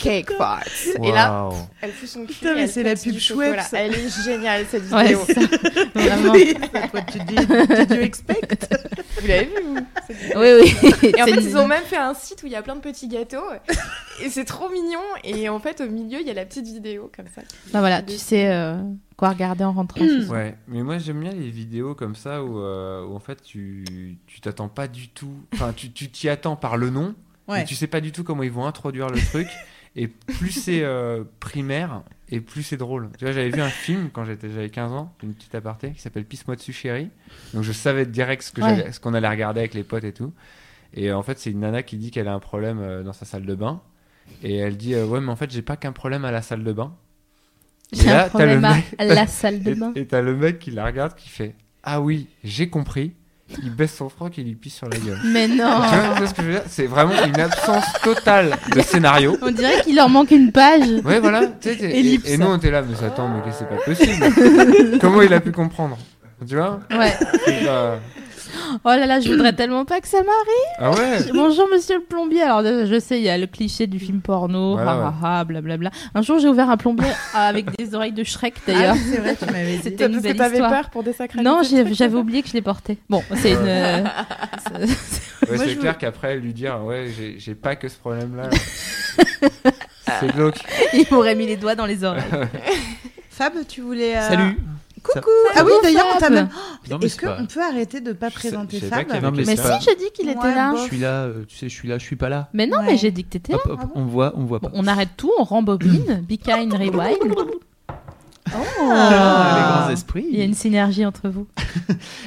S4: Cake farts. Et là,
S5: Waouh.
S4: elle fout son cul.
S2: Putain,
S4: et
S2: mais
S4: elle
S2: c'est la
S4: pète
S2: pub
S4: du
S2: Schweppes.
S4: chocolat. Elle est géniale, cette
S1: Ouais,
S4: vidéo.
S1: ça.
S2: *laughs*
S1: Vraiment.
S2: Oui, c'est toi, tu dis, did you expect
S4: Vous l'avez vu, vous cette
S1: *laughs*
S4: vidéo
S1: Oui, oui.
S4: Et en
S1: C'est
S4: fait,
S1: une-
S4: ils ont même fait un site où il y a plein de petits gâteaux. Et c'est trop mignon. Et en fait, au milieu, il y a la petite vidéo comme ça.
S1: Bah voilà, tu sais euh, quoi regarder en
S4: Mm.
S1: rentrant. ce soir.
S5: Ouais, mais moi j'aime bien les vidéos comme ça où, euh, où en fait tu tu t'attends pas du tout. Enfin, tu tu t'y attends par le nom, mais
S2: Ouais.
S5: tu sais pas du tout comment ils vont introduire le truc. Et plus c'est euh, primaire et plus c'est drôle. Tu vois, j'avais vu un film quand j'étais j'avais 15 ans, une petite aparté qui s'appelle Pisse-moi dessus chérie. Donc je savais direct ce que
S1: Ouais.
S5: j'allais- ce qu'on allait regarder avec les potes et tout. Et euh, en fait, c'est une nana qui dit qu'elle a un problème euh, dans sa salle de bain et elle dit euh, ouais, mais en fait, j'ai pas qu'un problème à la salle de bain.
S1: J'ai
S5: là,
S1: un
S5: t'as
S1: problème
S5: le
S1: à
S5: mec-
S1: la salle de
S5: Et-
S1: bain.
S5: Et t'as le mec qui la regarde qui fait Ah oui, j'ai compris. Il baisse son froc et il lui pisse sur
S2: *laughs*
S5: la gueule.
S1: Mais
S2: Oh.
S5: Tu
S1: non.
S5: vois- tu vois ce que je veux dire C'est vraiment une absence totale de scénario.
S1: On dirait qu'il leur manque une page.
S5: Ouais, voilà. tu sais, t'es- Et,
S2: Ellipse.
S5: et nous, on était là, mais attends, mais c'est pas possible. Comment il a pu comprendre Tu vois
S1: Ouais.
S5: C'est pas-
S1: Oh là là, je voudrais tellement pas que ça m'arrive.
S5: Ah ouais
S1: Bonjour monsieur le plombier. Alors déjà, je sais, il y a le cliché du film porno,
S5: Voilà,
S1: ha, ha, ha, blablabla. Un jour, j'ai ouvert un *laughs* plombier avec des oreilles de Shrek
S2: Ah
S1: d'ailleurs.
S2: oui, c'est vrai, tu
S1: *laughs*
S2: m'avais dit.
S1: C'était une
S4: Parce que
S1: belle
S4: t'avais
S1: histoire.
S4: peur pour des sacrés.
S1: Non, j'ai- j'avais oublié que je les portais. Bon, c'est une. euh, c'est-
S5: Ouais,
S2: Moi,
S5: C'est
S2: je
S5: clair qu'après, lui dire ah Ouais, j'ai j'ai pas que ce
S2: *laughs*
S5: problème-là. c'est glauque.
S1: *laughs* Il m'aurait mis les doigts dans les oreilles.
S2: Fab, tu voulais. euh,
S3: Salut.
S2: Coucou Ah oui, d'ailleurs, on t'a
S1: Fab.
S2: même.
S3: Non, mais
S2: Est-ce
S3: c'est pas-
S2: qu'on peut arrêter de pas
S5: Je sais-
S2: présenter
S5: je sais
S2: Fab
S5: pas qu'il y
S3: Non,
S5: avait
S3: mais
S1: Mais
S3: c'est
S1: si,
S3: pas-
S1: j'ai dit qu'il était
S2: Ouais,
S1: là.
S2: bon.
S3: Je suis là, euh, tu sais, je suis là, je suis pas là.
S1: Mais non,
S2: Ouais.
S1: mais j'ai dit que t'étais là.
S3: Hop, hop, on me voit, on me voit pas.
S1: On arrête tout, on rembobine, behind, rewind.
S3: Ah,
S1: Ah.
S3: les grands esprits.
S1: Il y a une synergie entre vous.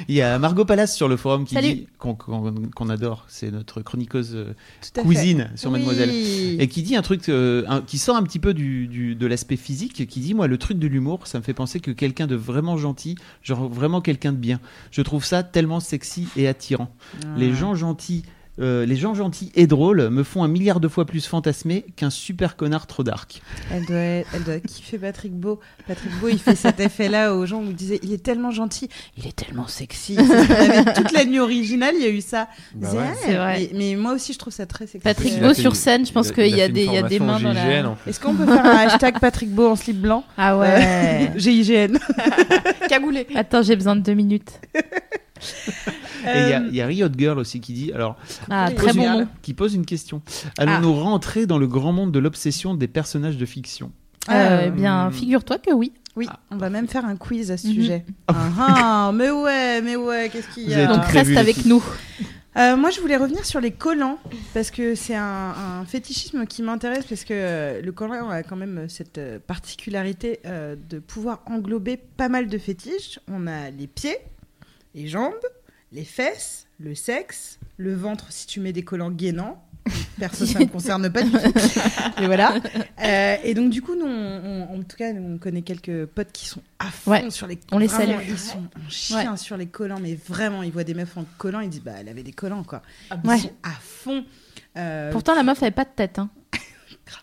S3: Il y a Margot Palace sur le forum qui
S1: Salut.
S3: dit qu'on qu'on- qu'on adore, c'est notre chroniqueuse euh,
S2: Tout à fait.
S3: cousine sur
S2: Oui.
S3: Mademoiselle. Et qui dit un truc euh, un- qui sort un petit peu du, du- de l'aspect physique, qui dit moi le truc de l'humour, ça me fait penser que quelqu'un de vraiment gentil, genre vraiment quelqu'un de bien. Je trouve ça tellement sexy et attirant.
S2: Ah.
S3: Les gens gentils euh, les gens gentils et drôles me font un milliard de fois plus fantasmer qu'un super connard trop dark.
S2: Elle doit, être- elle doit kiffer Patrick Beau. Patrick Beau, il fait cet effet-là aux gens où il disait il est tellement gentil, il est tellement sexy. C'est ce qu'on avait toute la nuit originale, il y a eu ça.
S5: Bah
S2: C'est
S5: ouais.
S2: vrai.
S1: C'est vrai.
S2: Mais, mais moi aussi, je trouve ça très sexy. Euh,
S1: Patrick
S5: Il a
S1: Beau
S5: fait
S1: sur
S5: une-
S1: scène, je pense
S5: il a-
S1: qu'il
S5: il
S1: y a
S5: fait
S1: des-
S5: une
S1: il y a des
S5: formation hein.
S1: mains dans la-
S5: GIGN, en plus.
S2: Est-ce qu'on peut faire un hashtag Patrick Beau en slip blanc Euh,
S1: Ah ouais.
S2: *laughs* GIGN.
S4: Cagoulé.
S1: *laughs*
S4: Oh,
S1: Attends, j'ai besoin de deux minutes.
S3: Et il y a-
S2: Euh.
S3: il y, a Riot Girl aussi qui dit, alors,
S1: Ah,
S2: Oui,
S1: très
S3: pose
S1: bon
S3: une-
S1: nom.
S3: qui pose une question. Allons-nous rentrer dans le grand monde de l'obsession des personnages de fiction
S1: Euh,
S2: Euh,
S1: eh bien, figure-toi que oui.
S2: Oui, on va même faire un quiz à ce
S1: Mhm.
S2: sujet. Ah, ah, mais ouais, mais ouais, qu'est-ce qu'il y
S3: Vous avez
S2: a
S3: tout
S1: Donc
S3: prévu,
S1: reste
S3: les
S1: avec
S3: filles.
S1: nous.
S2: Euh, moi, je voulais revenir sur les collants parce que c'est un, un fétichisme qui m'intéresse parce que euh, le collant a quand même cette euh, particularité euh, de pouvoir englober pas mal de fétiches. On a les pieds, les jambes, les fesses, le sexe, le ventre si tu mets des collants gainants.
S1: *laughs*
S2: Perso, ça ne me concerne pas du tout. Et voilà. Euh, et donc, du coup, nous, on, on- en tout cas, nous, on connaît quelques potes qui sont à fond
S1: Ouais,
S2: sur les
S1: on les
S2: vraiment,
S1: salue.
S2: Ils sont en chien sur les collants, mais vraiment, ils voient des meufs en collants, ils disent Bah, elle avait des collants, quoi. Ils
S1: Ouais.
S2: sont à fond. Euh,
S1: Pourtant, la meuf avait pas de tête. hein.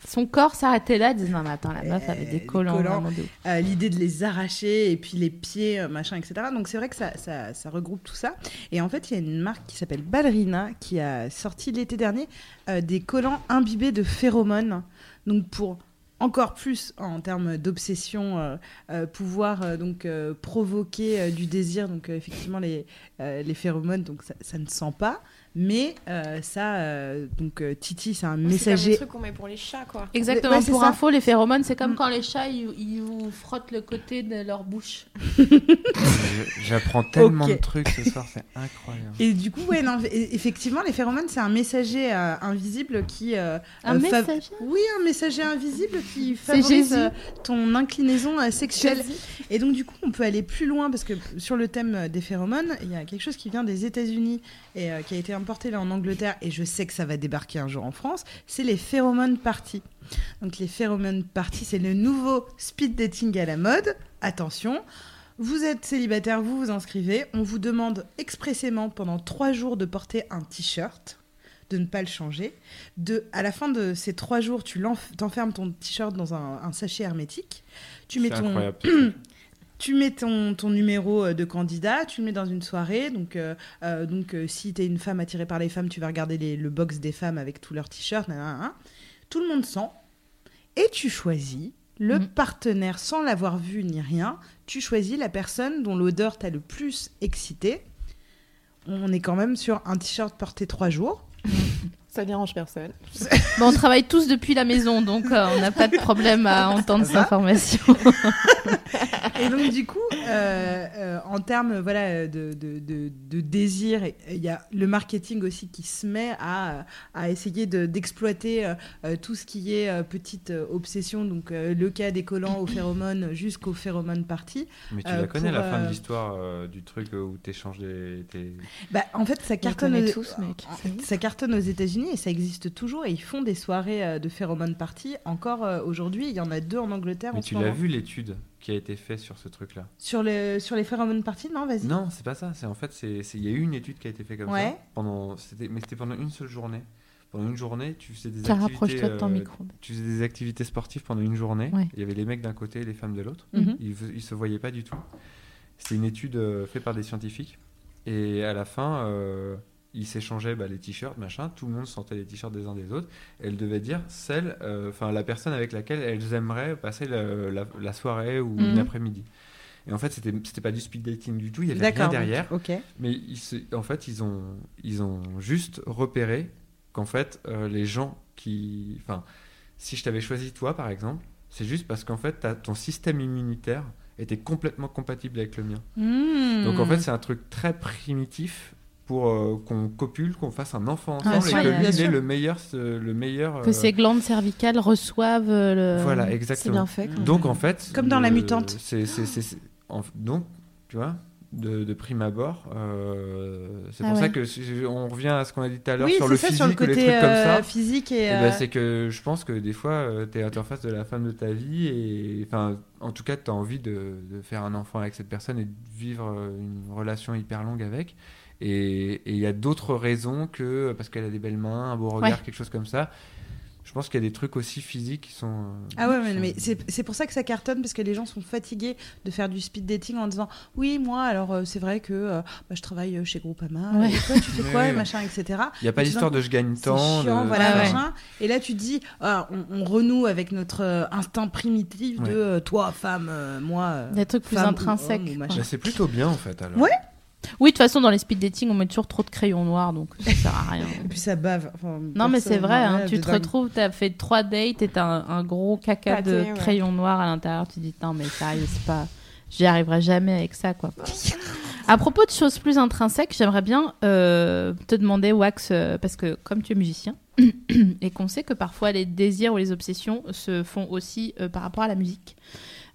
S1: Son corps s'arrêtait là, disant non mais attends la meuf avait
S2: Euh,
S1: des
S2: des
S1: collants.
S2: collants.
S1: vraiment de ouf.
S2: euh, L'idée de les arracher et puis les pieds, euh, machin, etc. Donc c'est vrai que ça, ça, ça regroupe tout ça. Et en fait, il y a une marque qui s'appelle Ballerina qui a sorti l'été dernier euh, des collants imbibés de phéromones. Donc pour encore plus en termes d'obsession, euh, euh, pouvoir euh, donc euh, provoquer euh, du désir. Donc euh, effectivement les, euh, les phéromones, donc ça, ça ne sent pas. Mais euh, ça, euh, donc euh, Titi, c'est un
S4: C'est
S2: messager
S4: truc qu'on met pour les chats, quoi.
S1: Exactement.
S2: ouais, c'est
S1: pour
S2: ça.
S1: info, les phéromones, c'est comme quand les chats ils, ils vous frottent le côté de leur bouche.
S5: Je- J'apprends tellement
S2: Ok.
S5: de trucs ce soir, c'est *laughs* incroyable.
S2: Et du coup, ouais, non, e- effectivement, les phéromones, c'est un messager euh, invisible qui. euh,
S1: Un
S2: euh, fav-
S1: message.
S2: Oui, un messager invisible qui
S1: C'est
S2: favorise
S1: Jésus.
S2: euh, ton inclinaison euh, sexuelle. Et donc, du coup, on peut aller plus loin parce que sur le thème euh, des phéromones, il y a quelque chose qui vient des États-Unis et euh, qui a été importé là en Angleterre, et je sais que ça va débarquer un jour en France, c'est les phéromones parties. Donc, les phéromones parties, c'est le nouveau speed dating à la mode. Attention, vous êtes célibataire, vous vous inscrivez. On vous demande expressément pendant trois jours de porter un t-shirt, de ne pas le changer. De, à la fin de ces trois jours, tu l'enf- t'enfermes ton t-shirt dans un, un sachet hermétique. Tu mets
S5: C'est
S2: ton,
S5: incroyable. ce truc.
S2: tu mets ton, ton numéro euh, de candidat, tu le mets dans une soirée. Donc, euh, euh, donc euh, si tu es une femme attirée par les femmes, tu vas regarder les- le box des femmes avec tous leurs t-shirts. nan, nan, nan. Tout le monde sent. Et tu choisis le
S1: Mhm.
S2: partenaire sans l'avoir vu ni rien. Tu choisis la personne dont l'odeur t'a le plus excité. On est quand même sur un t-shirt porté trois jours.
S4: Ça dérange personne.
S1: Bon, on travaille tous depuis la maison, donc euh, on n'a pas de problème *laughs* à entendre cette information.
S2: Et donc, du coup, euh, euh, en termes voilà, euh, de, de, de- de désir, et- et il y a le marketing aussi qui se met à, euh, à essayer de- d'exploiter euh, euh, tout ce qui est euh, petite euh, obsession, donc euh, le cas des collants aux phéromones jusqu'aux phéromones parties.
S5: Mais tu
S2: Euh,
S5: la connais
S2: pour,
S5: la fin
S2: euh,
S5: de l'histoire euh, du truc où t'échanges des. tes-
S2: Bah, en fait, ça cartonne,
S1: euh,
S4: connaît
S2: aux-
S4: tous, mec.
S1: Ah,
S2: en- ça cartonne aux États-Unis et ça existe toujours. Et ils font des soirées euh, de phéromones parties encore euh, aujourd'hui. Il y en a deux en Angleterre Ah,
S5: Mais
S2: en
S5: tu
S2: ce
S5: l'as
S2: moment.
S5: vu l'étude qui a été faite sur ce truc-là
S2: Sur, le, sur les phéromones parties, non Vas-y.
S5: Non, c'est pas ça. C'est en fait, c'est c'est- il y a eu une étude qui a été faite comme
S2: Ouais.
S5: ça. Pendant, c'était, mais c'était pendant une seule journée. Pendant une journée, tu faisais des
S1: Ça
S5: activités.
S1: rapproche-toi de ton
S5: euh,
S1: micro.
S5: Tu faisais des activités sportives pendant une journée.
S1: Ouais.
S5: Il y avait les mecs d'un côté et les femmes de l'autre.
S2: Mhm.
S5: Ils, ve- ils se voyaient pas du tout. C'était une étude euh, faite par des scientifiques. Et à la fin, euh, ils s'échangeaient bah, les t-shirts, machin. Tout le monde sentait les t-shirts des uns des autres. Elles devaient dire celle, euh, enfin la personne avec laquelle elles aimeraient passer la, la- la soirée ou
S1: Mhm.
S5: l'après-midi. Et en fait, c'était c'était pas du speed dating du tout. Il y avait rien
S2: D'accord.
S5: derrière.
S2: Ok.
S5: Mais ils se- en fait, ils ont, ils ont juste repéré qu'en fait, euh, les gens qui. Enfin, si je t'avais choisi toi, par exemple, c'est juste parce qu'en fait, t'as- ton système immunitaire était complètement compatible avec le mien.
S1: Mmh.
S5: Donc
S1: Hmm.
S5: en fait, c'est un truc très primitif pour euh, qu'on copule, qu'on fasse un enfant
S1: Ah,
S5: ensemble
S1: ouais,
S5: et
S1: bien
S5: que lui, il
S2: sûr.
S5: ait le meilleur. ce- Le meilleur euh,
S1: Que ses glandes cervicales reçoivent euh, le.
S5: Voilà,
S4: C'est
S5: exactement. Mmh.
S4: bien fait.
S5: Donc en fait.
S2: Comme dans La
S5: le-
S2: Mutante.
S5: c'est- c'est- c'est- c'est- en- donc, tu vois, de, de prime abord. euh, c'est
S1: Ah
S5: pour ça
S1: ouais.
S5: que si- on revient à ce qu'on a dit tout à l'heure
S2: Oui,
S5: sur
S2: c'est
S5: le
S2: ça,
S5: physique
S2: sur le
S5: ou les
S2: côté
S5: trucs comme ça.
S2: euh, physique et.
S5: Eh ben,
S2: euh,
S5: c'est que je pense que des fois, tu es l'interface de la femme de ta vie et enfin, en tout cas, tu as envie de, de faire un enfant avec cette personne et de vivre euh, une relation hyper longue avec. Et et il y a d'autres raisons que euh, parce qu'elle a des belles mains, un beau regard,
S1: Ouais.
S5: quelque chose comme ça. Je pense qu'il y a des trucs aussi physiques qui sont. euh,
S2: Ah ouais, mais,
S5: qui
S2: mais
S5: sont-
S2: c'est c'est pour ça que ça cartonne, parce que les gens sont fatigués de faire du speed dating en disant Oui, moi, alors euh, c'est vrai que euh, bah, je travaille euh, chez Groupama,
S1: Ouais.
S2: et toi tu fais
S5: *laughs* Ouais,
S2: quoi,
S5: ouais.
S2: et machin, etc.
S5: Il n'y a pas
S2: tout
S5: l'histoire de je gagne
S2: C'est
S5: tant.
S2: chiant,
S5: de-
S2: voilà,
S1: Ouais, ouais.
S2: machin. Et là, tu te dis Ah, on, on renoue avec notre euh, instinct primitif
S5: Ouais.
S2: de euh, toi, femme, euh, moi. euh,
S1: Des trucs plus
S2: femme ou
S1: intrinsèques.
S2: homme ou
S1: quoi.
S2: machin.
S5: Bah, c'est plutôt bien en fait. Alors.
S2: Ouais.
S1: Oui, de toute façon, dans les speed dating, on met toujours trop de crayons noirs, donc ça sert à rien.
S2: Et puis ça bave. Enfin,
S1: Non, mais
S2: perso,
S1: c'est vrai, hein,
S2: ouais,
S1: tu
S2: de
S1: te
S2: dingue.
S1: retrouves, t'as fait trois dates et t'as un, un gros caca
S4: Pâté,
S1: de
S4: ouais.
S1: crayon noir à l'intérieur. Tu dis, non, mais sérieux, c'est pas. J'y arriverai jamais avec ça,
S4: *laughs*
S1: quoi. À propos de choses plus intrinsèques, j'aimerais bien euh, te demander, Wax, euh, parce que comme tu es musicien, *clears throat* et qu'on sait que parfois les désirs ou les obsessions se font aussi euh, par rapport à la musique.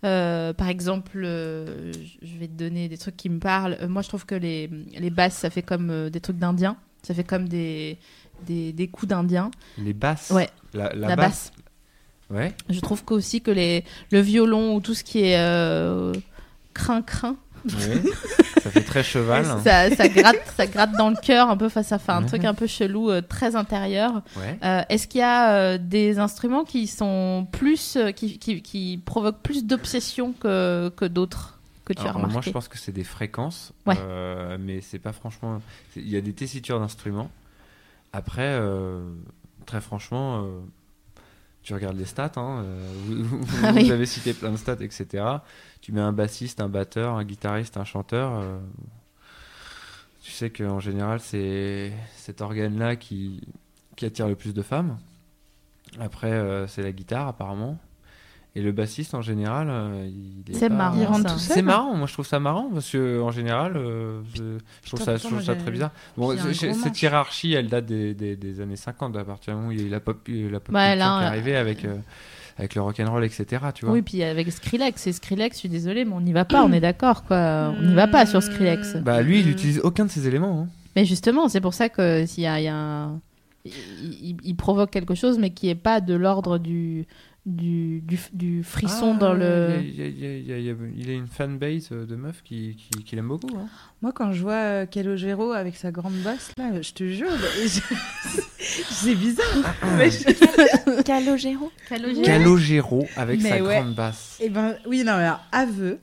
S1: Euh, par exemple, euh, je- je vais te donner des trucs qui me parlent. Euh, moi, je trouve que les, les basses, ça fait comme euh, des trucs d'indiens. Ça fait comme des, des, des coups d'indiens.
S5: Les basses.
S1: Ouais.
S5: La, la
S1: La basse.
S5: basse.
S2: *laughs*
S5: Ouais.
S1: Je trouve qu'aussi que les, le violon ou tout ce qui est euh, crin-crin,
S5: ouais. ça fait très cheval.
S1: ça, ça gratte, ça gratte dans le cœur un peu face à face. Un
S5: Ouais.
S1: truc un peu chelou, euh, très intérieur.
S5: Ouais.
S1: Euh, Est-ce qu'il y a euh, des instruments qui sont plus, euh, qui, qui, qui provoquent plus d'obsession que, que d'autres que tu as
S5: Alors,
S1: remarqué
S5: moi, je pense que c'est des fréquences,
S1: Ouais.
S5: euh, mais c'est pas franchement. c'est- Il y a des tessitures d'instruments. Après, euh, très franchement, euh, tu regardes les stats. hein, euh, vous, vous-
S1: *laughs* Ah
S5: vous
S1: oui.
S5: avez cité plein de stats, etc. Tu mets un bassiste, un batteur, un guitariste, un chanteur. euh, tu sais qu'en général, c'est cet organe-là qui, qui attire le plus de femmes. Après, euh, c'est la guitare, apparemment. Et le bassiste, en général, euh, il est
S1: C'est
S5: pas-
S1: marrant,
S2: Il rentre
S1: ça.
S2: tout seul.
S5: c'est marrant, Ah, moi je trouve ça marrant parce que en général, euh, je, je trouve
S2: Putain,
S5: ça, je
S2: pourtant,
S5: trouve
S2: moi,
S5: ça
S2: j'ai-
S5: très bizarre. Bon,
S2: j'ai un
S5: c'est-
S2: gros
S5: cette
S2: manche.
S5: hiérarchie, elle date des, des- des années 50, à partir du moment où il y a eu la pop, la pop
S1: Ouais,
S5: culture
S1: là,
S5: qui est
S1: euh,
S5: arrivée avec euh, avec le rock and roll, etc. Tu vois.
S1: Oui, puis avec Skrillex, et Skrillex, je suis désolée, mais on n'y va pas, on est d'accord, quoi. On n'y va pas sur Skrillex.
S2: euh,
S5: Bah lui, il utilise aucun de ces éléments. hein.
S1: Mais justement, c'est pour ça que s'il y a, il y a un- il, il- il provoque quelque chose, mais qui n'est pas de l'ordre du, du, du, du frisson
S5: Ah,
S1: dans le.
S5: Il y a, il y a- il y a- il y a- il y a une fanbase euh, de meufs qui, qui, qui l'aime beaucoup. hein.
S2: Moi, quand je vois euh, Calogero avec sa grande basse, là, je te jure, je- *laughs* c'est bizarre.
S5: *laughs*
S2: mais je-
S4: Calogero.
S1: Ah,
S5: Calogero avec
S2: Mais
S5: sa
S2: ouais.
S5: grande basse.
S2: Eh ben, oui, non, mais alors, aveu,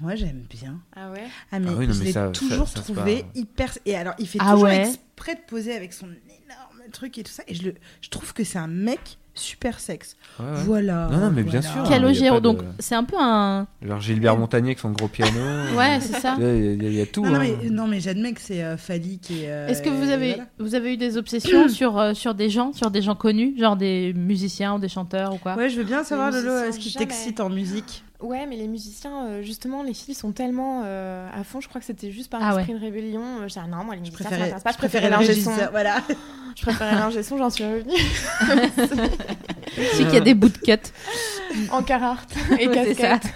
S2: moi, j'aime bien.
S4: Ah ouais
S2: Ah, mais,
S5: Ah oui, non,
S2: je
S5: mais
S2: l'ai
S5: ça- ça-
S2: toujours
S5: ça, c'est
S2: trouvé
S5: pas-
S2: hyper. Et alors, il fait
S1: Ah
S2: toujours
S1: ouais
S2: exprès de poser avec son énorme truc et tout ça. Et je, le... je trouve que c'est un mec super sexe.
S5: Ouais, ouais.
S2: Voilà.
S5: Non, non, mais bien
S2: voilà.
S5: sûr. il y a
S1: Calogero,
S5: pas de-
S1: donc c'est un peu un.
S5: Genre Gilbert Montagnier avec son gros piano.
S1: Ouais, c'est ça. *laughs*
S5: Il y a- il y, a- il y a tout.
S2: Non, non,
S5: hein.
S2: mais, non, mais j'admets que c'est euh, phallique et. euh,
S1: Est-ce que vous
S2: et
S1: avez,
S2: voilà.
S1: vous avez eu des obsessions *coughs* sur, euh, sur des gens, sur des gens connus, genre des musiciens ou des chanteurs ou quoi
S2: Ouais, je veux bien savoir,
S4: Les
S2: Lolo,
S4: musiciens,
S2: ce qui
S4: jamais.
S2: t'excite en musique.
S4: Ouais, mais les musiciens, euh, justement, les filles sont tellement euh, à fond. Je crois que c'était juste par
S1: Ah ouais.
S4: esprit de rébellion. Euh, J'ai dit, non, moi, les
S2: Je
S4: musiciens, ça
S2: préférais,
S4: m'intéresse pas. Je
S2: je préférais
S4: préférais l'ingé son.
S2: l'ingé, *laughs* Voilà.
S4: *laughs* Je préférais l'ingé son, j'en suis revenue.
S1: Tu sais qu'il y a des bouts de cut.
S4: *laughs* en carhartt et
S1: Ouais, c'est ça.
S4: casquette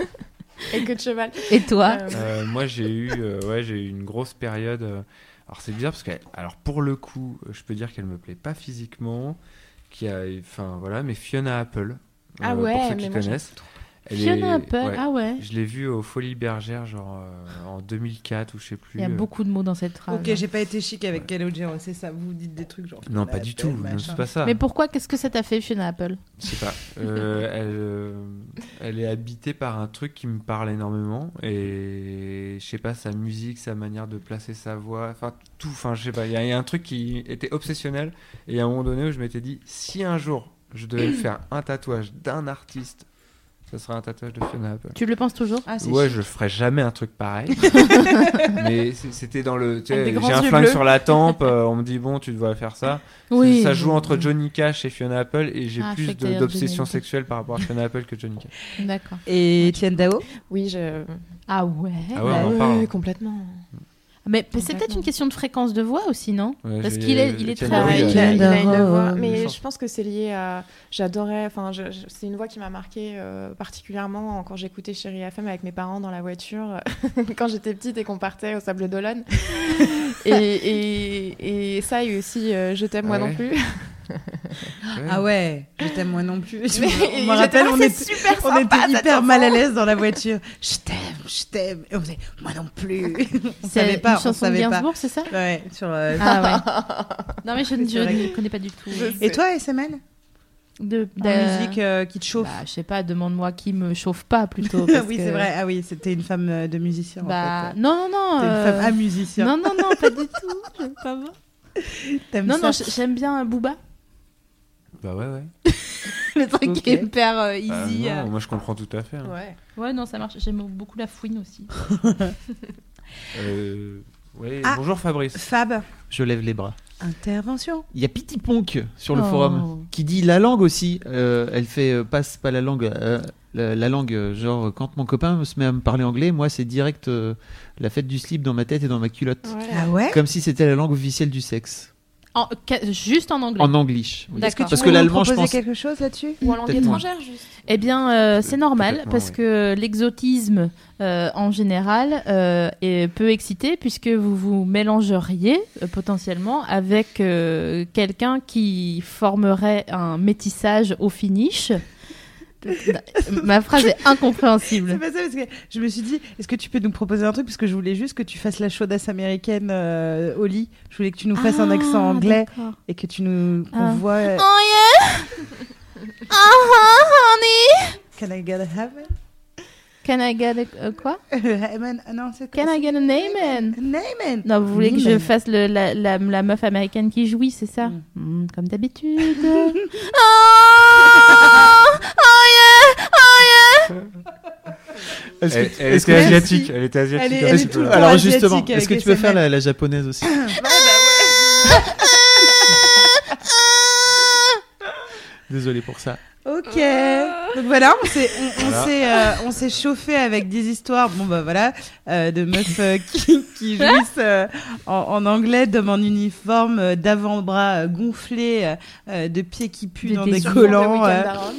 S4: et queue de cheval.
S1: Et toi
S4: Euh,
S5: Euh, moi j'ai eu euh, ouais j'ai eu une grosse période euh, alors c'est bizarre parce que alors pour le coup je peux dire qu'elle me plaît pas physiquement qui a enfin voilà mais Fiona Apple euh,
S4: Ah
S5: pour
S4: ouais,
S5: ceux
S4: mais
S5: qui
S4: moi,
S5: connaissent Elle
S1: Fiona
S5: est-
S1: Apple,
S5: ouais.
S1: ah ouais.
S5: je l'ai vue aux Folies Bergères genre euh, en 2004 ou je sais plus
S1: Il y a
S5: euh.
S1: beaucoup de mots dans cette phrase.
S2: Ok, j'ai pas été chic avec Calogero, c'est ça. Vous vous dites des trucs genre.
S5: non
S2: la
S5: pas du
S2: belle,
S5: tout non,
S2: machin.
S5: c'est pas ça
S1: Mais pourquoi Qu'est-ce que ça t'a fait, Fiona Apple
S5: Je sais pas. Euh, elle, euh, elle est habitée par un truc qui me parle énormément. Et je sais pas, sa musique, sa manière de placer sa voix, enfin tout. Enfin, je sais pas. Il y, a- il y a un truc qui était obsessionnel. Et il y a un moment donné où je m'étais dit, si un jour je devais
S4: *clears throat*
S5: me faire un tatouage d'un artiste, ça serait un tatouage de Fiona Apple.
S1: Tu le penses toujours
S2: Ah, c'est
S5: Ouais,
S2: chic.
S5: je ferais jamais un truc
S4: *laughs*
S5: pareil. mais c- c'était dans le. tu sais,
S4: Avec des
S5: J'ai
S4: grands
S5: un
S4: yeux
S5: flingue
S4: bleus.
S5: sur la
S4: *laughs*
S5: tempe. euh, on me dit bon, tu devrais faire ça.
S1: Oui.
S5: Ça joue entre Johnny Cash et Fiona Apple et j'ai
S1: Ah, je sais
S5: plus
S1: que t'allais
S5: de-
S1: dire
S5: d'obsession
S1: Johnny Cash.
S5: sexuelle par rapport à Fiona Apple que Johnny Cash.
S1: D'accord.
S2: Et Etienne Dao
S4: Oui, je... Bah
S1: Ah ouais.
S5: Ah ouais, on en parle.
S4: complètement.
S1: Mais p- c'est peut-être une question de fréquence de voix aussi, non
S5: Ouais,
S1: Parce
S5: j'ai-
S1: qu'il est, il est
S5: j'ai
S1: très.
S5: Ah,
S4: Ah,
S5: oui,
S4: il,
S5: euh,
S4: a, il a une
S2: Kinder,
S4: voix,
S2: euh,
S4: mais
S5: méchant.
S4: je pense que c'est lié à. J'adorais. Enfin, je- je- c'est une voix qui m'a marquée euh, particulièrement quand j'écoutais Chérie FM avec mes parents dans la voiture *laughs* quand j'étais petite et qu'on partait au
S2: *laughs*
S4: Sable d'Olonne. et, et, et ça, et aussi euh, Je t'aime moi
S5: Ah ouais.
S4: non plus.
S1: Mm.
S2: Ah ouais, je t'aime moi
S1: *laughs*
S2: non plus. *laughs* Je
S4: Mais
S2: me- on me
S4: j'étais
S2: rappelle,
S4: là,
S2: on
S4: c'est
S2: était,
S4: super
S2: on
S4: sympa,
S2: était
S4: cet
S2: hyper
S4: enfant.
S2: mal à l'aise dans la voiture. Je t'aime, je t'aime. Et on faisait, moi non plus. *laughs* On savait
S1: C'est une
S2: pas, on
S1: chanson de
S2: savait pas.
S1: Gainsbourg, c'est ça
S2: Ouais, sur, euh,
S1: Ah
S2: *laughs*
S1: ouais. non mais je ne
S2: C'est vrai.
S1: je ne connais pas du tout.
S4: Je-
S2: Et toi, SML
S1: De,
S2: La musique euh, qui te chauffe
S1: Bah, je sais pas, demande-moi qui me chauffe pas
S2: *laughs*
S1: plutôt.
S2: Ah
S1: Bah, parce
S2: Oui,
S1: que-
S2: c'est vrai. Ah oui, c'était une femme euh, de musicien
S1: Bah,
S2: en fait.
S1: non, non, non.
S2: T'es une
S1: euh,
S2: femme à musicien.
S1: Non, non, non,
S2: *laughs*
S1: pas du tout. J'aime pas voir.
S2: T'aimes
S1: Non,
S2: ça
S1: non, j- j'aime bien
S2: *laughs*
S1: Booba.
S5: Bah ouais, ouais.
S1: Le truc qui est
S2: Ok.
S1: hyper euh,
S5: Ah
S1: easy.
S5: non,
S1: euh.
S5: Moi, je comprends tout à fait. hein.
S4: Ouais.
S1: Ouais, non, ça marche. J'aime beaucoup la fouine aussi.
S5: Euh, ouais,
S2: Ah.
S5: Bonjour Fabrice.
S2: Fab,
S3: Je lève les bras.
S2: intervention.
S3: Il y a Pity Ponk sur le
S1: Oh.
S3: forum qui dit la langue aussi. Euh, elle fait euh, passe pas la langue, euh, la, la langue euh, genre quand mon copain se met à me parler anglais, moi c'est direct euh, la fête du slip dans ma tête et dans ma culotte,
S4: Voilà.
S2: Ah ouais
S3: comme si c'était la langue officielle du sexe
S1: En- ca- juste en anglais.
S3: en anglish. oui.
S1: D'accord.
S3: Parce
S2: Tu
S3: que
S2: veux nous
S3: l'allemand, je
S2: proposer
S3: pense.
S2: quelque chose là-dessus
S4: Ou en langue
S3: Peut-être moins.
S4: étrangère, juste.
S1: Eh bien, euh, c'est normal
S5: Complètement,
S1: parce
S5: oui.
S1: que l'exotisme euh, en général euh, est- peut exciter puisque vous vous mélangeriez euh, potentiellement avec euh, quelqu'un qui formerait un métissage au finish. *laughs* Ma phrase est
S2: C'est
S1: incompréhensible.
S2: pas ça parce que je me suis dit, est-ce que tu peux nous proposer un truc parce que je voulais juste que tu fasses la chaudasse américaine euh, au lit. Je voulais que tu nous fasses un accent
S1: Ah,
S2: anglais
S1: d'accord.
S2: et que tu nous qu'on
S1: Ah.
S2: voit. euh,
S1: Oh yeah! Ah ah, honey!
S2: Can I get a heaven? *laughs*
S1: Can I get a, a quoi?
S2: Heaven? Ah Non, c'est
S1: Can I get a name and?
S2: Neyman.
S1: Non, vous voulez que je
S2: Neyman.
S1: fasse le- la, la- la meuf américaine qui jouit, c'est ça
S2: Mm.
S1: Mm, Comme d'habitude. *laughs* Ah oh yeah Oh
S3: Est-ce que-
S5: Elle, elle
S3: est-ce
S5: était
S3: que-
S2: Merci.
S5: asiatique. Elle était asiatique.
S2: Elle est-
S5: un
S2: elle
S5: petit
S2: est
S5: peu.
S2: tout-
S3: Alors
S2: asiatique
S3: justement,
S2: avec
S3: est-ce
S2: les Ah,
S3: que
S2: bah
S3: tu peux faire
S2: SML?
S3: la, la
S2: *laughs*
S3: japonaise aussi *laughs* Désolé pour ça.
S2: Ok. Donc voilà, on s'est on, on
S5: Voilà.
S2: s'est, euh, on s'est chauffé avec des histoires. Bon bah voilà, euh, de meufs euh, qui,
S1: *laughs*
S2: qui
S1: Ah.
S2: jouissent euh, en, en anglais, d'hommes en uniforme, euh, d'avant-bras euh, gonflés, euh, euh, de pieds qui puent
S1: Des-
S2: dans
S1: des
S2: des
S1: souvenirs
S4: Souvent, le
S2: collants.
S4: week-end
S2: euh,
S4: à Rome.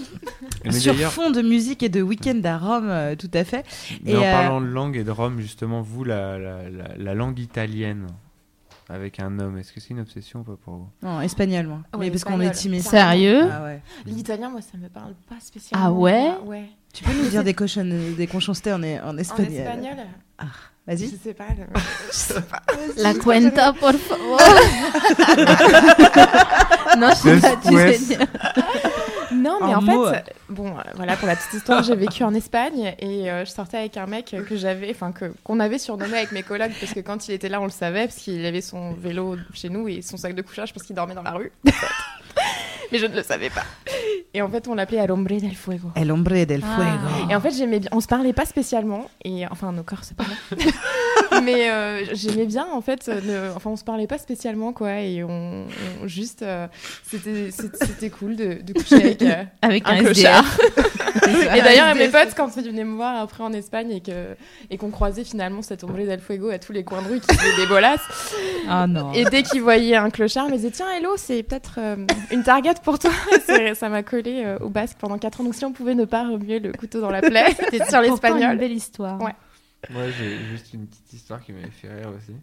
S5: Mais
S2: sur
S5: d'ailleurs,
S2: fond de musique et de week-end à Rome, euh, tout à fait.
S5: mais
S2: et,
S5: en
S2: euh,
S5: parlant de langue et de Rome, justement, vous, la, la, la, la langue italienne avec un homme, est-ce que c'est une obsession ou pas pour vous
S2: Non, espagnol, moi.
S4: Ouais,
S2: Mais parce qu'on est
S4: espagnol.
S2: timide.
S1: yeah Sérieux
S2: Ah ouais.
S4: L'italien, moi, ça me parle pas spécialement.
S1: Ah ouais
S4: Ouais.
S2: Tu peux nous dire des cochons, des conchoncetés en, en
S4: En
S2: espagnol.
S4: espagnol Je
S2: Vas-y.
S4: sais pas. le-
S1: La cuenta, por *laughs* favor Non, je sais pas, tu
S5: Después.
S1: sais dire.
S4: Non, mais
S2: Un
S4: en
S2: mot.
S4: fait, bon, euh, voilà, pour la petite histoire, j'ai vécu en Espagne et euh, je sortais avec un mec que j'avais, enfin, que, qu'on avait surnommé avec mes collègues parce que quand il était là, on le savait parce qu'il avait son vélo chez nous et son sac de couchage parce qu'il dormait dans la rue. en fait. mais je ne le savais pas. Et en fait, on l'appelait Al hombre del fuego.
S2: El hombre del
S1: Ah.
S2: fuego.
S4: Et en fait, j'aimais bien. On se parlait pas spécialement. Et enfin, nos corps, c'est pas mal. Mais euh, j'aimais bien, en fait. euh, ne- Enfin, on se parlait pas spécialement, quoi. Et on, on- juste, euh, c'était, c'était c'était cool de, de coucher avec. euh,
S1: Avec un, *laughs*
S4: un
S1: SDR.
S4: clochard. et d'ailleurs, mes potes, quand ils venaient me voir après en Espagne et, que, et qu'on croisait finalement cette ombre del fuego à tous les coins de rue qui faisait des *laughs* bolasses,
S1: Ah non.
S4: et dès qu'ils voyaient un clochard, ils me disaient Tiens, hello, c'est peut-être euh, une target pour toi. Et c'est- ça m'a collé euh, au basque pendant 4 ans. Donc, si on pouvait ne pas remuer le couteau dans la *laughs* plaie sur
S1: une
S4: l'espagnol.
S1: belle histoire.
S4: Ouais.
S5: Moi, j'ai juste une petite histoire qui m'avait fait rire aussi.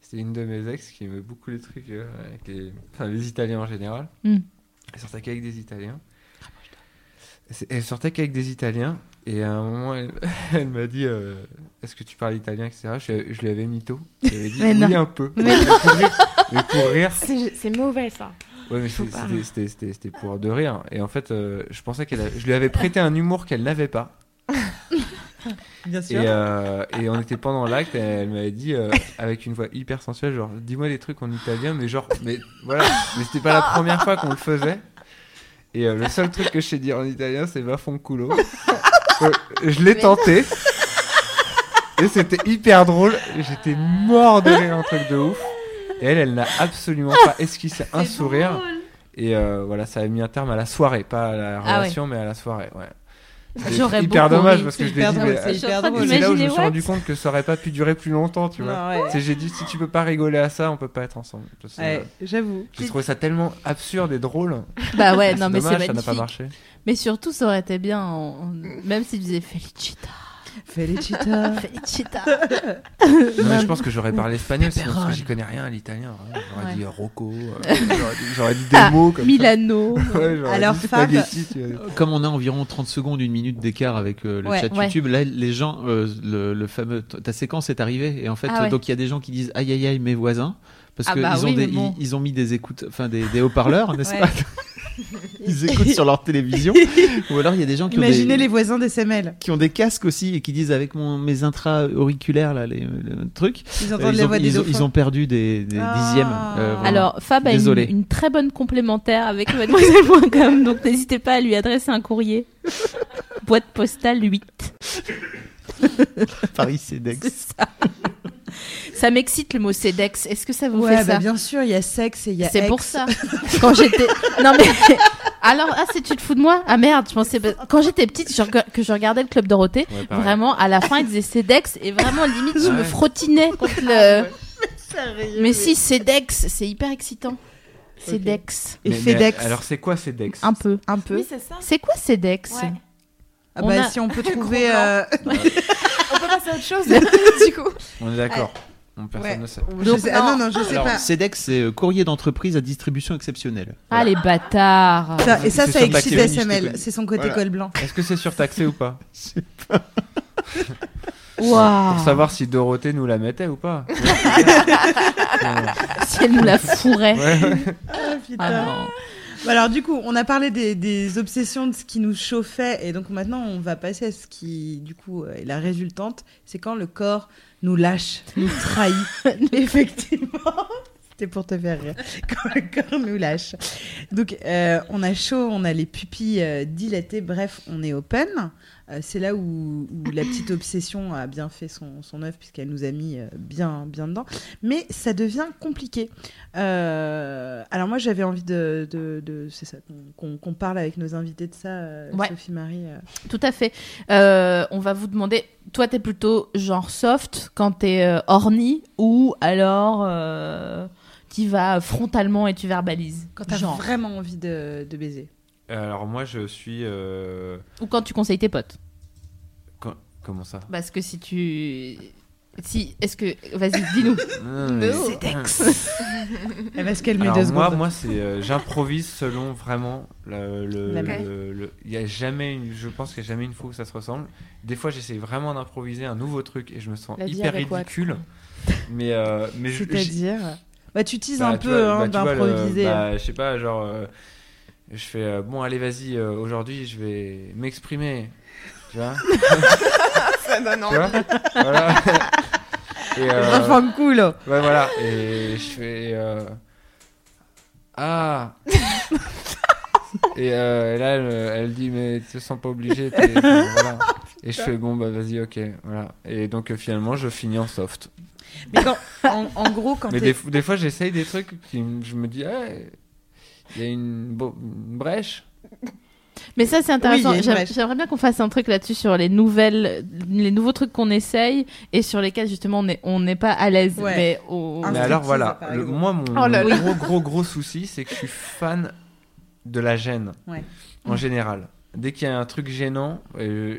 S5: C'était une de mes ex qui aimait beaucoup les trucs euh, avec les... enfin, les Italiens en général.
S1: Mm.
S5: Elle sortait qu'avec des Italiens. C'est- Elle sortait qu'avec des Italiens. Et à un moment, elle, *laughs* elle m'a dit euh, Est-ce que tu parles italien etc. Je, je lui avais mytho. Je lui avais dit
S1: Mais non.
S5: Oui, un peu. *laughs* Mais, pour rire. Mais pour rire.
S4: C'est, c'est mauvais, ça.
S5: Ouais, mais
S4: Faut
S5: c'est-
S4: pas.
S5: c'était- c'était- c'était c'était pour de rire. Et en fait, euh, je pensais qu'elle a- je lui avais prêté un humour qu'elle n'avait pas.
S2: Bien
S5: Et, euh, et on était pendant l'acte, et elle m'avait dit euh, avec une voix hyper sensuelle, genre dis-moi des trucs en italien, mais genre, mais voilà, mais c'était pas la première fois qu'on le faisait. Et euh, le seul truc que je sais dire en italien, c'est va fond culo. Euh, je l'ai tenté. Et c'était hyper drôle. J'étais mort de rire, un truc de ouf. Et elle, elle n'a absolument pas esquissé un sourire. Et euh, voilà, ça a mis un terme à la soirée, pas à la
S1: Ah
S5: relation, mais à la soirée. Ouais.
S1: J'aurais
S5: C'est hyper
S1: beaucoup
S5: dommage
S1: ri.
S5: parce que
S2: C'est
S5: je l'ai
S2: hyper
S5: dit.
S2: drôle,
S5: mais-
S2: c'est
S1: Je suis en
S2: hyper
S1: train
S2: drôle.
S5: C'est là où je me
S1: Imaginez
S5: suis
S1: what
S5: rendu compte que ça aurait pas pu durer plus longtemps, tu vois.
S2: Non, ouais.
S5: C'est- J'ai dit si tu peux pas rigoler à ça, on peut pas être ensemble. C'est- euh,
S2: Ouais, J'avoue.
S5: J'ai trouvé ça tellement absurde et drôle.
S1: Bah ouais, non mais c'est
S5: dommage, ça n'a pas
S1: magnifique.
S5: marché.
S1: Mais surtout, ça aurait été bien, en- en- même s'il disait Felicita,
S2: *laughs*
S5: *laughs*
S2: Felicita.
S1: Felicita.
S5: Non, mais je pense que j'aurais parlé espagnol, sinon, parce que
S1: Pepperoni.
S5: j'y connais rien à l'italien. vraiment. J'aurais
S1: Ouais.
S5: dit Rocco, euh, j'aurais dit- j'aurais dit des mots comme
S1: Milano.
S5: ça. Ouais, j'aurais
S2: Alors,
S5: dit
S2: Fab-
S5: spaghetti, tu vois.
S3: Comme on a environ 30 secondes, une minute d'écart avec euh, le
S2: Ouais,
S3: chat
S1: ouais.
S3: YouTube, là, les gens, euh, le, le fameux, ta séquence est arrivée. Et en fait,
S1: Ah ouais.
S3: donc il y a des gens qui disent aïe aïe aïe, mes voisins. Parce
S1: Ah
S3: qu'ils
S1: bah
S3: ont,
S1: oui,
S3: des-
S1: mais bon.
S3: ils, ils ont mis des écoutes, enfin des, des haut-parleurs, n'est-ce
S2: Ouais.
S3: pas *laughs* Ils écoutent sur leur télévision. Ou alors il y a des gens qui ont des-
S2: Imaginez les voisins des SML.
S3: qui ont des casques aussi et qui disent avec mon, mes intra-auriculaires, là, les, le truc,
S2: Ils
S3: euh,
S2: entendent
S3: ils,
S2: les
S3: ont,
S2: voix des
S3: ils ont-
S2: dauphins.
S3: ils ont perdu des, des
S2: Ah.
S3: dixièmes. euh, vraiment.
S1: Alors, Fab a une,
S3: Désolé.
S1: une très bonne complémentaire avec mademoiselle.com, *laughs* donc n'hésitez pas à lui adresser un courrier. *laughs* Boîte postale 8.
S3: *laughs* Paris Cedex.
S1: C'est ça. *laughs* ça m'excite le mot Cedex. Est-ce que ça vous
S2: Ouais,
S1: fait
S2: bah,
S1: ça
S2: bien sûr, il y a sexe et il y a
S1: C'est
S2: ex.
S1: pour ça. *laughs* Quand j'étais. Non mais. *laughs* Alors, ah, c'est tu te fous de moi Ah merde, je pensais. pas- Quand j'étais petite, je reg- que je regardais le Club Dorothée,
S5: Ouais, pareil.
S1: vraiment, à la fin, ils disaient Cedex, et vraiment, limite, je me
S5: Ouais.
S1: frottinais *laughs* contre le. Mais si, Cedex, c'est hyper excitant. Cedex,
S2: Et
S5: Mais- mais
S2: FedEx.
S5: Alors, c'est quoi Cedex
S1: un peu.
S2: Un peu.
S4: c'est ça.
S1: C'est quoi Cedex
S4: Ouais.
S2: Ah
S1: On
S2: bah,
S1: a-
S2: Si on peut trouver.
S4: blanc.
S2: euh,
S4: On peut passer à autre chose *laughs* du coup.
S5: On est d'accord. Bon, Personne
S2: Ouais.
S5: ne sait.
S2: *laughs* je
S1: Donc,
S2: sais- ah
S1: non.
S2: non, non, je sais
S3: Alors,
S2: pas.
S3: CEDEX, c'est euh, courrier d'entreprise à distribution exceptionnelle.
S1: Ah, les
S2: *laughs*
S1: bâtards
S2: Ça- et ça,
S5: C'est
S2: ça
S5: sur
S2: excite
S3: Bactéries, je t'ai
S2: SML.
S3: connu.
S2: C'est son côté
S5: Voilà.
S2: col blanc.
S5: Est-ce que c'est surtaxé ou pas
S1: Waouh
S5: Pour savoir si Dorothée nous la mettait ou pas.
S1: Si elle nous la fourrait
S5: Ouais, ouais.
S2: Ah,
S1: Ah
S2: putain.
S1: non.
S2: Bah Alors du coup, on a parlé des, des obsessions, de ce qui nous chauffait, et donc maintenant on va passer à ce qui, du coup, euh, est la résultante, c'est quand le corps nous lâche, nous trahit. *laughs* Effectivement, c'était pour te faire rire. *laughs* Quand le corps nous lâche. Donc euh, on a chaud, on a les pupilles euh, dilatées, bref, on est open. Euh, c'est là où, où la petite obsession a bien fait son, son œuvre puisqu'elle nous a mis euh, bien, bien dedans. Mais ça devient compliqué. Euh, alors moi j'avais envie de, de, de- c'est ça qu'on- qu'on qu'on parle avec nos invités de ça, euh,
S1: Ouais.
S2: Sophie Marie. euh.
S1: Tout à fait. Euh, on va vous demander, toi, t'es plutôt genre soft quand t'es euh, horny ou alors euh, t'y vas frontalement et tu verbalises
S2: Quand t'as
S1: Genre.
S2: vraiment envie de, de baiser.
S5: *laughs* Alors, moi, je suis. euh,
S1: Ou quand tu conseilles tes potes
S5: co- Comment ça
S1: Parce que si tu... Si, est-ce que... Vas-y, dis-nous.
S5: C'est
S2: Elle va se calmer
S5: Hmm. Alors
S2: ben, deux
S5: moi,
S2: secondes.
S5: moi, c'est euh, j'improvise selon vraiment le. le-
S2: La
S5: le-
S4: mode.
S5: le- Il y a jamais, une, je pense qu'il n'y a jamais une fois où ça se ressemble. Des fois, j'essaie vraiment d'improviser un nouveau truc et je me sens
S4: La vie
S5: hyper
S4: avec Watt.
S5: ridicule. Mais euh, mais je- j'ai-
S2: C'est-à-dire. Bah tu teases
S5: bah,
S2: un
S5: tu
S2: peu
S5: vois-
S2: hein,
S5: bah, tu vois, le-
S2: d'improviser.
S5: bah, je sais pas, genre euh, je fais euh, bon, allez, vas-y. euh, Aujourd'hui, je vais m'exprimer. Tu vois
S4: *laughs* Ça donne
S5: Tu vois
S4: *laughs*
S5: Voilà. Et, euh,
S2: Enfin cool. hein.
S5: Ouais, voilà. Et je fais. euh, Ah Et euh, là, elle, elle dit Mais tu te sens pas obligé. t'es-
S4: *laughs*
S5: voilà. Et je fais Bon, bah vas-y, ok. Voilà. Et donc, euh, finalement, je finis en soft.
S2: Mais quand, en, en gros quand
S5: Mais
S2: t'es
S5: des, fo- des fois, j'essaye des trucs qui m- je me dis Ah, il y a une, bo- une brèche.
S1: *laughs* Mais ça, c'est intéressant.
S2: Oui, il y a une
S1: J'aim-
S2: brèche.
S1: J'aimerais bien qu'on fasse un truc là-dessus sur les nouvelles, les nouveaux trucs qu'on essaye et sur lesquels justement on n'est on n'est pas à l'aise.
S2: Ouais.
S1: Mais on-
S2: Un
S5: Mais
S2: striptease,
S5: alors, voilà.
S2: par
S5: le-
S2: exemple.
S5: moi, mon
S1: Oh là là.
S5: gros, gros, gros souci, c'est que je suis fan de la gêne.
S2: Ouais.
S5: En général. Dès qu'il y a un truc gênant, euh,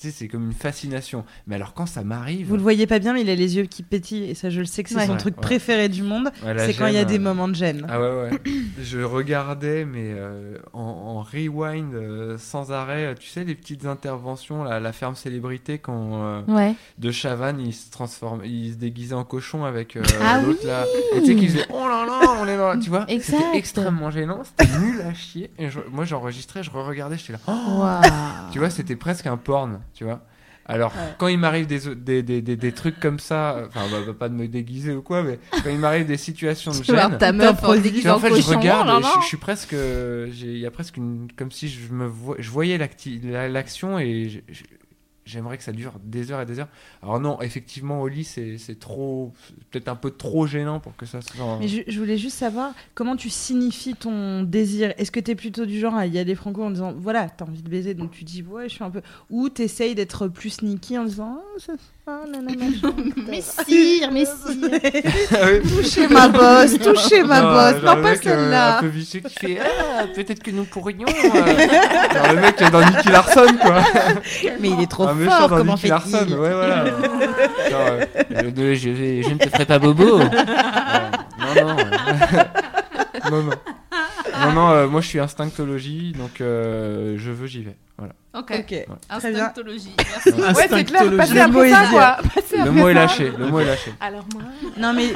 S5: tu sais, c'est comme une fascination. Mais alors, quand ça m'arrive.
S2: Vous le voyez pas bien, mais il a les yeux qui pétillent et ça, je le sais que c'est
S1: Ouais.
S2: son
S5: Ouais,
S2: truc
S5: ouais.
S2: préféré du monde.
S5: Ouais, la
S2: C'est quand il y a
S5: gêne,
S2: des
S5: euh,
S2: moments de gêne.
S5: Ah ouais, ouais. Je regardais, mais euh, en, en rewind euh, sans arrêt, euh, tu sais, les petites interventions, là, la ferme célébrité, quand euh,
S1: Ouais.
S5: de Chavannes, il se transforme, il se déguisait en cochon avec euh,
S1: Ah
S5: l'autre là. Et tu sais qu'il faisait Oh là là, on est dans la. Tu vois,
S1: Exact.
S5: c'était extrêmement gênant, c'était nul à chier. Et je- moi, j'enregistrais, je re-regardais, j'étais là. oh,
S1: Oh. Ah.
S5: Tu vois, c'était presque un porn, tu vois. Alors, quand il m'arrive des, o- des, des, des, des trucs comme ça, euh, enfin, bah, bah, pas de me déguiser ou quoi, mais quand il m'arrive des situations de
S1: Tu vois,
S5: gêne,
S1: ta meuf en
S2: t'improvises.
S5: tu
S1: déguisé
S5: vois, en
S1: en
S5: fait, je
S1: cochon.
S5: regarde
S1: Oh là
S5: et je,
S1: là. *laughs*
S5: je suis presque. euh, j'ai- Il y a presque une. Comme si je, me vois, je voyais l'acti- la- l'action et je- je- j'aimerais que ça dure des heures et des heures. Alors non, effectivement, au lit, c'est c'est trop, c'est peut-être un peu trop gênant pour que ça soit. *laughs*
S2: Mais je, je voulais juste savoir comment tu signifies ton désir. Est-ce que t'es plutôt du genre à y aller franco en disant voilà, t'as envie de baiser donc tu dis ouais, je suis un peu. Ou t'essayes d'être plus sneaky en disant oh, ça va, nanana, je suis en
S1: Mais
S2: retard.
S1: sire, mais sire. *laughs*
S5: Ah oui.
S2: Touchez ma bosse, touchez ma
S5: Non,
S2: bosse,
S5: genre
S2: non
S5: le
S2: pas
S5: mec, euh, Un
S2: celle-là.
S5: peu vicieux qui fait Ah, peut-être que nous pourrions. euh. Genre le mec est dans Nicky Larson, quoi.
S2: *laughs* Mais il est trop
S5: un méchant
S2: fort,
S5: dans
S2: comment
S5: Nicky
S2: fait-il
S5: Larson, ouais,
S2: *laughs*
S5: voilà. Genre, euh, je, je vais- je ne te ferai pas bobo. Euh, non, non. euh, non, non. Non, non, euh, moi je suis instinctologie, donc euh, je veux, j'y vais. Voilà.
S1: Ok.
S2: Ok, très bien.
S1: Instinctologie.
S4: Ouais, c'est clair, passer
S2: Le mot
S4: après
S2: est
S4: ça,
S2: dit.
S4: quoi. Passer
S5: Le
S4: après
S5: mot est
S4: ça.
S5: lâché, le mot est lâché.
S4: Alors moi,
S2: Non mais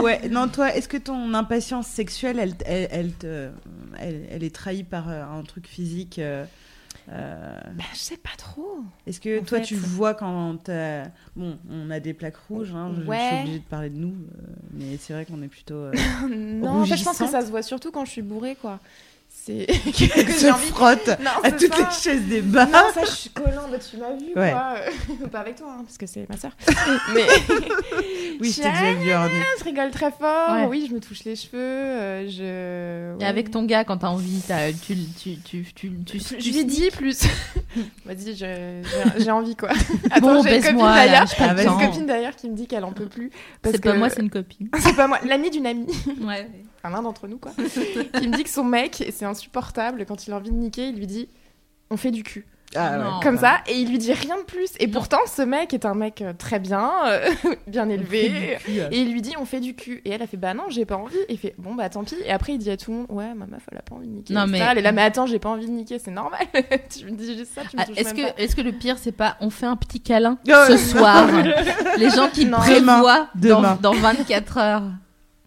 S2: ouais, non toi, est-ce que ton impatience sexuelle, elle, elle, elle te, elle, elle est trahie par euh, un truc physique euh, euh,
S4: bah, je sais pas trop.
S2: Est-ce que
S4: En
S2: toi
S4: fait-
S2: tu vois quand t'as- bon, on a des plaques rouges, hein, je- je suis
S4: Ouais.
S2: obligée de parler de nous, euh, mais c'est vrai qu'on est plutôt. euh,
S4: non, en fait, je pense que
S2: Rougissante.
S4: ça se voit surtout quand je suis bourrée, quoi. C'est que
S2: se
S4: j'ai envie.
S2: frotte
S4: Non,
S2: à
S4: c'est
S2: toutes
S4: ça.
S2: les chaises des bars.
S4: Non, ça, je suis collant, bah, tu l'as vu,
S2: Ouais.
S4: quoi. Euh, Pas avec toi, hein, parce que c'est ma soeur. Mais
S2: Oui, je t'ai
S4: Tiens,
S2: déjà vu. Arnaud.
S4: je rigole très fort.
S1: Ouais.
S4: Oui, je me touche les cheveux. euh,
S1: Et
S4: je. ouais.
S1: avec ton gars, quand t'as envie, t'as- tu, tu, tu, tu, tu,
S4: Je
S1: tu
S4: je lui dis plus. *laughs* Vas-y, je- j'ai j'ai envie quoi.
S1: bon,
S4: Attends, j'ai une copine
S1: baisse-moi, là,
S4: d'ailleurs.
S1: je
S2: Ah,
S4: J'ai une
S1: comprends.
S4: copine d'ailleurs qui me dit qu'elle en peut plus. parce
S1: C'est pas
S4: que-
S1: moi, c'est une copine.
S4: *laughs* C'est pas moi, l'ami d'une amie,
S1: Ouais.
S4: enfin l'un d'entre *laughs* nous quoi, qui me dit que son mec, et c'est insupportable, quand il a envie de niquer, il lui dit on fait du cul.
S2: Ah, ouais.
S1: Non.
S4: Comme ça, et il lui dit rien de plus. Et
S1: Non.
S4: pourtant, ce mec est un mec euh, très bien, euh, *laughs* bien élevé. Et il lui dit on fait du cul. Et elle a fait bah non, j'ai pas envie. Et il fait bon bah tant pis. Et après, il dit à tout le monde ouais, ma meuf, elle a pas envie de niquer.
S1: Non,
S4: etc.
S1: mais-
S4: Elle est là, mais attends, j'ai pas envie de niquer, c'est normal. *laughs* tu me dis juste ça, tu me
S1: Ah,
S4: touches
S1: Est-ce
S4: même
S1: que,
S4: pas.
S1: est-ce que le pire, c'est pas on fait un petit câlin
S2: Ah,
S1: ce
S2: ouais.
S1: soir Les gens qui
S4: Non.
S1: prévoient
S2: Demain.
S1: Dans, dans 24 heures *laughs*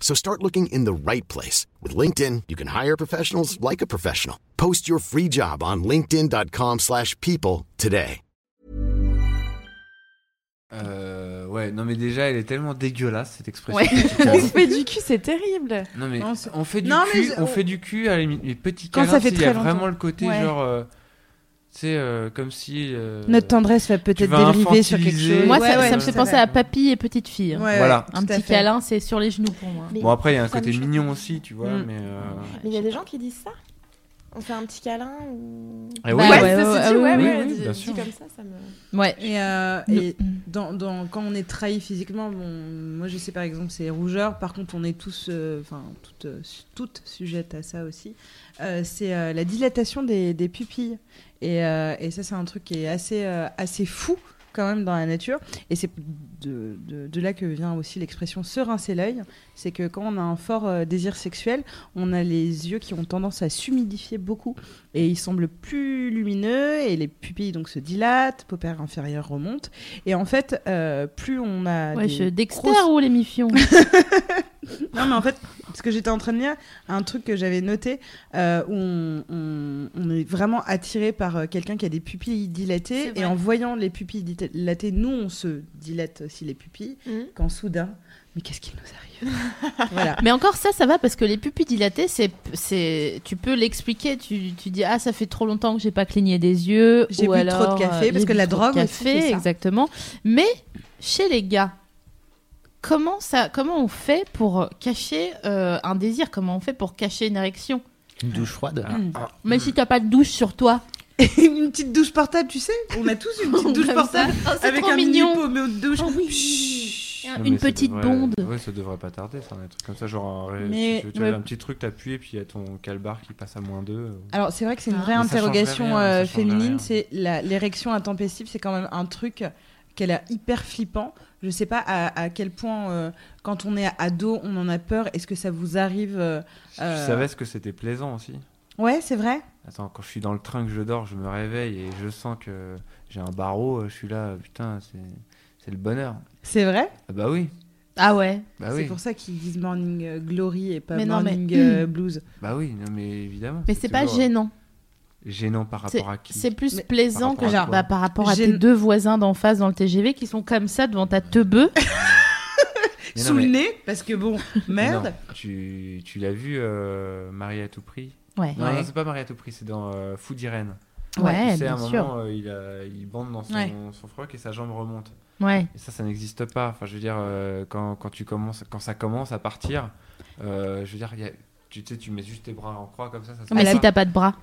S6: So start looking in the right place. With LinkedIn, you can hire professionals like a professional. Post your free job on linkedin.com/people slash people today.
S5: Euh, ouais, non mais déjà, elle est tellement dégueulasse cette expression.
S1: Ouais.
S4: On
S2: *laughs*
S4: fait du cul, c'est terrible.
S5: Non mais
S2: Non, c'est-
S5: on fait du
S2: Non, mais
S5: cul,
S2: je-
S5: on fait du cul à la limite, mais petit
S2: Quand
S5: câlin,
S2: ça fait
S5: tu sais, il y a
S2: très
S5: vraiment le côté
S2: Ouais.
S5: genre, euh, tu sais, euh, comme si. euh,
S2: Notre tendresse va
S5: tu
S2: peut-être
S5: vas
S2: dériver sur quelque
S5: infantiliser.
S2: chose.
S1: Moi,
S5: Ouais,
S1: ça,
S5: ouais,
S1: ça me
S5: tout
S1: fait
S5: à
S1: penser à papy et petite fille. hein.
S5: Voilà.
S1: Un petit câlin, c'est sur les genoux pour moi.
S5: Bon après, il y a un côté
S4: me choque.
S5: mignon aussi, tu vois,
S2: Mm.
S5: mais. euh,
S4: Mais il y a des gens qui disent ça. On fait un petit câlin ou.
S1: Bah,
S5: eh oui.
S1: ouais,
S4: ouais,
S1: ouais,
S4: ceci dit,
S1: ouais,
S4: ouais,
S5: oui,
S4: ouais,
S5: oui,
S4: dit-
S5: bien
S4: dit
S5: sûr.
S4: comme ça, *laughs* ça me.
S1: Ouais.
S2: Et, euh,
S1: Le-
S2: et dans, dans- quand on est trahi physiquement, bon, moi je sais par exemple c'est les rougeurs, par contre on est tous, euh, enfin toutes, euh, su- toutes sujettes à ça aussi, Euh, c'est euh, la dilatation des, des pupilles. Et, euh, et ça c'est un truc qui est assez, euh, assez fou quand même dans la nature. Et c'est de, de- de là que vient aussi l'expression se rincer l'œil. C'est que quand on a un fort euh, désir sexuel, on a les yeux qui ont tendance à s'humidifier beaucoup et ils semblent plus lumineux et les pupilles donc se dilatent, paupières inférieures remontent et en fait euh, plus on a
S1: Ouais,
S2: des
S1: je Dexter
S2: grosses-
S1: ou les
S2: *laughs*
S1: mifions
S2: non mais en fait ce que j'étais en train de lire un truc que j'avais noté euh, où on, on- on est vraiment attiré par euh, quelqu'un qui a des pupilles
S1: C'est
S2: dilatées
S1: vrai.
S2: et en voyant les pupilles dilatées nous on se dilate aussi les pupilles
S1: Mmh.
S2: quand soudain mais qu'est-ce qui
S1: *laughs*
S2: nous arrive voilà
S1: Mais encore ça, ça va parce que les pupilles dilatées, c'est, c'est, tu peux l'expliquer. Tu, tu dis ah ça fait trop longtemps que j'ai pas cligné des yeux.
S2: J'ai
S1: ou
S2: bu trop de
S1: alors,
S2: café,
S1: euh,
S2: parce
S1: j'ai
S2: que
S1: bu
S2: la
S1: trop de
S2: drogue aussi
S1: café,
S2: fait ça.
S1: exactement. Mais chez les gars, comment ça, comment on fait pour cacher euh, un désir Comment on fait pour cacher une érection
S3: Une douche froide.
S1: Même si t'as pas de douche sur toi.
S2: *laughs* une petite douche portable tu sais on
S1: *laughs*
S2: a tous une petite *laughs* douche
S1: Comme ça.
S2: portable
S1: Oh, c'est
S2: avec
S1: trop
S2: un
S1: mignon.
S2: mini pommeau de douche
S1: Ah oui.
S2: Pshhh.
S5: Non,
S1: Une
S5: Ah, mais ça
S1: petite
S5: devrait-
S1: bonde.
S5: Ouais, ça devrait pas tarder, ça, un truc comme ça, genre un, ré-
S2: Mais-
S5: si tu veux, tu
S2: mais-
S5: as un petit truc, t'appuies et puis il y a ton calbar qui passe à moins 2.
S2: Alors c'est vrai que c'est une
S1: Ah.
S2: vraie
S5: Mais ça changerait
S2: interrogation
S5: rien,
S2: euh,
S5: ça changerait
S2: féminine,
S5: rien.
S2: c'est la- l'érection intempestive, c'est quand même un truc qu'elle a hyper flippant. Je sais pas à, à quel point euh, quand on est ado, on en a peur. Est-ce que ça vous arrive euh,
S5: Tu
S2: euh,
S5: savais ce que c'était plaisant aussi
S2: Ouais, c'est vrai.
S5: Attends, quand je suis dans le train que je dors, je me réveille et je sens euh, que j'ai un barreau, je suis là, putain, c'est c'est le bonheur.
S2: C'est vrai.
S5: Ah bah oui.
S1: Ah ouais.
S5: Bah
S2: c'est
S5: oui,
S2: pour ça qu'ils disent Morning euh, Glory et pas
S1: Mais non, mais- *clears throat*
S2: Morning euh, Blues.
S5: bah oui, non, mais évidemment.
S1: Mais c'est pas
S5: toujours, euh,
S1: gênant.
S5: Gênant par rapport à qui
S1: C'est plus
S2: Mais-
S1: plaisant
S5: Par
S1: que
S5: rapport à
S1: genre
S5: quoi
S1: bah, par rapport à
S2: J'ai-
S1: tes deux voisins d'en face dans le TGV qui sont comme ça devant ta teubeu.
S5: Mais non,
S2: Sous
S5: mais-
S2: le nez, parce que
S5: *laughs*
S2: bon, merde.
S5: Non, tu tu l'as vu, euh, Marie à tout prix
S1: Ouais.
S5: Non,
S2: Ouais.
S5: non, c'est pas Marie à tout prix, c'est dans euh, Fou d'Irène.
S1: Ouais,
S5: tu sais, à un
S1: bien sûr.
S5: moment, euh, il, a- il bande dans son,
S2: Ouais.
S5: son froc et sa jambe remonte.
S1: Ouais.
S5: Et ça, ça n'existe pas. Enfin, je veux dire, euh, quand, quand, tu commences, quand ça commence à partir, euh, je veux dire, il y a- tu sais, tu mets juste tes bras en croix comme ça. ça se
S1: Mais
S5: voit
S1: si
S5: pas.
S1: t'as pas de bras.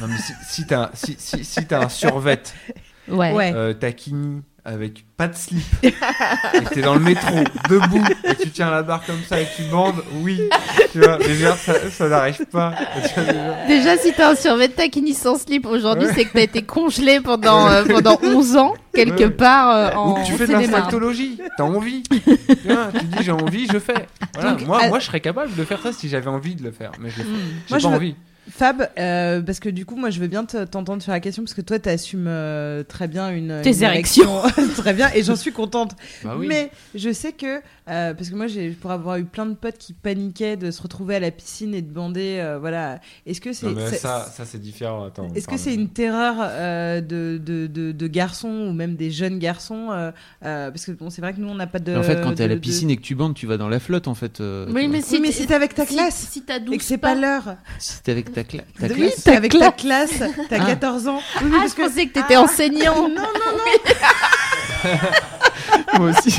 S5: Non, mais si, si t'as si, si, si t'as un survêt,
S1: *laughs* Ouais.
S2: Ouais.
S5: euh, taquini, avec pas de slip, *laughs* et que t'es dans le métro, debout, et tu tiens la barre comme ça et tu bandes, oui, tu vois, mais merde, ça, ça n'arrive
S1: *laughs*
S5: pas. Tu vois, les gens-
S1: Déjà, si t'as un survêt taquini sans slip aujourd'hui,
S5: Ouais.
S1: c'est que t'as été congelé pendant,
S5: *laughs*
S1: euh, pendant 11 ans, quelque
S5: Ouais.
S1: part euh, en
S5: Ou que tu fais de
S1: cinéma.
S5: l'insectologie,
S2: *laughs*
S5: t'as envie. tu, vois, tu dis j'ai envie, je fais. Voilà,
S2: Donc,
S5: moi,
S2: à-
S5: moi, je serais capable de faire ça si j'avais envie de le faire, mais je l'ai- j'ai
S2: Moi,
S5: pas
S2: je veux-
S5: envie.
S2: Fab, euh, parce que du coup, moi, je veux bien te- t'entendre sur la question, parce que toi, t'assumes euh, très bien une.
S1: Tes
S2: une
S1: érections.
S2: érection. *laughs* très bien, et j'en suis contente.
S5: Bah
S3: Ah
S5: oui.
S2: Mais je sais que, euh, parce que moi, j'ai- pour avoir eu plein de potes qui paniquaient de se retrouver à la piscine et de bander, euh, voilà. Est-ce que c'est.
S5: Non, mais
S2: c'est-
S5: ça, ça c'est différent. Attends,
S2: Est-ce que
S5: pardon.
S2: c'est une terreur euh, de, de, de, de garçons ou même des jeunes garçons euh, euh, Parce que bon, c'est vrai que nous, on n'a pas de.
S3: en fait, quand t'es à
S2: de-
S3: la
S2: euh, de-
S3: piscine et que tu bandes, tu vas dans la flotte en fait. euh,
S1: Oui, mais si
S2: Oui, mais
S1: t-
S2: c'est avec ta
S1: si-
S2: classe
S1: Si t'as
S2: et
S1: 12
S2: que c'est pas
S1: pas-
S2: l'heure.
S3: Si t'es avec ta, cla- ta
S2: Oui,
S3: classe.
S2: *laughs* c'est avec ta classe, t'as 14 ans. Oui, oui,
S1: Ah,
S2: parce
S1: je
S2: que-
S1: pensais que t'étais enseignant.
S2: Non,
S3: Moi aussi.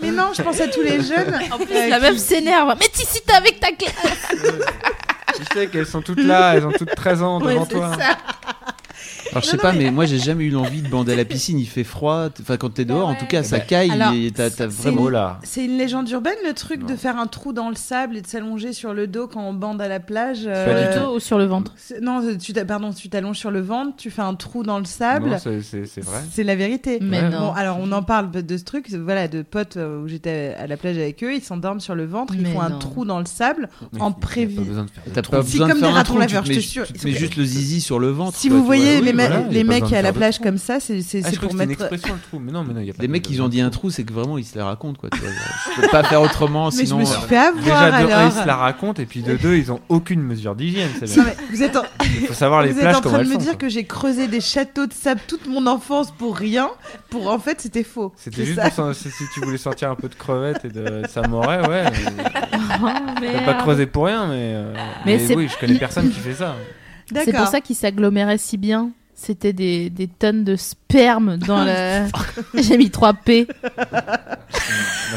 S2: Mais non,
S3: Ah.
S2: je pense à tous les jeunes.
S1: En plus,
S2: euh,
S1: la
S2: qui-
S1: meuf s'énerve. Mais si, si t'es avec ta classe.
S5: Tu sais qu'elles sont toutes là, elles ont toutes 13 ans devant toi.
S3: Alors je sais pas, mais... moi j'ai jamais eu l'envie de bander à la piscine. Il fait froid. t- Enfin, quand t'es dehors, en tout cas, ça
S5: bah,
S3: caille.
S2: Eh ben, alors,
S3: et t'as t'as
S2: c'est-
S3: vraiment.
S5: Oh là.
S2: C'est une légende urbaine, le truc
S5: Non.
S2: de faire un trou dans le sable et de s'allonger sur le dos quand on bande à la plage. euh,
S5: Pas du
S1: Plutôt ou Euh, sur le
S5: *laughs*
S1: ventre.
S2: c'est- Non, tu t'a- pardon, tu t'allonges sur le ventre, tu fais un trou dans le
S5: Non,
S2: sable.
S5: c'est- c'est c'est vrai.
S2: C'est la vérité.
S1: Mais
S5: Ouais.
S1: non.
S2: Bon, alors on en parle de ce truc, voilà, de potes euh, où j'étais à la plage avec eux, ils s'endorment sur le ventre, ils
S1: Mais
S2: font
S1: non.
S2: un trou dans le sable.
S5: Mais
S2: En
S5: il y a
S2: prévu.
S5: pas besoin de faire de
S3: T'as
S5: trou.
S3: pas
S2: Si,
S3: besoin
S2: comme
S3: de faire
S2: des
S3: un
S2: ratons
S3: trou, tu te
S2: laveurs,
S3: mets
S2: je te
S3: ju-
S2: jure,
S3: tu
S2: ils
S3: te
S2: sont
S3: mets
S2: comme-
S3: juste le zizi sur le ventre.
S2: Si
S3: quoi,
S2: vous
S3: tu vois.
S2: voyez
S5: oui,
S2: les, mecs-
S5: voilà, il y a
S2: les
S5: pas
S2: mecs
S5: besoin
S2: à
S5: de
S2: la
S5: faire de
S2: plage
S5: trou.
S2: comme ça, c'est c'est-
S5: Ah, je
S2: c'est pour
S5: crois que c'était
S2: mettre.
S5: une expression le trou, mais non, mais non, il y a pas
S3: Les
S5: de-
S3: mecs, ils ont dit un trou, c'est que vraiment ils se la racontent quoi. tu vois. Je peux pas faire autrement,
S2: Mais
S3: sinon.
S2: je me suis
S3: euh,
S2: fait avoir
S5: Déjà, de un, ils
S2: Ah, alors.
S5: se la racontent, et puis de deux, ils ont aucune mesure d'hygiène. ces
S2: Non,
S5: mecs.
S2: mais vous êtes en,
S5: Il faut savoir les
S2: Vous êtes
S5: plages
S2: en
S5: comment
S2: train
S5: elles
S2: de me
S5: sont.
S2: dire
S5: quoi.
S2: que j'ai creusé des châteaux de sable toute mon enfance pour rien, pour en fait c'était faux.
S5: C'était
S2: C'est
S5: juste
S2: ça.
S5: pour ça, si si tu voulais sortir un peu de crevettes et de samouraï, ouais. mais
S1: Oh,
S5: T'as pas
S1: merde.
S5: creusé pour rien, mais. euh,
S1: Mais
S5: Mais,
S1: c'est-
S5: oui, je connais personne qui fait ça.
S1: C'est pour
S2: *laughs* D'accord.
S1: ça qu'ils s'aggloméraient si bien. C'était des, des tonnes de sperme *laughs* dans la. J'ai mis 3 P.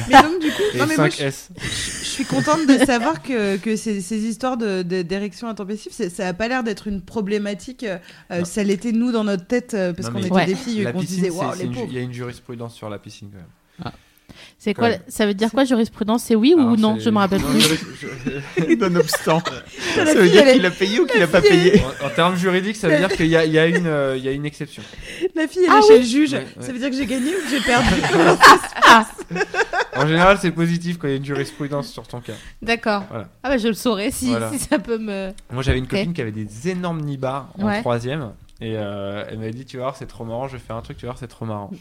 S2: Mais donc du coup,
S5: Et
S2: non, mais moi, je,
S5: 5S.
S2: je suis contente de savoir que, que ces, ces histoires de- de- d'érection intempestive, c'est- ça a pas l'air d'être une problématique. euh,
S5: Non.
S2: ça l'était nous dans notre tête euh, parce
S5: Non,
S2: qu'on
S5: mais
S2: était
S1: Ouais.
S2: des filles et
S5: La
S2: qu'on se
S5: piscine,
S2: disait
S5: c'est-
S2: waouh
S5: c'est
S2: les
S5: une ju-
S2: pauvres.
S5: il y a une jurisprudence sur la piscine quand même.
S1: C'est quoi
S5: Ouais.
S1: le- Ça veut dire quoi jurisprudence C'est oui ou
S5: Alors,
S1: non
S5: c'est-
S1: Je me rappelle
S5: Non,
S1: *laughs* plus.
S3: *laughs*
S5: juri-
S3: Nonobstant.
S2: La
S3: Ça veut
S2: fille,
S3: dire
S2: elle est-
S3: qu'il a payé ou qu'il a pas
S2: fille, elle
S3: payé
S5: En, en termes juridiques, ça veut dire qu'il y a, il y a une, euh, il y a une exception.
S2: La fille elle
S1: Ah
S2: est chez le juge.
S5: Ouais, ouais.
S2: Ça veut dire que j'ai gagné ou que j'ai perdu
S5: *laughs*
S1: Ah,
S5: En général, c'est positif quand il y a une jurisprudence sur ton cas.
S1: D'accord.
S5: Voilà.
S1: Ah bah je le saurais si,
S5: Voilà.
S1: si ça peut *laughs* me.
S5: Moi, j'avais une
S1: Ok.
S5: copine qui avait des énormes nibards en
S1: Ouais.
S5: troisième. Et euh, elle m'avait dit, tu vas voir, c'est trop marrant, je vais faire un truc, tu vas voir, c'est
S1: *laughs*
S5: trop marrant.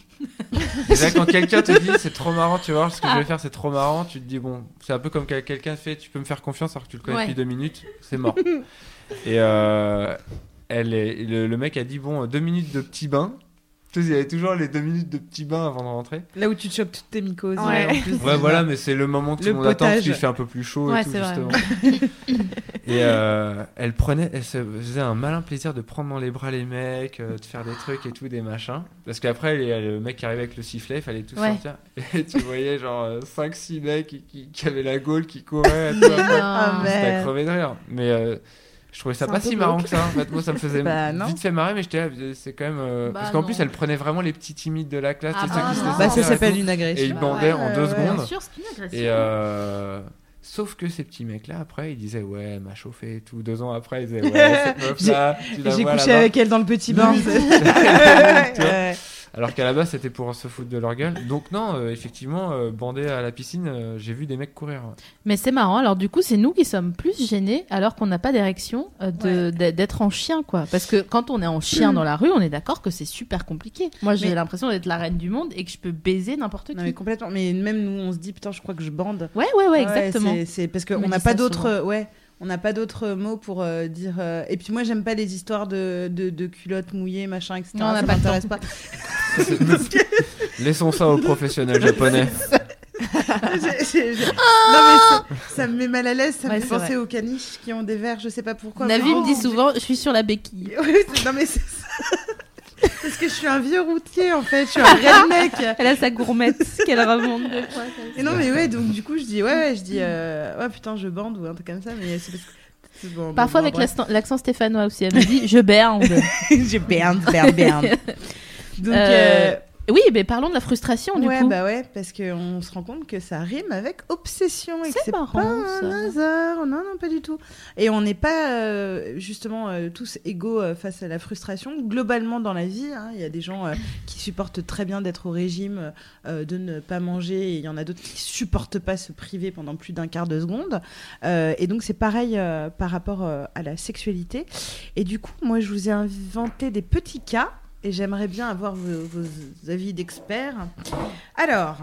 S5: Déjà, quand quelqu'un te dit, c'est trop marrant, tu vas voir, ce que
S1: Ah.
S5: je vais faire, c'est trop marrant, tu te dis, bon, c'est un peu comme quand quelqu'un fait, tu peux me faire confiance alors que tu le connais
S1: Ouais.
S5: depuis deux minutes, c'est mort. et euh, elle est- le, le mec a dit, bon, deux minutes de petit bain. Tu sais, il y avait toujours les deux minutes de petit bain avant de rentrer.
S2: Là où tu te chopes toutes tes mycoses.
S4: Ouais.
S2: euh, en plus,
S5: Ouais, voilà, mais c'est le moment que tout
S2: Le
S5: le monde attend parce
S2: potage.
S5: qu'il fait un peu plus chaud
S1: Ouais,
S5: et tout,
S1: c'est vrai.
S5: justement.
S1: *laughs*
S5: et euh, elle prenait, elle se faisait un malin plaisir de prendre dans les bras les mecs, euh, de faire des trucs et tout, des machins. Parce qu'après, il y a le mec qui arrivait avec le sifflet, il fallait tout
S1: Ouais.
S5: sortir. *laughs* Et tu voyais genre 5-6 mecs qui, qui- qui avaient la gaule qui couraient.
S1: Mais *laughs*
S5: tout.
S1: non.
S2: mais-
S5: C'était à crever de rire. Mais euh, je trouvais ça
S4: C'est
S5: pas
S4: un
S5: si
S4: peu glauque.
S5: marrant que ça. En fait,
S1: *laughs*
S5: moi, ça me faisait
S2: Bah, non.
S5: vite fait marrer, mais j'étais là, c'est quand même. euh,
S1: Bah,
S5: parce qu'en plus,
S1: non.
S5: elle prenait vraiment les petits timides de la classe.
S1: Ah,
S5: tu sais, ceux
S1: bah,
S5: qui se
S1: non.
S5: laissaient
S2: Bah, ça
S5: faire et
S2: s'appelle
S5: tout.
S2: une
S5: Et ils
S2: agression.
S5: bandaient en
S2: ouais,
S5: deux
S2: ouais.
S5: secondes.
S1: sûr, c'est une agression.
S5: Et euh, sauf que ces petits mecs-là, après, ils disaient ouais, elle m'a chauffé et tout. Deux ans après,
S2: *laughs*
S5: ils disaient ouais, cette meuf-là, tu la
S2: J'ai
S5: *laughs* vois
S2: couché
S5: là-bas.
S2: avec elle dans le petit bain.
S5: Tu vois.
S2: Ouais.
S5: Alors qu'à la base, c'était pour se foutre de leur gueule. Donc, non, euh, effectivement, euh, bandé à la piscine, euh, j'ai vu des mecs courir.
S1: Mais c'est marrant, alors du coup, c'est nous qui sommes plus gênés alors qu'on n'a pas d'érection euh, de- d'être en chien, quoi. Parce que quand on est en *clears throat* chien dans la rue, on est d'accord que c'est super compliqué. Moi, j'ai
S2: Mais-
S1: l'impression d'être la reine du monde et que je peux baiser n'importe qui.
S2: Non, mais complètement. Mais même nous, on se dit, putain, je crois que je bande.
S1: Ouais, ouais, ouais,
S2: Ouais,
S1: exactement.
S2: c'est- C'est parce
S1: On me
S2: qu'on n'a
S1: dit
S2: pas
S1: ça
S2: d'autres. euh, Ouais. On n'a pas d'autres mots pour euh, dire. euh, Et puis moi, j'aime pas les histoires de, de, de culottes mouillées, machin, etc.
S1: Non, on n'a
S2: ça
S1: pas le
S2: m'intéresse pas. *laughs*
S5: Laissons ça aux professionnels japonais.
S2: J'ai- j'ai-
S1: *laughs*
S2: j'ai- Non, mais ça, ça me met mal à l'aise.
S1: Ah
S2: Ça
S1: Ouais,
S2: me fait
S1: c'est
S2: penser aux caniches qui ont des verres, je sais pas pourquoi.
S1: Navi
S2: Oh.
S1: me dit souvent, je suis sur la béquille.
S2: Ouais, c'est- non, mais c'est ça. *laughs* Parce que je suis un vieux routier, en fait. Je suis un redneck.
S1: Elle a sa gourmette *laughs* qu'elle remonte deux fois.
S2: Et non, mais ouais, donc du coup, je dis, ouais, ouais, je dis, euh, ouais, putain, je bande ou un truc comme ça, mais c'est parce que. c'est bon,
S1: Parfois
S2: bon,
S1: avec
S2: bref.
S1: *laughs* l'accent- l'accent stéphanois aussi, elle me dit je berne.
S2: *laughs* J'ai berne, berne, berne. *laughs* Donc,
S1: Euh,
S2: euh,
S1: oui, mais parlons de la frustration du
S2: ouais,
S1: coup.
S2: bah ouais, parce qu'on se rend compte que ça rime avec obsession et que
S1: C'est
S2: c'est
S1: marrant,
S2: pas un
S1: ça.
S2: hasard. Non, non, pas du tout. Et on n'est pas euh, justement euh, tous égaux euh, face à la frustration. Globalement, dans la vie, hein, il y a des gens euh, qui supportent très bien d'être au régime, euh, de ne pas manger, et il y en a d'autres qui supportent pas se priver pendant plus d'un quart de seconde. Euh, et donc, c'est pareil euh, par rapport euh, à la sexualité. Et du coup, moi, je vous ai inventé des petits cas. Et j'aimerais bien avoir vos- vos avis d'experts. Alors,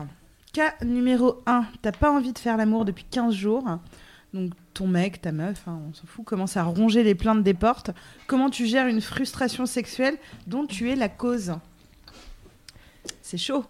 S2: cas numéro 1, t'as pas envie de faire l'amour depuis 15 jours. Donc ton mec, ta meuf, hein, on s'en fout, commence à ronger les plaintes des portes. Comment tu gères une frustration sexuelle dont tu es la cause C'est chaud.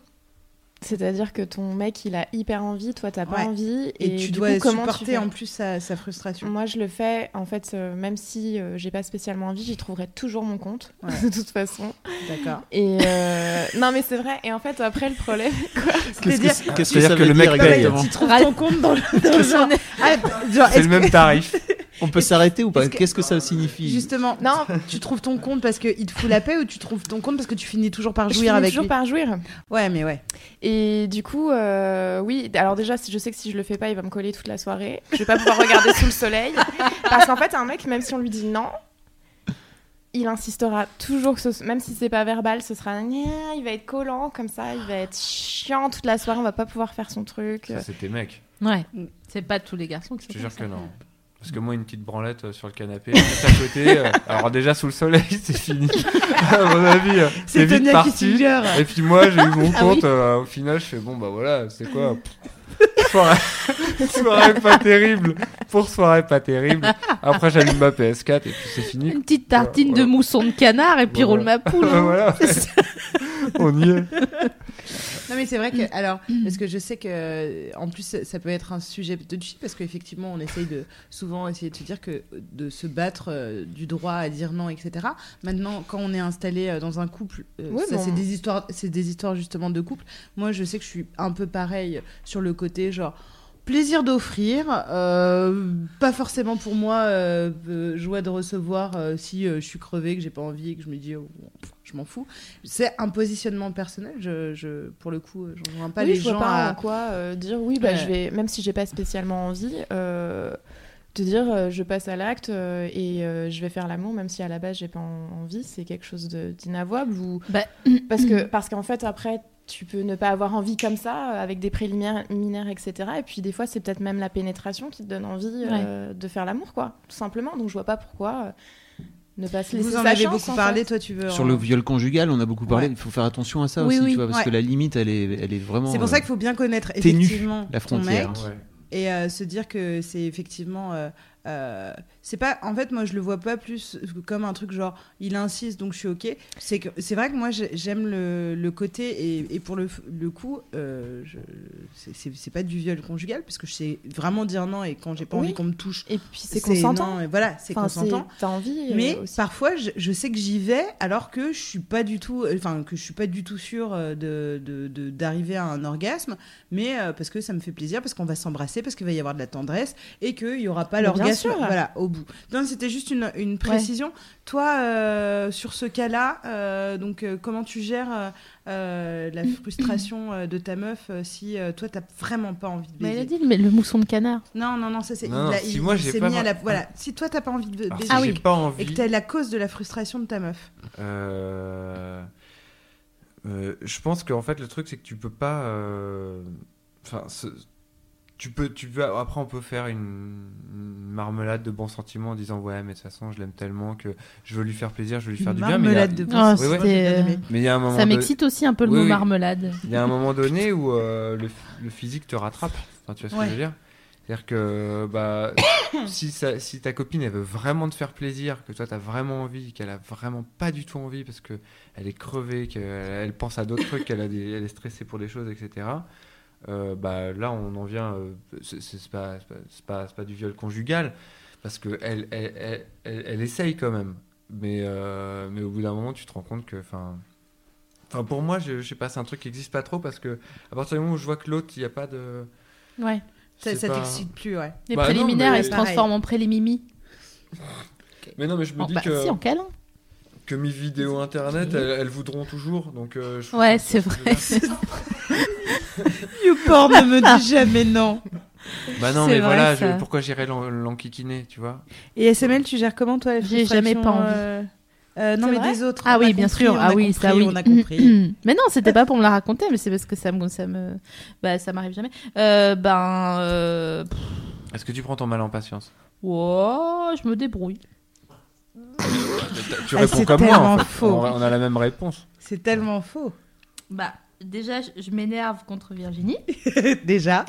S4: C'est-à-dire que ton mec, il a hyper envie, toi, t'as pas
S2: Ouais.
S4: envie.
S2: Et, tu
S4: du
S2: dois
S4: coup, comment tu
S2: supporter
S4: fais Mm.
S2: en plus sa, sa frustration.
S4: Moi, je le fais. En fait, euh, même si euh, j'ai pas spécialement envie, j'y trouverai toujours mon compte,
S2: Ouais.
S4: *laughs* de toute façon.
S2: D'accord.
S4: Et euh, non, mais c'est vrai. Et en fait, après le problème,
S3: Qu'est-ce
S2: C'est-à-dire-
S3: que,
S5: C'est-à-dire que le mec paye.
S3: exactement
S2: Tu trouves ton compte dans le, *laughs* dans le genre. Ah, genre,
S5: C'est
S2: est-ce
S5: le même tarif.
S3: On peut s'arrêter ou pas
S2: est-ce que-
S3: Qu'est-ce que ça
S2: que-
S3: signifie
S2: Justement,
S4: non,
S2: tu trouves ton compte parce qu'il te fout la paix ou tu trouves ton compte parce que tu finis toujours par
S4: je
S2: jouir
S4: finis
S2: avec
S4: toujours
S2: lui
S4: par jouir.
S2: Ouais, mais ouais.
S4: Et du coup, euh, oui, alors déjà, si- je sais que si je le fais pas, il va me coller toute la soirée. Je vais pas pouvoir regarder sous le soleil. Parce qu'en fait, un mec, même si on lui dit non, il insistera toujours, que ce- même si c'est pas verbal, ce sera Gna il va être collant comme ça, il va être chiant toute la soirée, on va pas pouvoir faire son truc.
S5: Ça, c'était mec.
S1: Ouais,
S2: Mm.
S1: c'est pas tous les garçons qui
S5: Je te
S1: sont
S5: jure
S1: comme
S5: que
S1: ça.
S5: non. Parce que moi, une petite branlette euh, sur le canapé, juste à
S1: *laughs*
S5: côté. euh, alors, déjà, sous le soleil, *laughs* c'est fini. à mon avis, euh, c'est
S2: C'est
S5: vite
S2: Tonya
S5: parti.
S2: Kissinger.
S5: Et puis, moi, j'ai eu mon
S1: Ah oui.
S5: compte. euh, au final, je fais bon, bah voilà, c'est quoi pff, Soirée... *laughs* soirée pas terrible. Pour soirée pas terrible. Après, j'allume ma PS4 et puis c'est fini.
S1: Une petite tartine
S5: Voilà.
S1: de mousson de canard et puis
S5: Voilà.
S1: roule ma poule.
S5: *laughs* Ouais, voilà,
S1: hein. C'est ça.
S5: on y est.
S2: Non mais c'est vrai que alors parce que je sais que en plus ça peut être un sujet touchy parce qu'effectivement on essaye de souvent essayer de se dire que de se battre euh, du droit à dire non etc. Maintenant quand on est installé euh, dans un couple euh,
S4: Ouais,
S2: ça
S4: bon.
S2: c'est des histoires c'est des histoires justement de couple. Moi je sais que je suis un peu pareil sur le côté genre plaisir d'offrir euh, pas forcément pour moi euh, euh, joie de recevoir euh, si euh, je suis crevée que j'ai pas envie et que je me dis oh, pff, je m'en fous c'est un positionnement personnel. Je, je- pour le coup, je rejoins pas
S4: Oui,
S2: les
S4: je vois
S2: gens.
S4: pas en
S2: à...
S4: quoi euh, dire oui, bah,
S2: Ouais.
S4: je vais, même si j'ai pas spécialement envie, euh, te dire euh, je passe à l'acte euh, et euh, je vais faire l'amour, même si à la base j'ai pas en- envie, c'est quelque chose de- d'inavouable ou
S1: Bah,
S4: *clears throat* parce que parce qu'en fait après tu peux ne pas avoir envie comme ça euh, avec des préliminaires etc et puis des fois c'est peut-être même la pénétration qui te donne envie euh, de faire l'amour quoi tout simplement donc je vois pas pourquoi euh, ne pas se laisser
S2: Vous en
S4: sa
S2: avez
S4: chance,
S2: beaucoup
S4: en
S2: parlé,
S4: fait.
S2: toi, tu veux.
S3: Sur
S2: en-
S3: le viol conjugal, on a beaucoup parlé.
S2: Ouais.
S3: Il faut faire attention à ça
S2: Oui,
S3: aussi,
S2: oui,
S3: tu vois, parce
S2: ouais.
S3: que la limite, elle est, elle est vraiment.
S2: C'est pour ça
S3: euh,
S2: qu'il faut bien connaître
S3: ténue,
S2: effectivement
S3: la
S2: ton
S3: frontière.
S2: mec
S5: Ouais.
S2: et euh, se dire que c'est effectivement. euh, euh, c'est pas. En fait, moi, je le vois pas plus comme un truc genre il insiste donc je suis ok. C'est que c'est vrai que moi j'ai- j'aime le, le côté et, et pour le, f- le coup, euh, je- c'est- c'est c'est pas du viol conjugal parce que je sais vraiment dire non et quand j'ai pas
S4: Oui.
S2: envie qu'on me touche,
S4: et puis c'est consentant
S2: non, et Voilà, c'est
S4: Enfin,
S2: consentant.
S4: t'as envie euh,
S2: Mais
S4: aussi.
S2: parfois, je, je sais que j'y vais alors que je suis pas du tout, euh, enfin que je suis pas du tout sûre euh, de de- de- d'arriver à un orgasme, mais euh, parce que ça me fait plaisir, parce qu'on va s'embrasser, parce qu'il va y avoir de la tendresse et qu'il y aura pas
S4: Mais bien
S2: l'orgasme,
S4: sûr.
S2: voilà, au bout. Non, c'était juste une, une précision. Toi, euh, sur ce cas-là, euh, donc euh, comment tu gères euh, euh, la frustration euh, de ta meuf euh, si euh, toi t'as vraiment pas envie de
S1: Mais Bah, elle a
S2: baiser
S1: dit mais le mousson de canard.
S2: Non, non, non, ça c'est.
S5: Non,
S2: il a-
S5: si
S2: il-
S5: moi,
S2: il
S5: j'ai
S2: s'est
S5: pas
S2: mis à la-
S5: vra-
S2: Voilà, si toi t'as pas envie de
S1: Ah
S5: Alors,
S2: baiser.
S5: Ah, si
S4: Ah
S5: j'ai pas envie.
S2: Et que t'es la cause de la frustration de ta meuf.
S5: Euh, Euh, je pense qu'en fait, le truc, c'est que tu peux pas. euh, Enfin, ce- tu peux, tu peux. Après, on peut faire une, une marmelade de bons sentiments en disant ouais, mais de toute façon, je l'aime tellement que je veux lui faire plaisir, je veux lui faire
S2: Une
S5: du bien. Mais il y a-
S2: marmelade de
S1: Oh,
S2: poisson.
S5: Oui, oui.
S1: c'était,
S2: J'ai bien aimé.
S5: mais il y a un moment.
S1: Ça
S5: don-
S1: m'excite aussi un peu le
S5: Oui,
S1: mot
S5: oui.
S1: marmelade.
S5: Il y a un moment donné où euh, le, le physique te rattrape. Enfin, tu vois ce que
S2: Ouais.
S5: je veux dire C'est-à-dire que bah, *coughs* si, ça- si ta copine elle veut vraiment te faire plaisir, que toi t'as vraiment envie, qu'elle a vraiment pas du tout envie parce que elle est crevée, qu'elle elle pense à d'autres trucs, qu'elle a des- elle est stressée pour des choses, etc. euh, bah, là, on en vient. euh, c'est c'est pas, c'est pas, c'est pas, c'est pas du viol conjugal parce que elle, elle, elle, elle- elle essaye quand même. Mais, euh, mais au bout d'un moment, tu te rends compte que. Enfin, enfin, pour moi, je, je sais pas, c'est un truc qui n'existe pas trop parce que à partir du moment où je vois que l'autre, il n'y a pas de.
S1: Ouais.
S2: Ça,
S5: c'est
S2: ça
S5: pas-
S2: t'excite plus, ouais.
S1: Les
S5: Bah non,
S1: préliminaires,
S5: mais-
S1: ils se transforment en prélimimi.
S5: Mais non, mais je me
S1: En-
S5: dis
S1: bah,
S5: que,
S1: Si, en câlin.
S5: que mes vidéos internet, elles, elles voudront toujours. Donc, euh, je-
S1: Ouais,
S5: je-
S1: c'est
S5: je-
S1: vrai.
S2: YouPorn ne *laughs* me dit jamais non.
S5: Bah non,
S1: C'est
S5: mais
S1: vrai,
S5: voilà,
S1: ça.
S5: je- pourquoi j'irais l'en- l'enquiquiner, tu vois
S2: Et SML, tu gères comment, toi la
S1: J'ai jamais
S2: frustration,
S1: pas envie.
S2: euh, euh, non,
S4: C'est
S2: mais
S4: vrai
S2: des autres.
S1: Ah
S2: on a
S1: oui, bien
S2: compris,
S1: sûr.
S2: on
S1: Ah
S2: a
S1: oui, ça
S2: compris,
S1: oui.
S2: On
S1: *laughs*
S2: a compris.
S1: mais non, c'était pas pour me la raconter, mais c'est parce que ça me, ça me, bah, ça m'arrive jamais. Euh, ben, euh, pff,
S5: Est-ce que tu prends ton mal en patience
S1: wow, je me débrouille.
S5: Tu
S2: Ah,
S5: réponds
S2: c'est
S5: comme moi, en
S2: tellement
S5: fait.
S2: faux.
S5: On, on a la même réponse.
S2: C'est
S1: *laughs*
S2: tellement faux.
S1: Bah, déjà, je, je m'énerve contre Virginie *laughs*
S2: Déjà.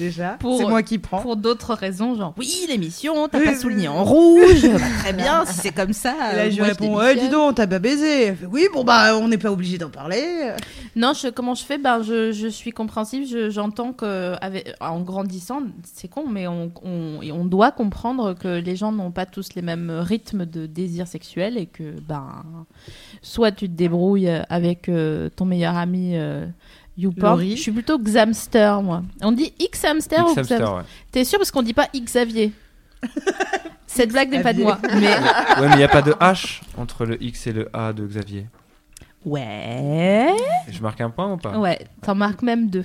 S2: Déjà.
S1: Pour-
S2: C'est moi qui prends.
S1: pour d'autres raisons, genre Oh. oui, l'émission, t'as
S2: Oui,
S1: pas
S2: oui,
S1: souligné
S2: oui.
S1: en rouge, bah, *laughs* très bien, si c'est comme ça.
S2: Et là,
S1: euh,
S2: je lui
S1: moi,
S2: réponds, eh,
S1: démissionne.
S2: dis donc, t'as pas baisé. Elle fait, oui, bon, bah, on n'est pas obligé d'en parler.
S1: Non, je, comment je fais ben, je, je suis compréhensive, je- j'entends que avec, en grandissant, c'est con, mais on, on, et on doit comprendre que les gens n'ont pas tous les mêmes rythmes de désir sexuel et que ben, soit tu te débrouilles avec euh, ton meilleur ami euh, YouPorn.
S2: Laurie.
S1: Je suis plutôt Xamster, moi. On dit X-Hamster ou
S5: X-Hamster,
S1: Xam-
S5: ouais.
S1: T'es sûr parce qu'on dit pas
S2: *laughs*
S1: Xavier Cette blague n'est pas de moi. Mais...
S5: Ouais, mais il n'y a pas de H entre le X et le A de Xavier.
S1: Ouais.
S5: Je marque un point ou pas
S1: Ouais, t'en marques même deux.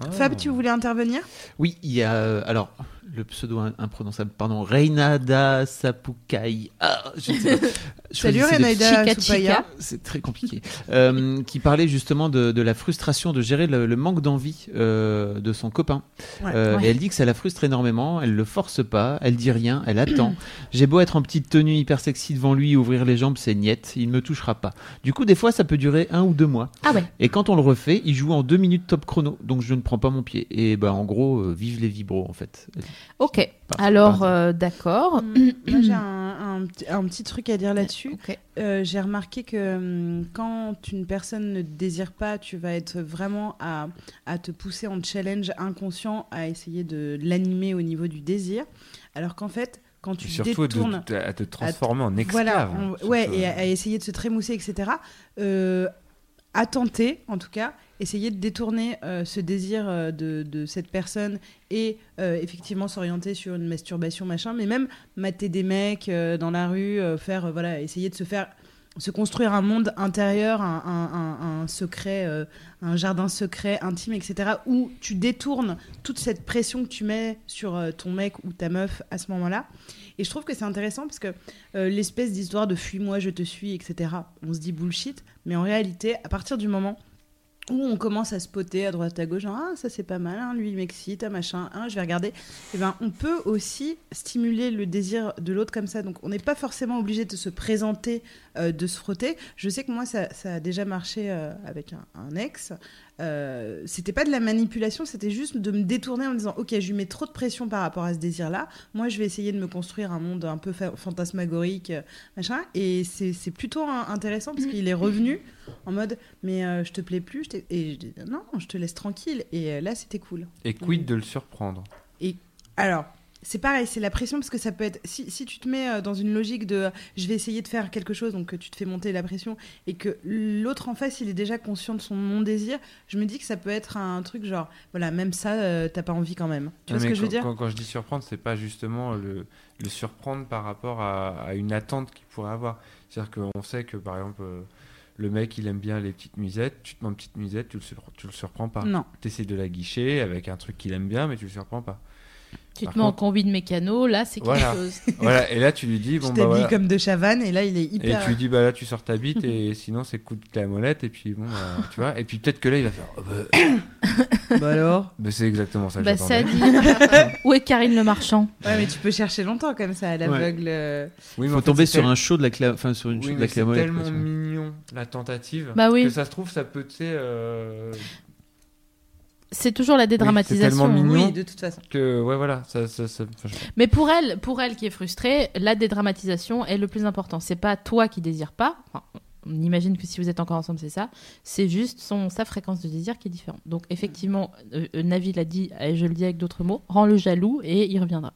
S5: Ah.
S2: Fab, tu voulais intervenir
S3: Oui, il y a euh, alors le pseudo in- imprononçable, pardon, Reinada Sapukai. Ah, je
S2: *laughs*
S3: ne sais pas. Je
S2: Salut,
S3: choisissais des-
S2: Renaïda
S1: Chica
S2: Soupaya.
S3: C'est très compliqué. Euh, qui parlait justement de, de la frustration de gérer le, le manque d'envie euh, de son copain.
S2: Ouais.
S3: Euh,
S1: Ouais.
S3: Et elle dit que ça la frustre énormément. Elle le force pas. Elle dit rien.
S1: *clears throat*
S3: Elle attend. J'ai beau être en petite tenue hyper sexy devant lui, ouvrir les jambes, c'est niette. Il me touchera pas. Du coup, des fois, ça peut durer un ou deux mois.
S1: Ah ouais.
S3: Et quand on le refait, il joue en deux minutes top chrono. Donc je ne prends pas mon pied. Et bah en gros, euh, vive les vibros en fait.
S1: Ok.
S3: Par-
S1: Alors,
S3: par-
S1: euh, d'accord.
S2: Moi, j'ai un, un petit- un petit truc à dire là-dessus.
S1: Ok.
S2: Euh, j'ai remarqué que hum, quand une personne ne te désire pas, tu vas être vraiment à, à te pousser en challenge inconscient, à essayer de l'animer au niveau du désir. Alors qu'en fait, quand
S5: Et
S2: tu
S5: Surtout de-
S2: détournes.
S5: de- à te transformer en hein, esclave.
S2: Voilà, on-
S5: surtout.
S2: ouais, et à, à essayer de se trémousser, etc. Euh, à tenter, en tout cas, essayer de détourner euh, ce désir euh, de, de cette personne et euh, effectivement s'orienter sur une masturbation, machin, mais même mater des mecs euh, dans la rue, euh, faire, euh, voilà, essayer de se faire se construire un monde intérieur, un, un- un- un secret, euh, un jardin secret, intime, etc., où tu détournes toute cette pression que tu mets sur euh, ton mec ou ta meuf à ce moment-là. Et je trouve que c'est intéressant parce que euh, l'espèce d'histoire de fuis-moi, je te suis, etc. On se dit bullshit, mais en réalité, à partir du moment où on commence à se poter à droite à gauche, genre ah ça c'est pas mal, hein, lui il m'excite, ah, machin, hein, je vais regarder, et ben on peut aussi stimuler le désir de l'autre comme ça. Donc on n'est pas forcément obligé de se présenter, euh, de se frotter. Je sais que moi ça, ça a déjà marché euh, avec un, un ex. Euh, c'était pas de la manipulation, c'était juste de me détourner en me disant ok je lui mets trop de pression par rapport à ce désir là. Moi je vais essayer de me construire un monde un peu fa- fantasmagorique, euh, machin. Et c'est c'est plutôt hein, intéressant parce qu'il est revenu en mode mais euh, je te plais plus je t'ai- et je dis, non je te laisse tranquille et euh, là c'était cool
S5: Et quid de le surprendre
S2: alors c'est pareil c'est la pression parce que ça peut être si, si tu te mets euh, dans une logique de euh, je vais essayer de faire quelque chose donc que tu te fais monter la pression et que l'autre en face il est déjà conscient de son non désir je me dis que ça peut être un truc genre voilà même ça euh, t'as pas envie quand même tu vois
S5: Non,
S2: ce
S5: Ah, mais
S2: que je veux
S5: quand-
S2: dire
S5: quand, quand je dis surprendre, c'est pas justement le, le surprendre par rapport à, à une attente qu'il pourrait avoir. C'est-à-dire qu'on sait que, par exemple, euh, le mec, il aime bien les petites musettes. Tu te mets une petite
S2: Mm.
S5: musette, tu le, surpre- tu le surprends pas.
S2: non
S5: Tu essaies de la guicher avec un truc qu'il aime bien, mais tu le surprends pas. *laughs*
S1: Tu
S5: Par
S1: te mets en
S5: contre-
S1: combi de mécano, là, c'est quelque
S5: Voilà.
S1: chose.
S5: Voilà, et là tu lui dis,
S2: Tu
S5: bon
S2: t'habilles
S5: bah voilà.
S2: comme de Chavannes et là il est
S5: Et
S2: hyper.
S5: tu lui dis, bah là tu sors
S2: *laughs*
S5: ta bite et sinon c'est coup de clé à molette et puis bon, bah, tu vois. Et puis peut-être que là il va faire, oh, bah,
S2: Bah alors
S5: bah, c'est exactement ça que
S1: Bah, ça
S5: j'attendais.
S1: dit. *laughs* Où est Karine le Marchand
S2: Ouais, mais tu peux chercher longtemps comme ça à l'aveugle. euh.
S5: Oui, mais
S3: Il
S5: en
S3: faut
S5: fait,
S3: tomber
S5: c'est
S3: sur
S5: tel-
S3: un show de la cla... enfin, sur une show
S5: Oui,
S3: de
S5: mais
S3: la
S5: c'est
S3: clamolette,
S5: tellement
S3: quoi, tu vois.
S5: mignon la tentative
S1: Bah oui.
S5: que ça se trouve ça peut tu sais euh,
S1: C'est toujours la dédramatisation. hein.
S5: tellement mignon.
S2: Oui, de toute façon.
S5: que ouais voilà ça, ça, ça- enfin, je-
S1: Mais pour elle, pour elle qui est frustrée, la dédramatisation est le plus important. C'est pas toi qui désires pas. Enfin, on imagine que si vous êtes encore ensemble, c'est ça. C'est juste son, sa fréquence de désir qui est différente. Donc effectivement, euh, euh, Navi l'a dit, et je le dis avec d'autres mots, rends le jaloux et il reviendra.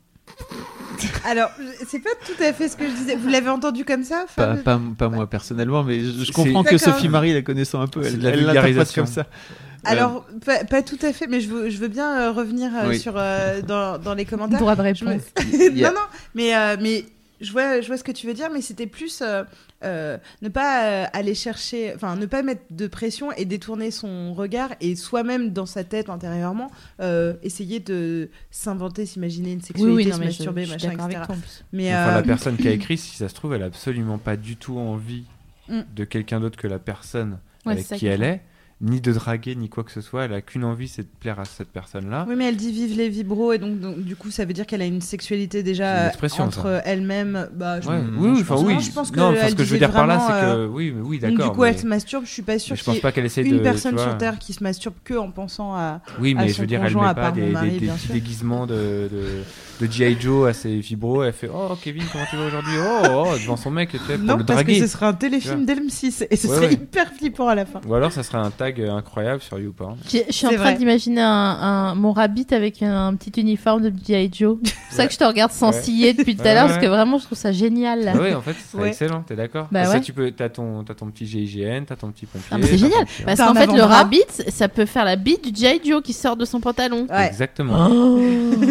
S2: Alors, je- c'est pas tout à fait ce que je disais. Vous l'avez entendu comme ça
S3: Pas,
S2: Fab
S3: pas, pas moi personnellement, mais je, je
S5: C'est-
S3: comprends que
S2: D'accord.
S3: Sophie Marie, la connaissant un peu,
S5: C'est
S3: elle
S5: de la
S3: elle l'interprète
S5: vulgarisation.
S1: *laughs*
S3: comme ça.
S1: euh,
S2: Alors, pas, pas tout à fait, mais je veux, je veux bien euh, revenir euh,
S3: Oui.
S2: sur, euh, dans, dans les commentaires.
S1: Droit de
S2: Je me-
S1: réponse.
S3: Yeah.
S2: non, non, mais, euh, mais je, vois, je vois ce que tu veux dire, mais c'était plus euh, euh, ne pas euh, aller chercher, enfin, ne pas mettre de pression et détourner son regard et soi-même dans sa tête intérieurement, euh, essayer de s'inventer, s'imaginer une
S1: Oui,
S2: sexualité,
S1: oui, non,
S2: se
S1: mais je,
S2: masturber,
S1: je suis
S2: machin,
S1: d'accord
S2: etc.
S1: avec toi en plus.
S2: Mais,
S5: enfin,
S2: euh,
S5: la personne
S2: *clears throat*
S5: qui a écrit si ça se trouve elle a absolument pas du tout envie
S2: Mm.
S5: de quelqu'un d'autre que la personne
S1: Ouais,
S5: avec
S1: c'est ça
S5: qui
S1: qu'il
S5: elle
S1: faut.
S5: est ni de draguer ni quoi que ce soit elle a qu'une envie c'est de plaire à cette personne là
S2: Oui, mais elle dit vive les vibros, et donc, donc, du coup, ça veut dire qu'elle a une sexualité
S5: C'est une
S2: déjà euh,
S5: expression,
S2: entre elle-même. Bah, je-
S5: Ouais,
S3: Mm,
S5: oui,
S3: non,
S5: oui,
S3: je
S5: enfin
S2: pense-
S5: oui.
S2: non, je pense que
S5: non, enfin, ce
S2: elle
S5: que je veux
S2: disait
S5: dire par là, c'est
S2: vraiment, euh,
S5: que oui, mais oui,
S2: donc,
S5: d'accord.
S2: du coup,
S5: mais-
S2: elle se masturbe, je suis pas
S5: mais
S2: sûre
S5: je
S2: qu'il y
S5: pense
S2: ait
S5: pas qu'elle essaie de.
S2: une
S5: tu
S2: personne
S5: vois.
S2: sur Terre qui se masturbe que en pensant à.
S5: Oui,
S2: à
S5: mais je
S2: son
S5: veux dire, elle
S2: conjoint,
S5: met
S2: à
S5: pas
S2: part mon
S5: des,
S2: mari,
S5: des- des
S2: bien
S5: petits
S2: sûr.
S5: déguisements de, de, de G.I. Joe à ses fibros. Elle fait Oh, Kevin, comment tu vas aujourd'hui oh, oh, devant son mec, tu sais, pour
S2: Non,
S5: le
S2: parce que
S5: draguer.
S2: ce serait un téléfilm d'Elm6 et ce
S5: Ouais,
S2: serait
S5: ouais.
S2: hyper flippant à la fin.
S5: Ou alors, ça serait un tag euh, incroyable sur YouPorn.
S1: J'ai- Je suis en
S2: C'est
S1: train
S2: vrai.
S1: d'imaginer un, un- mon rabbit avec un, petit uniforme de G.I.
S3: *laughs*
S1: Joe. C'est pour ça
S5: Ouais.
S1: que je te regarde sans
S5: Ouais.
S1: ciller depuis tout à
S5: Ouais,
S1: l'heure
S5: ouais.
S1: parce que vraiment je trouve ça génial.
S3: Ah
S1: là.
S5: Bah oui, en fait, ce serait
S2: Ouais.
S5: excellent, t'es d'accord
S1: Bah
S5: Parce que
S1: ouais.
S5: tu peux, t'as ton, t'as ton petit GIGN, t'as ton petit pompier.
S1: Ah, mais
S5: t'as
S1: c'est génial
S5: ton chien.
S1: Parce
S2: T'as
S1: qu'en
S2: un
S1: fait, le
S2: avant-bras.
S1: rabbit, ça peut faire la bite du G.I. Joe qui sort de son pantalon.
S2: Ouais.
S1: *laughs*
S3: Ah.
S5: Exactement.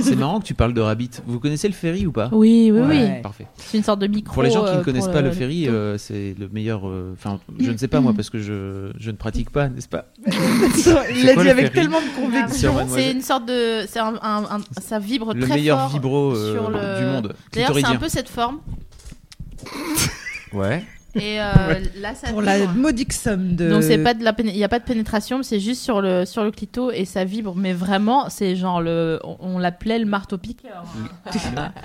S3: C'est marrant que tu parles de Rabbit. Vous connaissez le ferry ou pas
S1: Oui, oui, oui.
S2: Ouais.
S3: Parfait.
S1: C'est une sorte de micro.
S3: Pour les gens qui
S1: euh,
S3: ne connaissent
S1: pour,
S3: pas le
S1: euh,
S3: ferry,
S1: tout.
S3: euh, c'est le meilleur. euh, Enfin, je ne sais pas moi parce que je, je ne pratique pas, n'est-ce pas
S2: *laughs* Il l'a
S5: quoi,
S2: dit
S5: le
S2: avec
S5: ferry
S2: tellement de conviction.
S3: Sur
S1: Ah, C'est
S3: Mademoiselle.
S1: une sorte de. c'est un- un- un- ça vibre
S3: Le
S1: très
S3: meilleur
S1: fort
S3: vibro euh,
S1: sur le-
S3: du monde.
S1: D'ailleurs, c'est un
S3: clitoridien.
S1: peu cette forme.
S5: Ouais.
S1: Et
S3: *laughs*
S1: euh, là, ça
S2: Pour
S1: vibre.
S2: la modique somme de.
S1: Donc c'est pas de la péné- il y a pas de pénétration, mais c'est juste sur le sur le clito et ça vibre. Mais vraiment, c'est genre le, on, on l'appelait le marteau piqueur.
S3: *laughs*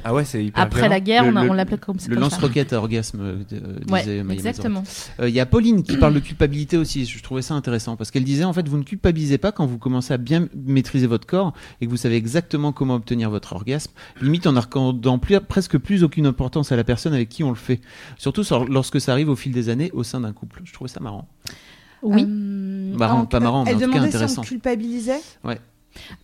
S5: Ah ouais, c'est hyper
S1: Après la guerre,
S3: Le-
S1: on a-
S3: le-
S1: on l'appelait comme c'est
S3: Le
S1: comme ça.
S3: lance-roquette à orgasme, euh, euh, disait
S1: Ouais,
S3: Maya Mazarin.
S1: exactement.
S3: Euh, Il y a Pauline qui parle de culpabilité aussi. Je trouvais ça intéressant parce qu'elle disait en fait, vous ne culpabilisez pas quand vous commencez à bien maîtriser votre corps et que vous savez exactement comment obtenir votre orgasme, limite en accordant plus, presque plus aucune importance à la personne avec qui on le fait. Surtout sur- lorsque ça arrive au fil des années au sein d'un couple. Je trouvais ça marrant.
S1: Oui,
S2: Euh,
S3: Marrant,
S2: en-
S3: pas marrant, mais
S2: Elle
S3: en tout cas
S2: demandait si
S3: intéressant.
S2: on culpabilisait.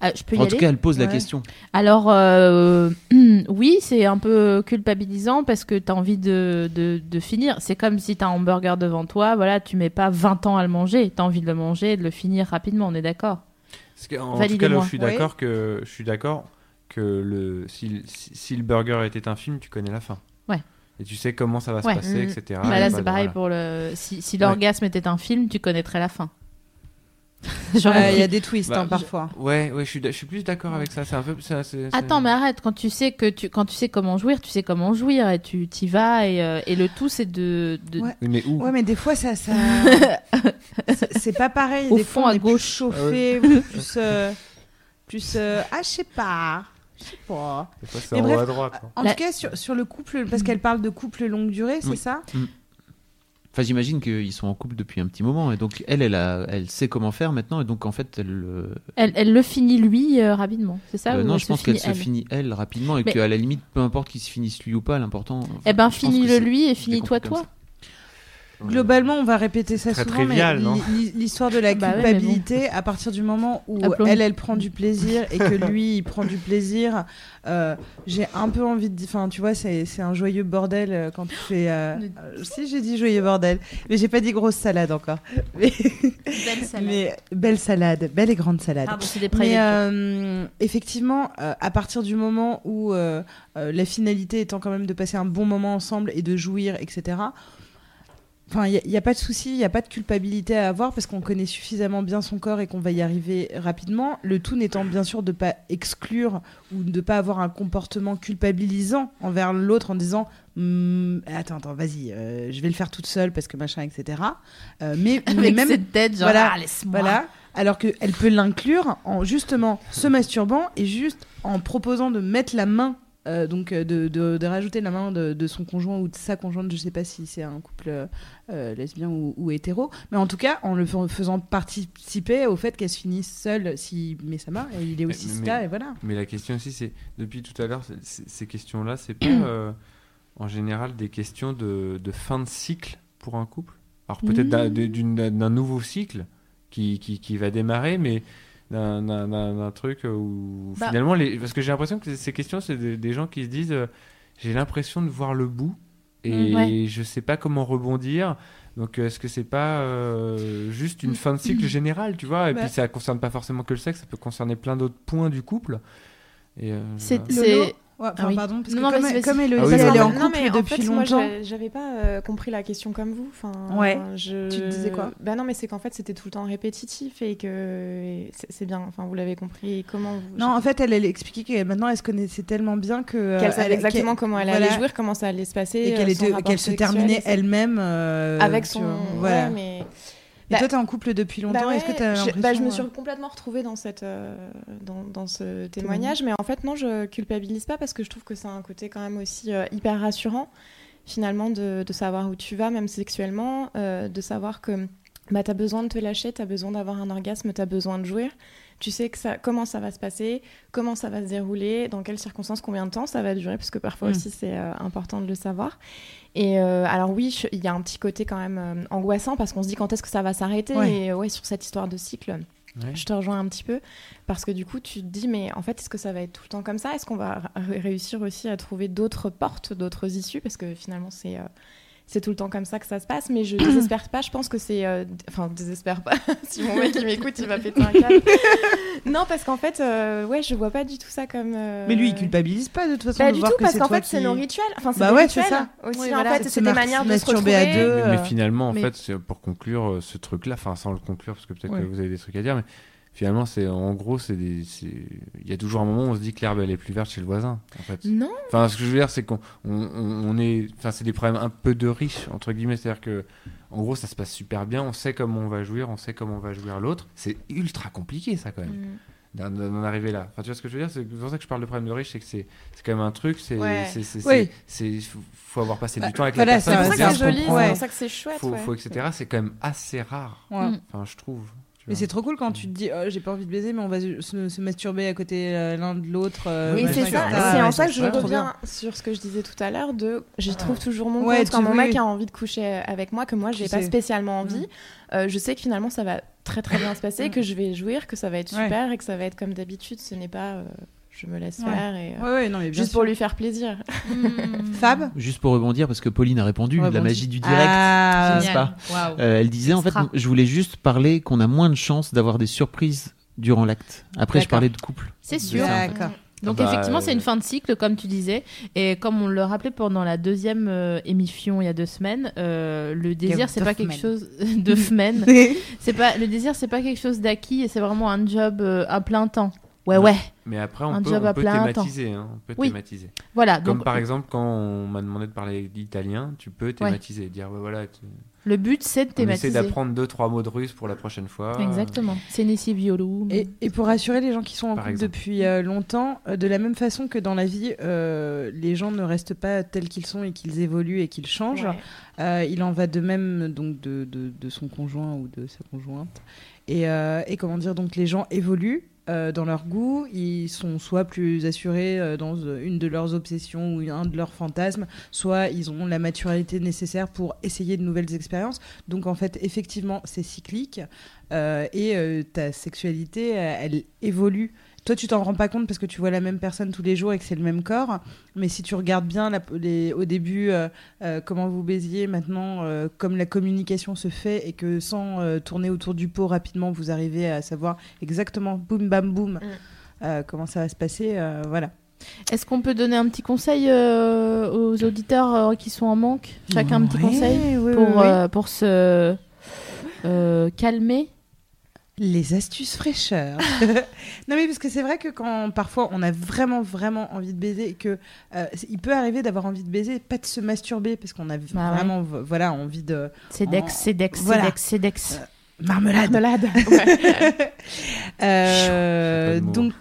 S1: Ah, je peux y
S3: en
S1: aller.
S3: tout cas, elle pose la
S2: Ouais.
S3: question.
S1: Alors, euh, *clears throat* oui, c'est un peu culpabilisant parce que tu as envie de, de, de finir. C'est comme si tu as un hamburger devant toi, voilà, tu mets pas 20 ans à le manger. Tu as envie de le manger et de le finir rapidement, on est d'accord
S5: Parce que, en tout cas, là,
S1: Validez-moi.
S5: je suis d'accord que je suis d'accord que le si, si- si le burger était un film, tu connais la fin.
S1: Ouais.
S5: Et tu sais comment ça va
S1: Ouais.
S5: se
S1: Mm.
S5: passer,
S3: Ah
S5: etc.
S1: Bah là,
S5: Et
S1: c'est
S5: voilà.
S1: pareil pour le. Si, si
S5: Ouais.
S1: l'orgasme était un film, tu connaîtrais la fin. *laughs* J'aurais
S2: Euh, Il y
S1: pris-
S2: a des twists
S5: Bah,
S2: hein,
S5: je-
S2: parfois.
S5: Ouais, ouais, je suis, d'a- je suis plus d'accord avec ça. C'est un peu. ça, c'est- c'est-
S1: Attends, mais arrête. Quand tu sais que tu, quand tu sais comment jouir, tu sais comment jouir et tu t'y vas et, euh, et le tout c'est de, de-
S2: Ouais.
S5: Oui, Mais où
S2: Ouais, mais des fois, ça.
S1: *laughs*
S2: ça... c'est- c'est pas pareil.
S1: Au
S2: des
S1: fond,
S2: fois, on
S1: à
S2: est
S1: gauche.
S2: Plus chauffé,
S5: Ah
S2: ou plus. euh, Plus. euh, Ah, je sais pas. Je sais pas.
S5: Des fois, c'est
S2: Mais
S5: en haut
S2: bref.
S5: à droite. hein.
S2: En
S1: La-
S2: tout cas, sur, sur le couple, parce qu'elle parle de couple longue durée, c'est
S3: Oui.
S2: ça
S3: Enfin, j'imagine qu'ils sont en couple depuis un petit moment et donc elle, elle, a- elle sait comment faire maintenant et donc en fait, elle. euh,
S1: Elle, elle le finit lui euh, rapidement, c'est ça
S3: euh,
S1: ou
S3: non,
S1: elle
S3: je
S1: se
S3: pense
S1: finit,
S3: qu'elle se
S1: elle
S3: finit elle rapidement et
S1: Mais-
S3: qu'à la limite, peu importe qu'il se finisse lui ou pas, l'important.
S1: Eh ben,
S3: je pense que
S1: finis-le
S3: c'est-
S1: lui et
S3: je l'ai
S1: finis-toi
S3: compris comme
S1: toi.
S3: ça.
S1: euh,
S2: Globalement, on va répéter ça
S5: Très
S2: souvent,
S5: trivial,
S2: mais
S5: non
S2: l'hi- l'hi- l'histoire de la
S1: Bah ouais, mais bon.
S2: culpabilité, à partir du moment où
S1: Applaudis.
S2: elle, elle prend du plaisir et que lui, il prend du plaisir, euh, j'ai un peu envie de... Enfin, tu vois, c'est c'est un joyeux bordel euh, quand tu fais... euh,
S1: Ne-
S2: euh, Si, j'ai dit joyeux bordel, mais j'ai pas dit grosse salade encore. Mais,
S1: Belle salade. Ah,
S2: mais belle salade, belle et grande salade.
S1: Pardon, c'est des private
S2: Mais
S1: jokes.
S2: euh, effectivement, euh, à partir du moment où euh, euh, la finalité étant quand même de passer un bon moment ensemble et de jouir, etc., Enfin, il n'y a, pas de souci, il n'y a pas de culpabilité à avoir parce qu'on connaît suffisamment bien son corps et qu'on va y arriver rapidement. Le tout n'étant bien sûr de pas exclure ou de pas avoir un comportement culpabilisant envers l'autre en disant Hum, attends, attends, vas-y, euh, je vais le faire toute seule parce que machin, etc. Euh,
S1: *laughs*
S2: mais, mais
S1: Avec
S2: même
S1: cette tête, genre,
S2: voilà,
S1: ah, laisse-moi.
S2: voilà. Alors qu'elle peut l'inclure en justement se masturbant et juste en proposant de mettre la main, euh, donc euh, de, de- de rajouter la main de, de son conjoint ou de sa conjointe, je sais pas si c'est un couple euh, euh, lesbien ou, ou hétéro, mais en tout cas en le fa- faisant participer au fait qu'elle se finisse seule si met sa main, et il est aussi
S5: mais-
S2: sida, et voilà.
S5: Mais la question aussi, c'est depuis tout à l'heure, c- c- ces questions-là,
S1: *coughs*
S5: c'est pas euh, en général des questions de, de fin de cycle pour un couple. Alors peut-être d'un- de- d'une- d'un nouveau cycle qui, qui, qui va démarrer, mais d'un- d'un d'un- d'un truc où
S1: Bah.
S5: finalement, les, parce que j'ai l'impression que ces questions, c'est des, des gens qui se disent, euh, j'ai l'impression de voir le bout et
S1: Mm, ouais.
S5: je sais pas comment rebondir. Donc euh, est-ce que c'est pas euh, juste une fin de cycle générale, tu vois Et
S2: Bah.
S5: puis ça concerne pas forcément que le sexe, ça peut concerner plein d'autres points du couple. Et, euh,
S1: C'est-
S5: voilà.
S1: C'est-
S2: Lolo Ouais, enfin,
S1: Ah oui.
S2: pardon, parce
S1: Non,
S2: que
S1: non,
S2: comme,
S1: vas-y, vas-y.
S2: comme Héloïse,
S5: Ah oui,
S2: elle est
S5: non,
S2: en
S4: Non,
S2: couple
S4: mais en
S2: depuis
S4: fait, moi,
S2: longtemps.
S4: j'a- j'avais pas euh, compris la question comme vous. Enfin,
S2: Ouais.
S4: je-
S2: Tu te disais quoi
S4: Bah non, mais c'est qu'en fait, c'était tout le temps répétitif et que et c'est c'est bien. Enfin, vous l'avez compris. Et comment vous
S2: Non, en fait, elle, elle expliquait que maintenant elle se connaissait tellement bien que. euh,
S4: qu'elle savait
S2: elle-
S4: exactement
S2: qu'elle-
S4: comment elle
S2: voilà.
S4: allait jouer, comment ça allait se passer,
S2: et qu'elle
S4: euh, son
S2: était-
S4: rapport
S2: qu'elle se
S4: sexuel,
S2: terminait
S4: etc.
S2: elle-même euh,
S4: avec
S2: tu
S4: son.
S2: vois,
S4: Voilà.
S2: voilà.
S4: mais...
S2: Et toi, t'es en couple depuis longtemps.
S4: Bah
S2: Est-ce que
S4: ouais,
S2: t'as
S4: je,
S2: l'impression
S4: bah, je me suis
S2: euh,
S4: complètement retrouvée dans cette euh, dans, dans ce témoignage, mais en fait non, je culpabilise pas parce que je trouve que c'est un côté quand même aussi euh, hyper rassurant finalement de, de savoir où tu vas, même sexuellement, euh, de savoir que bah, tu as besoin de te lâcher, tu as besoin d'avoir un orgasme, tu as besoin de jouir. Tu sais que ça, comment ça va se passer, comment ça va se dérouler, dans quelles circonstances, combien de temps ça va durer, parce que parfois
S2: Mm.
S4: aussi c'est euh, important de le savoir. Et euh, alors oui, je- il y a un petit côté quand même euh, angoissant parce qu'on se dit quand est-ce que ça va s'arrêter.
S2: Ouais.
S4: Et euh, ouais, sur cette histoire de cycle,
S5: Ouais.
S4: je te rejoins un petit peu parce que du coup, tu te dis mais en fait, est-ce que ça va être tout le temps comme ça Est-ce qu'on va r- réussir aussi à trouver d'autres portes, d'autres issues Parce que finalement, c'est euh, c'est tout le temps comme ça que ça se passe, mais je désespère pas. Je pense que c'est. euh, d- Enfin, désespère pas. *laughs* si mon mec il m'écoute, il va péter un *laughs* câble. non, parce qu'en fait, euh, ouais, je vois pas du tout ça comme. euh,
S2: Mais lui, il culpabilise pas de toute façon.
S4: Pas
S2: de
S4: du
S2: voir
S4: tout,
S2: que
S4: parce
S2: c'est
S4: qu'en
S2: toi
S4: fait, c'est
S2: qui-
S4: nos rituels. Enfin, c'est
S2: Bah
S4: des
S2: ouais, c'est
S4: rituels
S2: ça.
S4: aussi.
S1: Oui,
S4: en
S1: voilà.
S4: fait,
S2: C'est
S4: c'est
S2: se
S4: des
S2: mar-
S4: manières de se
S2: masturber à
S4: retrouver.
S2: deux.
S5: Mais, mais
S2: euh,
S5: finalement, en
S4: mais-
S5: fait, c'est pour conclure euh, ce truc-là, enfin sans le conclure, parce que peut-être
S2: Ouais.
S5: que vous avez des trucs à dire, mais finalement, c'est en gros, c'est des- c'est- il y a toujours un moment où on se dit que l'herbe elle est plus verte chez le voisin. En fait.
S4: Non,
S5: Enfin, ce que je veux dire, c'est qu'on on, on- on est, enfin, c'est des problèmes un peu de riches entre guillemets, c'est-à-dire que en gros, ça se passe super bien, on sait comment on va jouir, on sait comment on va jouir l'autre. C'est ultra compliqué, ça quand même, d'en- d'en arriver là. Enfin, tu vois ce que je veux dire C'est pour ça que je parle de problème de riche, c'est que c'est c'est quand même un truc, c'est,
S4: Ouais.
S5: c'est, c'est,
S2: Oui.
S5: c'est- c'est- faut- faut avoir passé
S2: Bah,
S5: du temps avec
S2: voilà,
S5: la personne.
S2: ça-
S4: c'est
S5: pour
S4: pour ça
S2: bien
S4: que
S5: bien
S4: c'est
S2: se
S4: joli,
S2: comprendre.
S4: c'est
S2: Ouais.
S4: pour ça que c'est chouette.
S5: faut,
S4: ouais.
S5: faut, etc. C'est quand même assez rare.
S2: Ouais.
S1: Mm.
S5: Enfin, je trouve. tu
S2: Mais
S5: vois.
S2: c'est trop cool quand tu te dis, oh, j'ai pas envie de baiser, mais on va se, se masturber à côté euh, l'un de l'autre. euh,
S4: Et
S5: Ouais,
S4: c'est
S2: machin,
S4: ça,
S2: etc.
S4: c'est en
S2: Ouais,
S4: ça que je
S2: c'est trop
S4: reviens sur ce que je disais tout à l'heure de j'y trouve toujours mon
S2: Ouais,
S4: compte quand
S2: tu-
S4: mon
S2: oui,
S4: mec
S2: oui.
S4: a envie de coucher avec moi que moi j'ai
S2: Tu
S4: pas
S2: sais.
S4: spécialement envie. Euh, je sais que finalement ça va très très bien se passer,
S2: Mm.
S4: que je vais jouir, que ça va être
S2: Ouais.
S4: super et que ça va être comme d'habitude. Ce n'est pas euh, je me laisse
S2: Ouais.
S4: faire et euh,
S2: Ouais, ouais, non, mais bien
S4: juste pour lui faire plaisir.
S1: Mm.
S2: sûr. Fab
S3: Juste pour rebondir, parce que Pauline a répondu,
S2: Rebondis.
S3: la magie du direct.
S2: Ah,
S3: Génial. pas.
S1: Waouh.
S3: Euh, elle disait, en fait,
S1: Extra.
S3: je voulais juste parler qu'on a moins de chances d'avoir des surprises durant l'acte. Après, je
S2: D'accord.
S3: parlais de couple.
S1: C'est sûr.
S3: ça.
S2: D'accord.
S1: Donc
S5: Ah bah,
S1: effectivement,
S5: euh,
S1: c'est une fin de cycle, comme tu disais. Et comme on le rappelait pendant la deuxième euh, émission il y a deux semaines, euh, le désir, c'est
S2: deux
S1: pas quelque
S2: semaines.
S1: chose *laughs* de semaines.
S4: *laughs*
S1: C'est pas le désir, c'est pas quelque chose d'acquis et c'est vraiment un job euh, à plein temps. Ouais,
S5: Non.
S1: ouais.
S5: Mais après, on
S1: Un
S5: peut,
S1: job
S5: on
S1: à
S5: peut
S1: plein temps.
S5: thématiser. hein, on peut
S1: Oui.
S5: thématiser.
S1: Voilà.
S5: Comme
S1: Donc
S5: par exemple, quand on m'a demandé de parler d'italien, tu peux thématiser. Dire, ouais, voilà, tu-
S1: le but, c'est de
S5: on essaie
S1: thématiser.
S5: d'apprendre deux, trois mots de russe pour la prochaine fois.
S1: Exactement. C'est Nessie Violou.
S2: Et, et pour rassurer les gens qui sont en
S5: Par
S2: couple
S5: exemple.
S2: depuis euh, longtemps, euh, de la même façon que dans la vie, euh, les gens ne restent pas tels qu'ils sont et qu'ils évoluent et qu'ils changent,
S4: Ouais.
S2: Euh, il en va de même donc de, de- de son conjoint ou de sa conjointe. Et, euh, et comment dire, donc les gens évoluent euh, dans leur goût, ils sont soit plus assurés euh, dans euh, une de leurs obsessions ou un de leurs fantasmes, soit ils ont la maturité nécessaire pour essayer de nouvelles expériences. Donc en fait, effectivement, c'est cyclique euh, et euh, ta sexualité, euh, elle évolue. Toi, tu t'en rends pas compte parce que tu vois la même personne tous les jours et que c'est le même corps. Mais si tu regardes bien la- les- au début, euh, euh, comment vous baisiez maintenant, euh, comme la communication se fait et que sans euh, tourner autour du pot rapidement, vous arrivez à savoir exactement boum bam boum
S4: Mm.
S2: euh, comment ça va se passer. euh, voilà.
S1: Est-ce qu'on peut donner un petit conseil euh, aux auditeurs euh, qui sont en manque Chacun un petit
S2: Ouais,
S1: conseil
S2: ouais, ouais,
S1: pour,
S2: ouais.
S1: euh, pour se euh, calmer
S2: Les
S1: *laughs*
S2: astuces fraîcheurs. *laughs* non mais parce que c'est vrai que quand parfois on a vraiment vraiment envie de baiser et que euh, c'est- il peut arriver d'avoir envie de baiser, pas de se masturber parce qu'on a v-
S1: Bah ouais.
S2: vraiment vo- voilà envie de
S1: C'est Dex,
S2: Oh,
S1: c'est Dex, c'est
S2: voilà.
S1: Dex, c'est Dex.
S2: marmelade.
S4: Marmelade. Ouais.
S2: Euh,
S5: Chaud, j'ai pas de mots.
S2: donc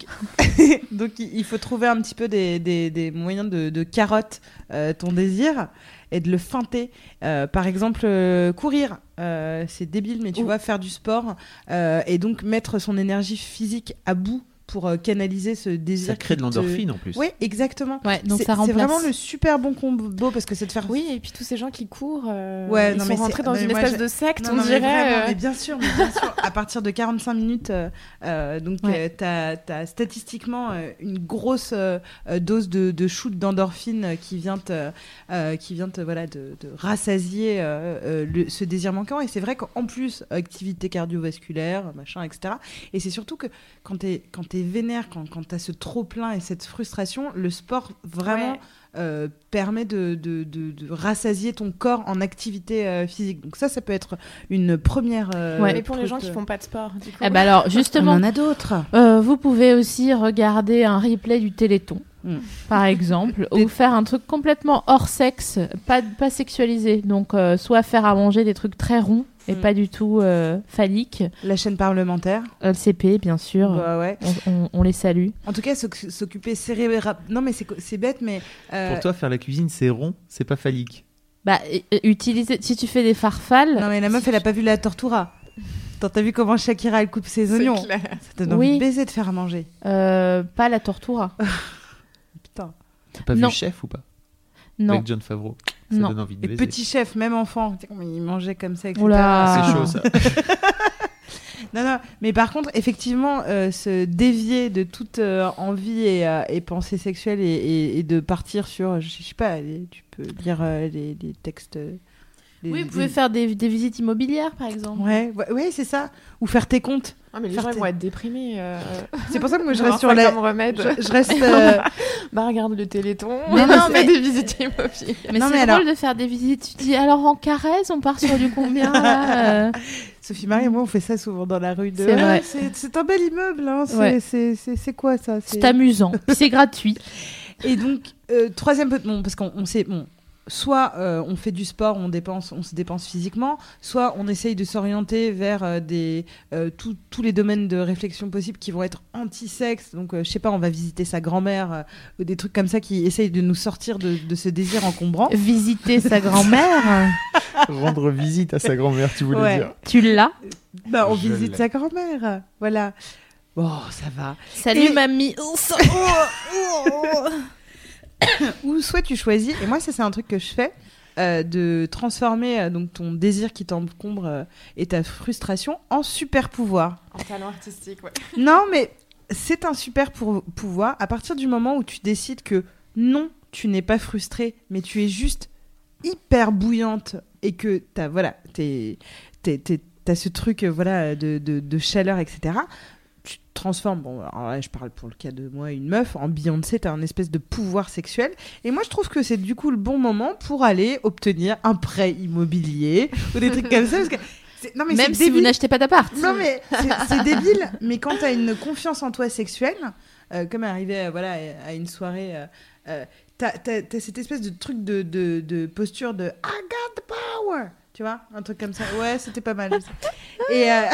S2: *laughs* donc il il faut trouver un petit peu des, des- des moyens de, de carotte euh, ton désir et de le feinter. Euh, par exemple, euh, courir, euh, c'est débile, mais tu
S1: Ouh.
S2: vois, faire du sport euh, et donc mettre son énergie physique à bout pour euh, canaliser ce désir.
S3: Ça crée de l'endorphine en plus.
S2: Oui, exactement.
S1: Ouais, donc
S2: C'est-
S1: ça remplace.
S2: C'est vraiment le super bon combo parce que c'est de faire.
S4: Oui, et puis tous ces gens qui courent, euh,
S2: Ouais,
S4: ils
S2: non,
S4: sont
S2: mais c'est-
S4: rentrés dans
S2: non, mais
S4: une
S2: moi,
S4: espèce
S2: j'ai-
S4: de secte,
S2: Non,
S4: on
S2: non, mais
S4: dirait.
S2: vraiment,
S4: euh,
S2: mais bien sûr, mais bien sûr. à partir de 45 minutes, euh, euh, donc
S1: Ouais.
S2: euh, t'as as statistiquement euh, une grosse euh, euh, dose de, de shoot d'endorphine euh, qui vient te, euh, qui vient te, voilà de, de rassasier euh, euh, le- ce désir manquant. Et c'est vrai qu'en plus activité cardiovasculaire, machin, etc. Et c'est surtout que quand t'es quand t'es vénère, quand quand t'as ce trop plein et cette frustration, le sport vraiment
S4: ouais.
S2: euh, permet de, de, de- de rassasier ton corps en activité euh, physique. Donc ça, ça peut être une première. euh,
S1: Ouais.
S4: Mais pour les
S2: truc,
S4: gens qui
S2: euh, bah,
S4: font pas de sport, du coup.
S1: Eh ben alors, justement,
S2: on en a d'autres.
S1: Euh, vous pouvez aussi regarder un replay du Téléthon,
S2: Mm.
S1: par exemple,
S2: Des-
S1: ou faire un truc complètement hors sexe, pas, pas sexualisé. Donc, euh, soit faire à manger des trucs très ronds et
S2: Mm.
S1: pas du tout euh, phalliques.
S2: La chaîne parlementaire.
S1: LCP, bien sûr,
S2: Bah ouais.
S1: on, on- on les salue.
S2: En tout cas, s'oc- s'occuper cérébral. Non, mais c'est co- c'est bête, mais euh,
S3: Pour toi, faire la cuisine, c'est rond, c'est pas phallique.
S1: Bah, et- et utiliser, si tu fais des farfales.
S2: non mais la meuf, elle a pas vu la tortura. Attends, T'as vu comment Shakira elle coupe ses
S4: c'est
S2: oignons
S4: clair.
S2: Ça donne envie
S1: Oui.
S2: de baiser de faire à manger.
S1: euh, pas la tortura.
S2: Ah. Putain.
S3: T'as pas
S1: Non.
S3: vu Chef ou pas
S1: Non,
S3: Avec John Favreau. Ça
S1: non.
S3: donne envie de
S2: Les
S3: baiser.
S2: petits chefs, même enfant, tu sais comment ils mangeaient comme ça, etc.
S1: Oula.
S3: C'est chaud ça.
S2: Non, non, mais par contre, effectivement, euh, se dévier de toute euh, envie et, euh, et pensée sexuelle et, et- et de partir sur, je sais pas, les- tu peux lire euh, les, les textes. euh, les-
S1: Oui,
S2: les-
S1: vous pouvez faire des, des visites immobilières, par exemple.
S2: Ouais, ouais, ouais, c'est ça. Ou faire tes comptes.
S4: Ah, mais les
S2: Faire
S4: gens ils
S2: tes-
S4: vont être déprimés. euh,
S2: C'est pour ça que moi je
S4: d'avoir
S2: reste sur
S4: ça
S2: la.
S4: comme
S1: Eh
S4: remède.
S1: ben.
S2: Je, je reste.
S1: *laughs*
S2: euh,
S4: Bah regarde le Téléthon.
S1: Mais
S4: *laughs*
S1: non, mais-
S4: fais des visites immobilières.
S1: Mais
S2: Non,
S1: c'est
S2: mais
S1: drôle
S2: alors-
S1: de faire des visites. Tu dis alors en caresse, on part sur du
S2: *laughs*
S1: combien là, euh
S2: Sophie Marie et moi, on fait ça souvent dans la rue. De...
S1: C'est vrai.
S2: Ah, C'est c'est un bel immeuble. Hein. C'est
S1: Ouais.
S2: c'est- c'est- c'est quoi ça C'est-
S1: C'est amusant, puis c'est gratuit.
S2: Et donc, euh, troisième peu bon, parce qu'on on sait, bon, soit euh, on fait du sport, on dépense, on se dépense physiquement, soit on essaye de s'orienter vers euh, des euh, tout- tous les domaines de réflexion possibles qui vont être anti-sexe. Donc, euh, je sais pas, on va visiter sa grand-mère euh, ou des trucs comme ça qui essayent de nous sortir de, de ce désir encombrant.
S1: Visiter sa grand-mère,
S3: *laughs* Rendre visite à sa grand-mère, tu voulais
S2: Ouais.
S3: dire.
S1: tu l'as.
S2: Bah, on
S5: Je
S2: visite
S5: l'ai.
S2: sa grand-mère, voilà. Bon, ça va.
S1: Salut
S2: Et-
S1: mamie.
S2: ou soit tu choisis, et moi ça c'est un truc que je fais, euh, de transformer euh, donc ton désir qui t'encombre euh, et ta frustration en super pouvoir.
S4: En talent artistique, ouais.
S2: Non, mais c'est un super pour- pouvoir à partir du moment où tu décides que non, tu n'es pas frustré, mais tu es juste hyper bouillante et que t'as voilà, t'es t'es- t'es- t'as ce truc euh, voilà de, de- de chaleur, etc. Tu te transformes. Bon, alors là, je parle pour le cas de moi, une meuf en Beyoncé, t'as un espèce de pouvoir sexuel. Et moi, je trouve que c'est du coup le bon moment pour aller obtenir un prêt immobilier ou des trucs comme ça. Parce que c'est- non, mais
S1: Même
S2: c'est
S1: si vous
S2: débile.
S1: n'achetez pas d'appart.
S2: Non mais c'est- c'est débile, mais quand t'as une confiance en toi sexuelle, euh, comme arrivé euh, voilà à une soirée, euh, euh, t'as- t'as t'as cette espèce de truc de, de, de posture de I got the power, tu vois, un truc comme ça. Ouais, c'était pas mal. Et euh,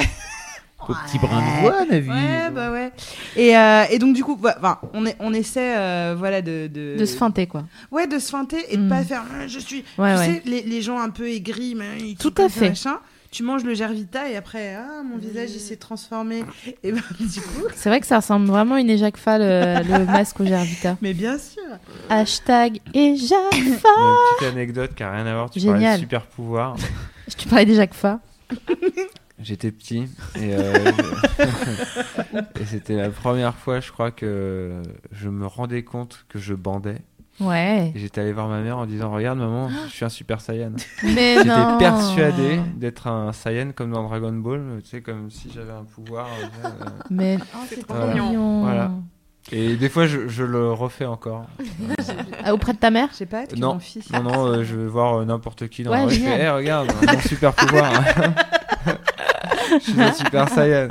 S3: Au petit brin de voix, la vie.
S2: ouais, bah ouais. Et, euh, et donc du coup, bah, enfin, on, est, on essaie euh, voilà de de,
S1: De se feinter quoi.
S2: ouais de se feinter et de
S1: Mm.
S2: pas faire Ah, je suis
S1: Ouais,
S2: tu
S1: ouais.
S2: sais, les, les gens un peu aigris, mais ils
S1: Tout
S2: sont comme
S1: à
S2: ça,
S1: fait.
S2: machin. Tu manges le gervita et après, ah, mon visage il s'est transformé. Et ben, du coup.
S1: C'est vrai que ça ressemble vraiment à une éjacfa le, le
S2: *laughs*
S1: masque au Gervita.
S2: Mais bien sûr.
S1: Hashtag éjacfa.
S5: Euh, Une petite anecdote qui a rien à voir. Tu parlais
S1: Génial.
S5: de super pouvoir.
S1: Tu parlais d'éjacfa.
S5: J'étais petit
S1: *laughs*
S5: et, euh, je- et c'était la première fois, je crois, que je me rendais compte que je bandais.
S1: Ouais.
S5: Et j'étais allé voir ma mère en disant
S1: *gasps*
S5: Regarde, maman, je suis un super saiyan.
S1: Mais
S5: J'étais
S1: non.
S5: persuadé d'être un saiyan comme dans Dragon Ball, tu sais, comme si j'avais un pouvoir. euh,
S1: Mais
S4: c'est
S5: Voilà.
S1: mignon.
S5: Voilà. Et des fois, je, je le
S1: *laughs*
S5: refais encore.
S1: Ah, auprès de ta mère
S2: Je sais pas, tu
S5: Non.
S2: m'en fiches.
S5: Non, non, euh, je vais voir euh, n'importe qui dans
S1: Ouais,
S5: la rue. Je
S1: génial.
S5: fais, Eh, regarde, mon
S1: *laughs*
S5: super pouvoir. *laughs* je suis un super saiyan.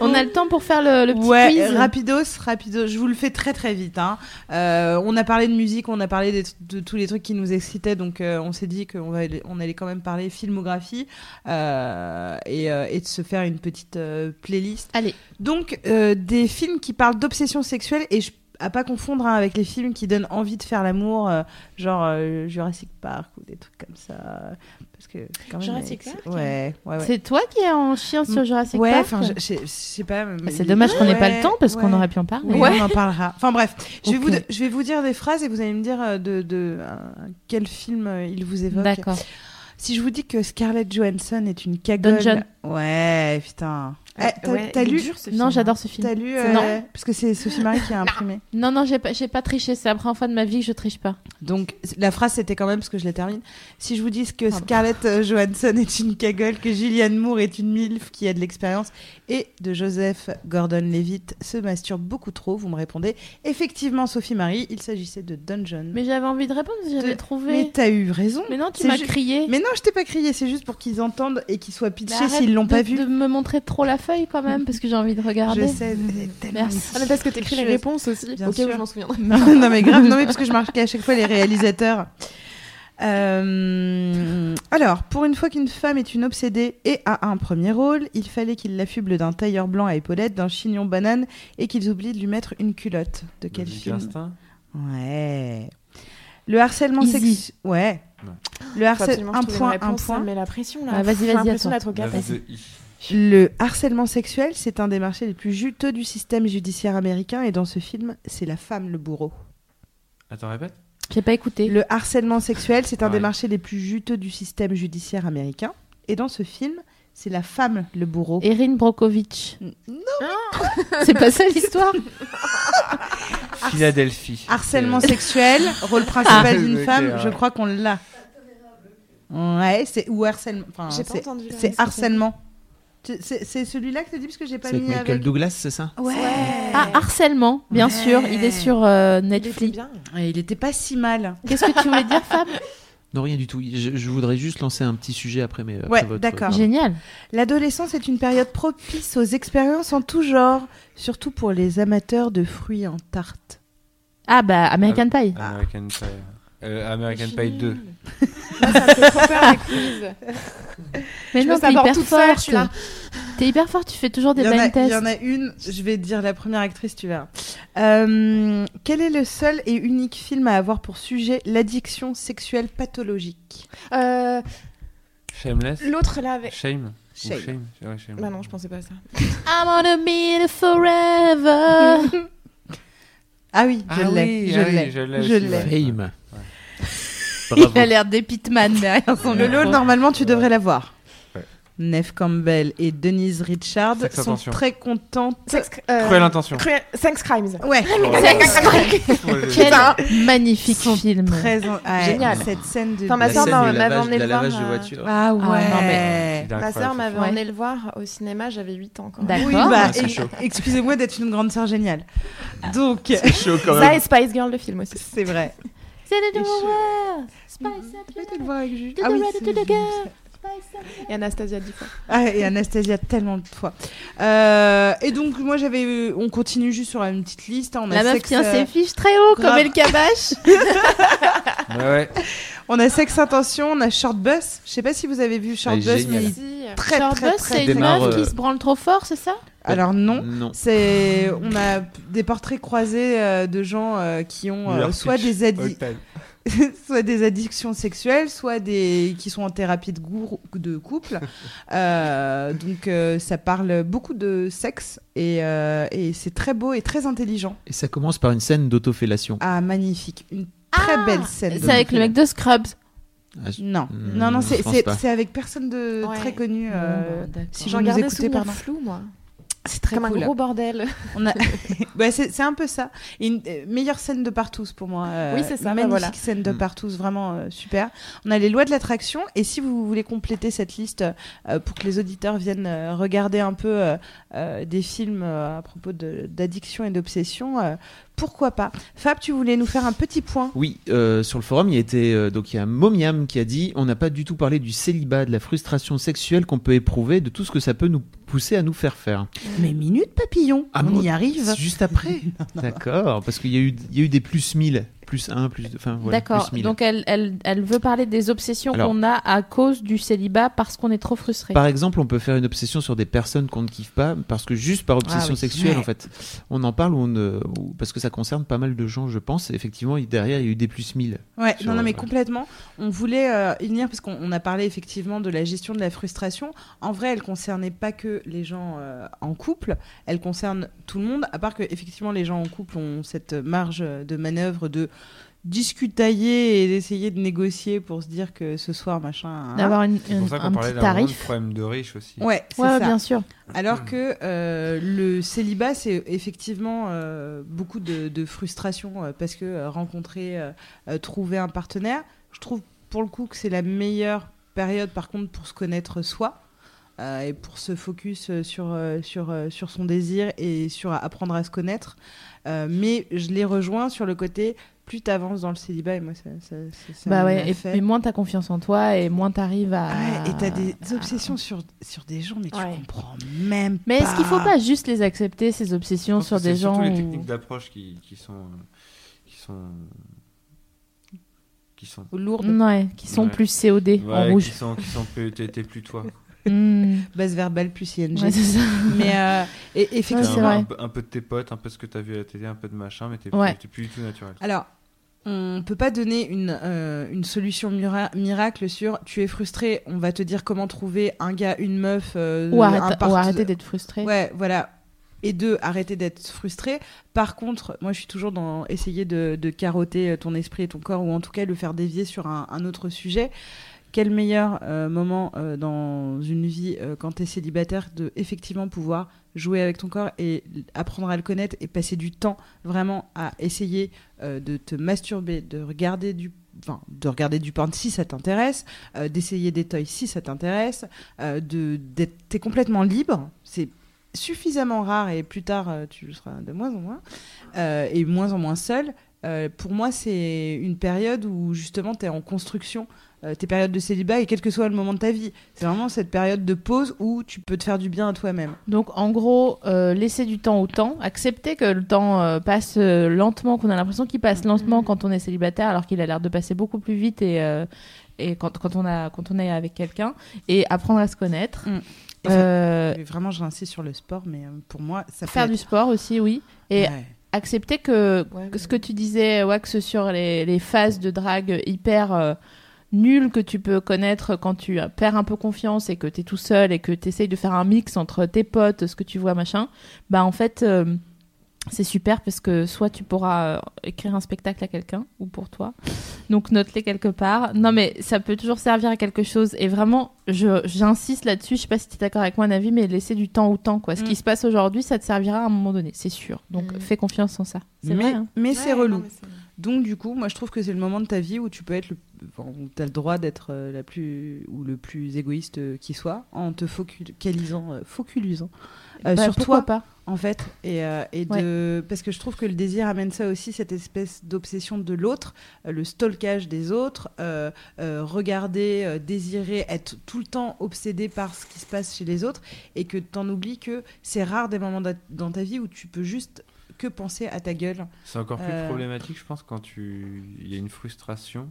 S1: On a le temps pour faire le, le petit
S2: ouais,
S1: quiz
S2: rapidos, rapidos. Je vous le fais très très vite. hein. Euh, on a parlé de musique, on a parlé des- de tous les trucs qui nous excitaient, donc euh, on s'est dit qu'on va, aller- on allait quand même parler filmographie euh, et, euh, et de se faire une petite euh, playlist.
S1: Allez.
S2: Donc euh, des films qui parlent d'obsession sexuelle et je- à pas confondre hein, avec les films qui donnent envie de faire l'amour, euh, genre euh, Jurassic Park ou des trucs comme ça. Parce que c'est quand même
S4: Jurassic
S2: ex-
S1: hein.
S4: Park,
S2: ouais, ouais, ouais.
S1: C'est toi qui es en chien sur Jurassic
S2: Ouais,
S1: Park
S2: enfin, je- je je sais pas. mais-
S1: Ah, C'est dommage qu'on n'ait pas le
S2: Ouais,
S1: temps parce qu'on
S2: ouais.
S1: aurait pu en parler.
S2: Oui,
S4: Ouais.
S2: on en parlera. Enfin bref, je, vais
S1: Ok.
S2: vous, de- je vais vous dire des phrases et vous allez me dire euh, de, de euh, quel film euh, il vous évoque.
S1: D'accord.
S2: Si je vous dis que Scarlett Johansson est une cagole.
S1: Dungeon.
S2: Ouais, putain. Eh, t'as
S4: Euh, Ouais,
S2: t'as
S4: il est
S2: lu
S4: dur, ce film,
S1: Non,
S4: hein.
S1: j'adore ce film.
S2: T'as lu
S1: C'est-
S2: euh, Parce que c'est Sophie Marie qui a imprimé.
S1: Non, non, j'ai pas, j'ai pas triché. C'est la première fois de ma vie que je triche pas.
S2: Donc la phrase c'était quand même parce que je la termine. Si je vous dis que
S1: Pardon.
S2: Scarlett euh, Johansson est une cagole, que Julianne Moore est une milf qui a de l'expérience et de Joseph Gordon-Levitt se masturbe beaucoup trop, vous me répondez effectivement Sophie Marie, il s'agissait de Dungeon.
S1: Mais j'avais envie de répondre parce que j'avais
S2: De- Mais
S1: trouvé.
S2: t'as eu raison.
S1: Mais non, tu
S2: C'est
S1: m'as
S2: ju-
S1: crié.
S2: Mais non, je t'ai pas crié, c'est juste pour qu'ils entendent et qu'ils soient
S1: Mais
S2: pitchés
S1: arrête
S2: s'ils l'ont
S1: de-
S2: pas vu.
S1: De me montrer trop la feuille quand même parce que j'ai envie de
S2: Je
S1: regarder.
S2: sais, mais tellement
S1: Merci.
S4: Ah, mais parce que t'écris les
S2: Je-
S4: réponses aussi.
S2: Bien
S4: ok,
S2: sûr.
S4: je m'en souviens.
S2: Non, *laughs* non, mais grave, non, mais parce que je marquais à chaque fois les réalisateurs. Euh, alors, pour une fois qu'une femme est une obsédée et a un premier rôle, il fallait qu'il l'affuble d'un tailleur blanc à épaulettes, d'un chignon banane et qu'ils oublient de lui mettre une culotte. De quel
S5: Basic
S2: film
S5: Instinct
S2: Ouais. Le harcèlement
S1: Easy.
S2: sexuel. Ouais.
S5: Non.
S2: Le
S4: Faut
S2: harcèlement.
S4: absolument que je
S2: Un
S4: trouve une
S2: point, un
S4: réponse, ça
S2: point.
S4: me met la pression là.
S1: Ah, vas-y,
S4: J'ai
S1: vas-y,
S4: l'impression
S1: à toi.
S4: d'être au
S5: La
S4: cap.
S5: vie de I.
S2: Le harcèlement sexuel, c'est un des marchés les plus juteux du système judiciaire américain et dans ce film, c'est la femme le bourreau.
S5: Attends, répète.
S1: J'ai pas écouté.
S2: Le harcèlement sexuel, c'est un
S5: Ouais.
S2: des marchés les plus juteux du système judiciaire américain. Et dans ce film, c'est la femme le bourreau.
S1: Erin Ah. Brokovich.
S2: Non.
S1: C'est pas ça l'histoire
S5: Philadelphie.
S2: Harcèlement
S3: *laughs*
S5: Euh,
S2: sexuel, rôle principal
S5: Ah.
S2: d'une
S5: Ok,
S2: femme,
S5: ouais.
S2: je crois qu'on l'a. Ouais, c'est ou harcèlement. Enfin,
S4: J'ai pas
S2: c'est-
S4: entendu. la
S2: c'est
S4: réponse.
S2: harcèlement. Tu- C'est c'est celui-là que t'as dit parce que j'ai pas
S3: C'est avec
S2: mis
S3: Michael
S2: avec.
S3: Douglas, c'est ça
S2: Ouais.
S1: *laughs* Ah, harcèlement, bien
S2: Ouais.
S1: sûr. Il est sur euh,
S4: Il était
S1: Netflix.
S4: bien.
S2: Et Ah, il était pas si mal.
S1: Qu'est-ce que tu voulais dire, Fab
S3: Non, rien du tout. Je, je voudrais juste lancer un petit sujet après, mais après
S2: Ouais,
S3: votre-
S2: d'accord. Pardon.
S1: Génial.
S2: L'adolescence est une période propice aux expériences en tout genre, surtout pour les amateurs de fruits en tarte.
S1: Ah bah, American Pie.
S5: American Pie. Euh, American
S4: Je suis
S5: Pie
S4: nulle.
S5: 2.
S4: *laughs* Moi, ça me fait trop peur les quiz.
S1: Mais
S4: Je
S1: non,
S4: veux
S1: t'es
S4: savoir
S1: hyper
S4: toute seule, je
S1: forte.
S4: suis là.
S1: T'es hyper forte, tu fais toujours des
S2: Il y, en a,
S1: blind
S2: il y
S1: tests.
S2: en a une, je vais te dire la première actrice, tu verras. Euh, quel est le seul et unique film à avoir pour sujet l'addiction sexuelle pathologique
S4: Euh,
S5: Shameless
S4: L'autre là avec.
S5: Shame Ou
S2: Shame.
S5: Shame. Ouais, shame.
S4: Bah non, je pensais pas à ça.
S1: I'm gonna be the forever.
S2: Ah oui, je
S5: Ah
S2: l'ai,
S5: oui,
S2: je
S5: ah oui,
S2: l'ai,
S5: je l'ai
S2: je
S5: aussi,
S2: l'ai.
S5: ouais.
S3: Fame. Bravo.
S1: Il a l'air d'Epitman derrière son
S5: Ouais.
S2: Lolo,
S1: micro.
S2: normalement, tu devrais l'avoir.
S5: Ouais.
S2: Neve Campbell et Denise Richard
S5: Sex
S2: sont
S5: Intention.
S2: très contentes.
S4: Sex, euh,
S5: Cruelle intention.
S4: Cruel- Sex Crimes.
S2: Ouais,
S1: Quel
S4: Putain.
S1: magnifique
S2: Son
S1: film.
S2: très en- ouais,
S4: Génial.
S2: Cette scène de.
S4: Enfin, ma
S3: La
S4: sœur
S3: scène
S4: m'a- Ah,
S3: de
S4: m'avait
S3: lavage-
S4: emmené
S3: de
S4: le
S3: lavage
S4: voir,
S3: de
S4: euh,
S3: voiture.
S2: Ah ouais.
S1: non,
S5: mais- euh, Il est
S4: Ma
S5: incroyable,
S4: sœur
S5: ce
S4: m'avait
S1: film.
S4: emmené le voir au cinéma, j'avais 8 ans quand même.
S1: D'accord.
S2: Oui, bah,
S3: Ah, c'est
S2: et-
S3: chaud.
S2: excusez-moi d'être une grande sœur géniale.
S5: Ah.
S2: Donc, *laughs*
S3: Chaud quand
S4: Ça et Spice Girl le film aussi.
S2: c'est vrai.
S1: C'est
S2: Et
S1: le
S2: je-
S1: nouveau
S2: Mhm.
S1: Spice up your life. To
S2: Ah
S1: the
S2: oui,
S1: red, to
S2: c'est-
S1: the girl. Spice up.
S4: Et Anastasia Dupont.
S2: Ah, et Anastasia tellement de fois. Euh, et donc, moi, j'avais. eu- On continue juste sur une petite liste. hein. On
S1: La
S2: a
S1: meuf
S2: sexe,
S1: tient
S2: euh,
S1: ses fiches très haut comme
S2: grave.
S1: El Kabash.
S5: Ouais, ouais.
S2: On a sexe intention, on a short bus. Je sais pas si vous avez vu short
S3: Ah,
S2: bus,
S3: génial.
S2: mais il-
S4: Si.
S2: *laughs* très
S1: Short
S2: très
S1: Bus,
S2: très.
S1: c'est
S2: très-
S1: une
S3: Démarre,
S1: meuf qui
S3: euh,
S1: se branle trop fort, c'est ça
S2: Alors non.
S3: Non.
S2: C'est on a des portraits croisés euh, de gens euh, qui ont euh,
S5: Leur
S2: soit
S5: pitch.
S2: des addi-
S5: Old time.
S2: *laughs* soit des addictions sexuelles, soit des qui sont en thérapie de, gour- de couple. Euh, donc euh, ça parle beaucoup de sexe et, euh, et c'est très beau et très intelligent.
S3: Et ça commence par une scène d'autofellation.
S2: Ah magnifique, une très
S1: Ah,
S2: belle scène.
S1: C'est avec le mec de Scrubs.
S3: Ah, je-
S2: Non,
S3: Hmm,
S2: non, non,
S3: je
S2: c'est-
S3: pense
S2: c'est
S3: pas.
S2: c'est avec personne de
S4: Ouais.
S2: très connu. euh,
S1: Bon, bah, d'accord.
S2: si
S4: J'en
S2: vous nous
S4: gardais
S2: écoutez,
S4: souvenir
S2: pardon.
S4: flou, moi.
S1: C'est très
S4: Comme
S1: cool.
S4: un gros bordel.
S1: On
S4: *laughs*
S1: a-
S2: Ouais, c'est c'est un peu ça. Et Une euh, meilleure scène de partous pour moi. euh,
S4: Oui, c'est ça, bah
S2: Magnifique
S4: voilà.
S2: scène de
S3: Mm.
S2: partous, vraiment euh, super. On a les lois de l'attraction. Et si vous voulez compléter cette liste euh, pour que les auditeurs viennent euh, regarder un peu euh, euh, des films euh, à propos de- d'addiction et d'obsession, euh, pourquoi pas Fab, tu voulais nous faire un petit point
S3: Oui, euh, sur le forum, il y a été euh, donc il y a Momiam qui a dit on n'a pas du tout parlé du célibat, de la frustration sexuelle qu'on peut éprouver, de tout ce que ça peut nous pousser à nous faire faire.
S2: Mais minute papillon,
S3: Ah
S2: on
S3: bon
S2: y arrive.
S3: C'est juste
S2: *laughs*
S3: après. D'accord, parce qu'il y a eu il y a eu des plus 1000, plus 1, plus 2, enfin voilà,
S1: D'accord.
S3: plus 1000.
S1: Donc elle, elle, elle veut parler des obsessions
S3: Alors-
S1: qu'on a à cause du célibat parce qu'on est trop frustré.
S3: Par exemple, on peut faire une obsession sur des personnes qu'on ne kiffe pas, parce que juste
S1: Ah
S3: par obsession
S2: oui.
S3: sexuelle,
S2: Ouais.
S3: en fait, on en parle ou on, ne- ou- parce que ça concerne pas mal de gens, je pense. Et effectivement, il- derrière, il y a eu des plus 1000.
S2: Ouais,
S3: Sur-
S2: non, non, mais
S3: ouais.
S2: complètement. On voulait euh, unir, parce qu'on on a parlé effectivement de la gestion de la frustration. En vrai, elle concernait pas que les gens euh, en couple, elle concerne tout le monde, à part que effectivement les gens en couple ont cette marge euh, de manœuvre de discutailler et d'essayer de négocier pour se dire que ce soir, machin... hein.
S1: D'avoir une-
S5: Ah, C'est pour ça
S1: un-
S5: qu'on
S1: un
S5: parlait
S1: petit
S5: d'un gros
S1: tarif.
S5: problème de riche aussi.
S2: Ouais, c'est
S1: Ouais, ouais,
S2: ça.
S1: bien sûr.
S2: Alors que euh, le célibat, c'est effectivement euh, beaucoup de, de frustration euh, parce que euh, rencontrer, euh, euh, trouver un partenaire, je trouve pour le coup que c'est la meilleure période par contre pour se connaître soi euh, et pour se focus euh, sur, euh, sur, euh, sur son désir et sur apprendre à se connaître. Euh, mais je les rejoins sur le côté plus t'avances dans le célibat et moi ça, ça, ça- ça
S1: Bah
S2: m'a
S1: ouais. Et,
S2: fait.
S1: et moins t'as confiance en toi et moins t'arrives à.
S2: Ah ouais, et t'as des
S1: à-
S2: obsessions sur, sur des gens, mais tu
S1: Ouais.
S2: comprends même
S1: Mais
S2: pas.
S1: est-ce qu'il faut pas juste les accepter ces obsessions
S5: Je pense
S1: sur
S5: que c'est
S1: des gens euh,
S5: surtout les
S1: où-
S5: techniques d'approche qui, qui sont. euh, qui sont. qui sont.
S2: Lourdes.
S1: Ouais, qui sont
S5: Ouais.
S1: plus COD en
S5: ouais,
S1: rouge.
S5: Qui sont, qui sont plus, t'es, t'es plus toi.
S2: *laughs*
S1: Mm.
S2: base verbale plus ING.
S1: Ouais, c'est ça.
S2: mais euh, et-
S5: T'as
S1: Ouais,
S2: effectivement.
S1: c'est
S5: un,
S1: vrai.
S5: un peu- un peu de tes potes, un peu ce que t'as vu à la télé, un peu de machin, mais t'es, plus-
S1: Ouais.
S5: t'es plus du tout naturel.
S2: Alors, on peut pas donner une, euh, une solution mira- miracle sur tu es frustré, on va te dire comment trouver un gars, une meuf, euh,
S1: Ou,
S2: un
S1: arrête-
S2: part-
S1: ou arrêter d'être frustré.
S2: Ouais, voilà. Et deux, arrêter d'être frustré. Par contre, moi, je suis toujours dans essayer de, de carotter euh, ton esprit et ton corps, ou en tout cas le faire dévier sur un, un autre sujet. Quel meilleur euh, moment euh, dans une vie euh, quand tu es célibataire de effectivement pouvoir jouer avec ton corps et l- apprendre à le connaître et passer du temps vraiment à essayer euh, de te masturber, de regarder du, enfin, de regarder du porn si ça t'intéresse, euh, d'essayer des toys si ça t'intéresse, euh, de d'être t'es complètement libre. C'est suffisamment rare et plus tard euh, tu le seras de moins en moins euh, et moins en moins seul. Euh, pour moi, c'est une période où justement tu es en construction, euh, tes périodes de célibat et quel que soit le moment de ta vie. C'est vraiment cette période de pause où tu peux te faire du bien à toi-même.
S1: Donc en gros, euh, laisser du temps au temps, accepter que le temps euh, passe euh, lentement, qu'on a l'impression qu'il passe
S2: Mm-hmm.
S1: lentement quand on est célibataire, alors qu'il a l'air de passer beaucoup plus vite et, euh, et quand, quand, on a, quand on est avec quelqu'un, et apprendre à se connaître.
S2: Mm. Et
S1: Euh,
S2: Mais Vraiment, je réinsiste sur le sport, mais euh, pour moi, ça peut
S1: faire
S2: être-
S1: du sport aussi, oui. Et
S2: Ouais.
S1: accepter que,
S4: Ouais,
S1: que ce que tu disais, Wax, sur les, les phases de drague hyper euh, nulles que tu peux connaître quand tu euh, perds un peu confiance et que tu es tout seul et que tu essayes de faire un mix entre tes potes, ce que tu vois, machin, bah en fait, euh, c'est super parce que soit tu pourras euh, écrire un spectacle à quelqu'un ou pour toi. Donc note-les quelque part. Non mais ça peut toujours servir à quelque chose. Et vraiment, je- j'insiste là-dessus. Je sais pas si tu es d'accord avec moi, Navi, mais laisser du temps au temps. Quoi. Ce
S2: Mm.
S1: qui se passe aujourd'hui, ça te servira à un moment donné, c'est sûr. Donc
S4: Mm.
S1: fais confiance en ça. C'est
S2: Mais,
S1: vrai. hein.
S2: mais c'est
S4: non,
S2: relou.
S4: mais c'est-
S2: Donc du coup, moi je trouve que c'est le moment de ta vie où tu peux être le, enfin, où t'as le droit d'être euh, la plus ou le plus égoïste euh, qui soit en te focalisant, euh, foculisant euh,
S1: Bah,
S2: sur
S1: pourquoi
S2: toi
S1: pas.
S2: en fait et, euh, et de parce que je trouve que le désir amène ça aussi cette espèce d'obsession de l'autre, euh, le stalkage des autres, euh, euh, regarder, euh, désirer, être tout le temps obsédé par ce qui se passe chez les autres et que t'en oublies que c'est rare des moments da- dans ta vie où tu peux juste que penser à ta gueule.
S5: C'est encore plus
S2: Euh.
S5: problématique, je pense, quand tu... il y a une frustration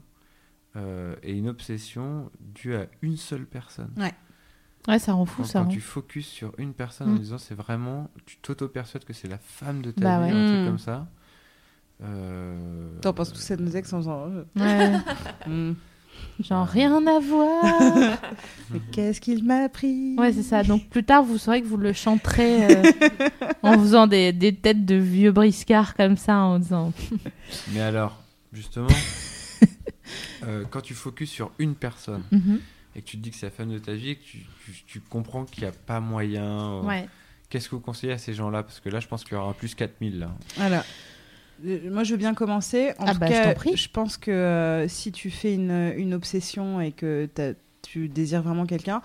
S5: euh, et une obsession due à une seule personne.
S1: Ouais, ça rend fou
S5: Quand,
S1: ça.
S5: quand
S1: hein.
S5: tu focuses sur une personne en
S1: Mm.
S5: disant c'est vraiment, tu t'auto-persuades que c'est la femme de ta
S1: Bah
S5: vie,
S1: ouais.
S5: un truc
S2: Mm.
S5: comme ça. Euh,
S2: T'en penses tous ça nos ex en faisant, euh, *laughs*
S1: Ouais.
S2: Hmm.
S1: Genre rien à voir.
S2: *laughs* Mais qu'est-ce qu'il m'a pris
S1: Ouais, c'est ça. Donc plus tard, vous saurez que vous le chanterez euh, en faisant des, des têtes de vieux briscards comme ça, en disant.
S5: Mais alors,
S1: *laughs*
S5: justement, euh, quand tu focuses sur une personne
S1: Mhm.
S2: Mm-hmm.
S5: et que tu te dis que c'est la femme de ta vie et que tu, tu- tu comprends qu'il n'y a pas moyen, euh,
S1: Ouais.
S5: Qu'est-ce que vous conseillez à ces gens-là Parce que là, je pense qu'il y aura un plus 4000. Là.
S2: Alors, euh, moi, je veux bien commencer. En
S1: Ah
S2: tout
S1: bah, je
S2: cas,
S1: t'en prie.
S2: pense que euh, si tu fais une, une obsession et que t'as- tu désires vraiment quelqu'un,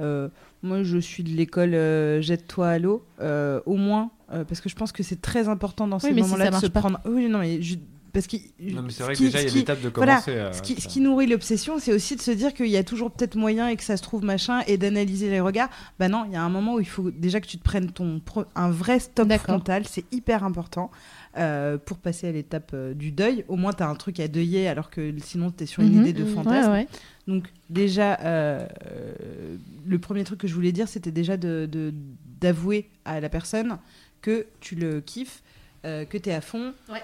S2: euh, moi, je suis de l'école euh, jette-toi à l'eau, euh, au moins, euh, parce que je pense que c'est très important dans ces
S1: mais si
S2: moments-là
S1: ça
S2: de se
S1: marche pas.
S2: prendre. Oui, non, mais je- parce que.
S5: Non, mais c'est
S2: ce
S5: vrai que
S2: qui-
S5: déjà,
S2: ce
S5: il y a
S2: qui-
S5: l'étape de
S2: voilà,
S5: commencer. euh, à-
S2: ce qui, ce qui nourrit l'obsession, c'est aussi de se dire qu'il y a toujours peut-être moyen et que ça se trouve machin et d'analyser les regards. Bah non, il y a un moment où il faut déjà que tu te prennes ton pro- un vrai stop
S1: D'accord.
S2: frontal, c'est hyper important euh, pour passer à l'étape euh, du deuil. Au moins, tu as un truc à deuiller alors que sinon, tu es sur une
S1: Mhm.
S2: idée de
S4: Mhm.
S2: fantasme.
S1: Ouais, ouais.
S2: Donc déjà, euh, euh, le premier truc que je voulais dire, c'était déjà de- de- d'avouer à la personne que tu le kiffes, euh, que tu es à fond.
S1: Ouais.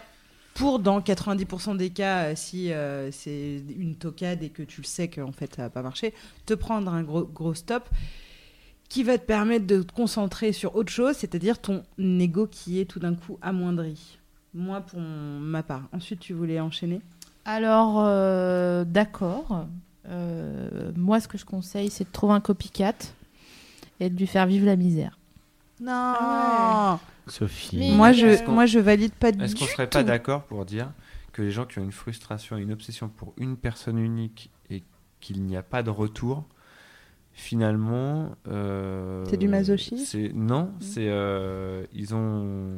S2: Pour dans 90% des cas, euh, si euh, c'est une tocade et que tu le sais qu'en fait ça va pas marcher, te prendre un gros, gros stop qui va te permettre de te concentrer sur autre chose, c'est-à-dire ton ego qui est tout d'un coup amoindri. Moi, pour mon- ma part. Ensuite, tu voulais enchaîner
S1: Alors, euh, d'accord. Euh, moi, ce que je conseille, c'est de trouver un copycat et de lui faire vivre la misère.
S2: Non
S4: Ah
S3: Sophie.
S4: Mais-
S2: Moi
S4: Et
S2: je,
S4: est-ce qu'on-
S2: moi, je valide pas du
S5: Est-ce qu'on serait
S2: *laughs*
S5: pas d'accord pour dire que les gens qui ont une frustration, une obsession pour une personne unique et qu'il n'y a pas de retour, finalement. euh,
S2: C'est du masochisme Mmh.
S5: c'est- Non, c'est. euh, ils, ont,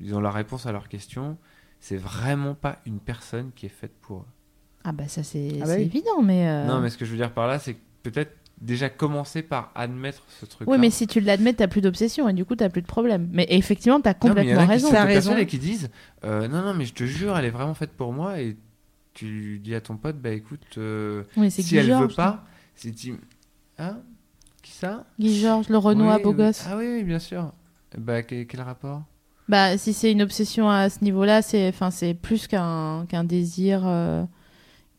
S5: ils ont la réponse à leur question. C'est vraiment pas une personne qui est faite pour eux.
S1: Ah bah ça, c'est
S2: Ah bah
S1: c'est
S2: oui.
S1: évident, mais... euh,
S5: Non, mais ce que je veux dire par là, c'est que peut-être déjà commencer par admettre ce truc.
S1: Oui, mais si tu l'admets, t'as plus d'obsession et du coup, t'as plus de problème. Mais effectivement, t'as complètement raison.
S2: T'as
S5: T'as raison.
S2: raison.
S5: et qui disent euh, non, non, mais je te jure, elle est vraiment faite pour moi. Et tu dis à ton pote, bah écoute, euh,
S1: Oui, c'est
S5: si
S1: Guy
S5: elle
S1: Georges.
S5: veut pas, c'est dit hein, qui ça
S1: Guy Georges, le Renoir,
S5: Oui,
S1: beau
S5: oui.
S1: gosse.
S5: Ah oui, oui, bien sûr. Bah que- quel rapport
S1: Bah, si c'est une obsession à ce niveau-là, c'est enfin c'est plus qu'un qu'un désir euh,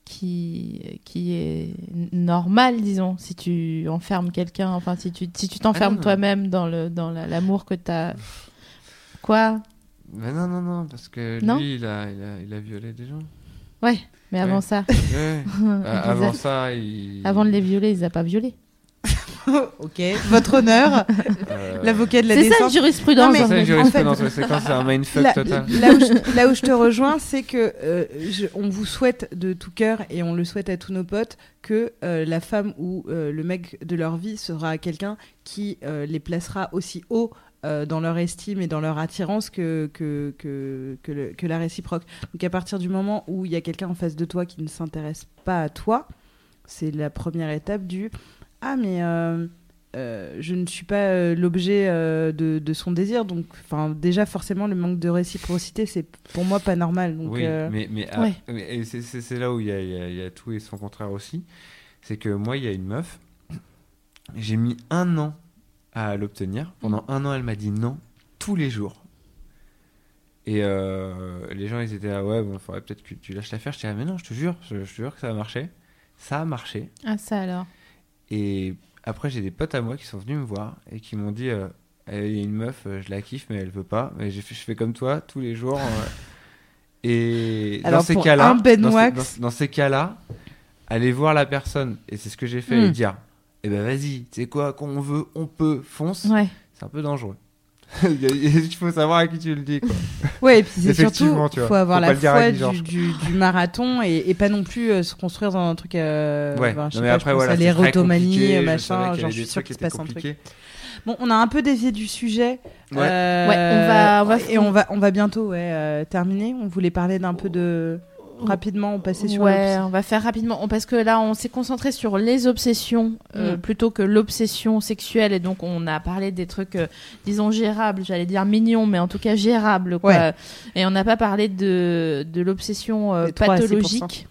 S1: qui qui est n- normal, disons. Si tu enfermes quelqu'un, enfin si tu si tu t'enfermes
S5: Ah non, non.
S1: toi-même dans le dans la- l'amour que t'as. Quoi
S5: Bah non, non, non, parce que
S1: Non
S5: lui, il a, il, a, il a violé des
S1: *laughs*
S5: gens.
S1: Ouais, mais avant
S5: Ouais.
S1: ça,
S5: Ouais, ouais.
S1: il
S5: Euh,
S1: les a-
S5: avant ça, il...
S1: avant de les violer, ils a pas violé.
S2: ok, votre
S5: *laughs*
S2: honneur,
S5: euh,
S2: l'avocat de la
S1: C'est ça
S2: descente.
S1: une jurisprudence.
S2: Non, mais-
S5: C'est
S1: en
S5: ça
S1: fait.
S5: une
S2: en
S5: jurisprudence,
S2: fait-
S5: ouais, c'est quand c'est un mindfuck
S2: Là,
S5: total.
S2: là où je, là où je te rejoins, c'est que euh, je- on vous souhaite de tout cœur et on le souhaite à tous nos potes que euh, la femme ou euh, le mec de leur vie sera quelqu'un qui euh, les placera aussi haut euh, dans leur estime et dans leur attirance que, que, que, que, le- que la réciproque. Donc à partir du moment où il y a quelqu'un en face de toi qui ne s'intéresse pas à toi, c'est la première étape du ah mais euh, euh, je ne suis pas euh, l'objet euh, de, de son désir donc enfin déjà forcément le manque de réciprocité c'est pour moi pas normal donc
S5: oui, *laughs*
S2: euh,
S5: mais, mais, ah,
S1: Ouais.
S5: mais- et c'est- c'est c'est là où il y, a- il y a- il y a tout et son contraire aussi. C'est que moi, il y a une meuf, j'ai mis un an à l'obtenir. Pendant un an, elle m'a dit non tous les jours. Et euh, les gens, ils étaient là, ouais, bon, faudrait peut-être que tu lâches l'affaire. Je disais, mais non, je te jure, je, je te jure que ça a marché. Ça a marché.
S1: Ah ça alors.
S5: Et après, j'ai des potes à moi qui sont venus me voir et qui m'ont dit euh, Eh, il y a une meuf, euh, je la kiffe, mais elle veut pas. Mais j'ai fait- je fais comme toi tous les jours. euh. et
S2: Alors,
S5: dans ces
S2: pour
S5: cas-là,
S2: un Ben
S5: dans, ces-
S2: Wax-
S5: dans- dans ces cas-là, aller voir la personne. Et c'est ce que j'ai fait
S2: Hmm.
S5: et dire Eh ben vas-y, c'est quoi qu'on veut, on peut, fonce.
S1: Ouais.
S5: C'est un peu dangereux. *laughs* Il y a- Il faut savoir à qui tu le dis. Quoi.
S2: Euh, ouais et puis c'est surtout
S5: Effectivement, tu vois,
S2: faut avoir
S5: faut pas
S2: la
S5: le dire à
S2: foi
S5: Guy
S2: du,
S5: Georges.
S2: du- du marathon et, et pas non plus euh, se construire dans un truc euh,
S5: ouais.
S2: ben, je sais
S5: Non, mais
S2: pas, je
S5: après,
S2: pense
S5: voilà,
S2: à
S5: c'est très compliqué,
S2: l'érotomanie
S5: je savais
S2: machin
S5: qu'il y
S2: genre je
S5: avait
S2: suis
S5: des
S2: sûre
S5: trucs
S2: qu'il se
S5: qui étaient
S2: passe un truc
S5: compliqués.
S2: Bon, on a un peu dévié du sujet.
S5: Ouais.
S2: Euh,
S1: Ouais, on va- on va-
S2: et on va, on va bientôt ouais, euh, terminer. On voulait parler d'un peu de. Rapidement, on passait sur.
S1: ouais, on va faire rapidement on- parce que là on s'est concentré sur les obsessions euh,
S2: Mm.
S1: plutôt que l'obsession sexuelle et donc on a parlé des trucs euh, disons gérables, j'allais dire mignons mais en tout cas gérables quoi.
S2: Ouais.
S1: Et on n'a pas parlé de de l'obsession euh,
S2: Les 3 à 6%.
S1: pathologique.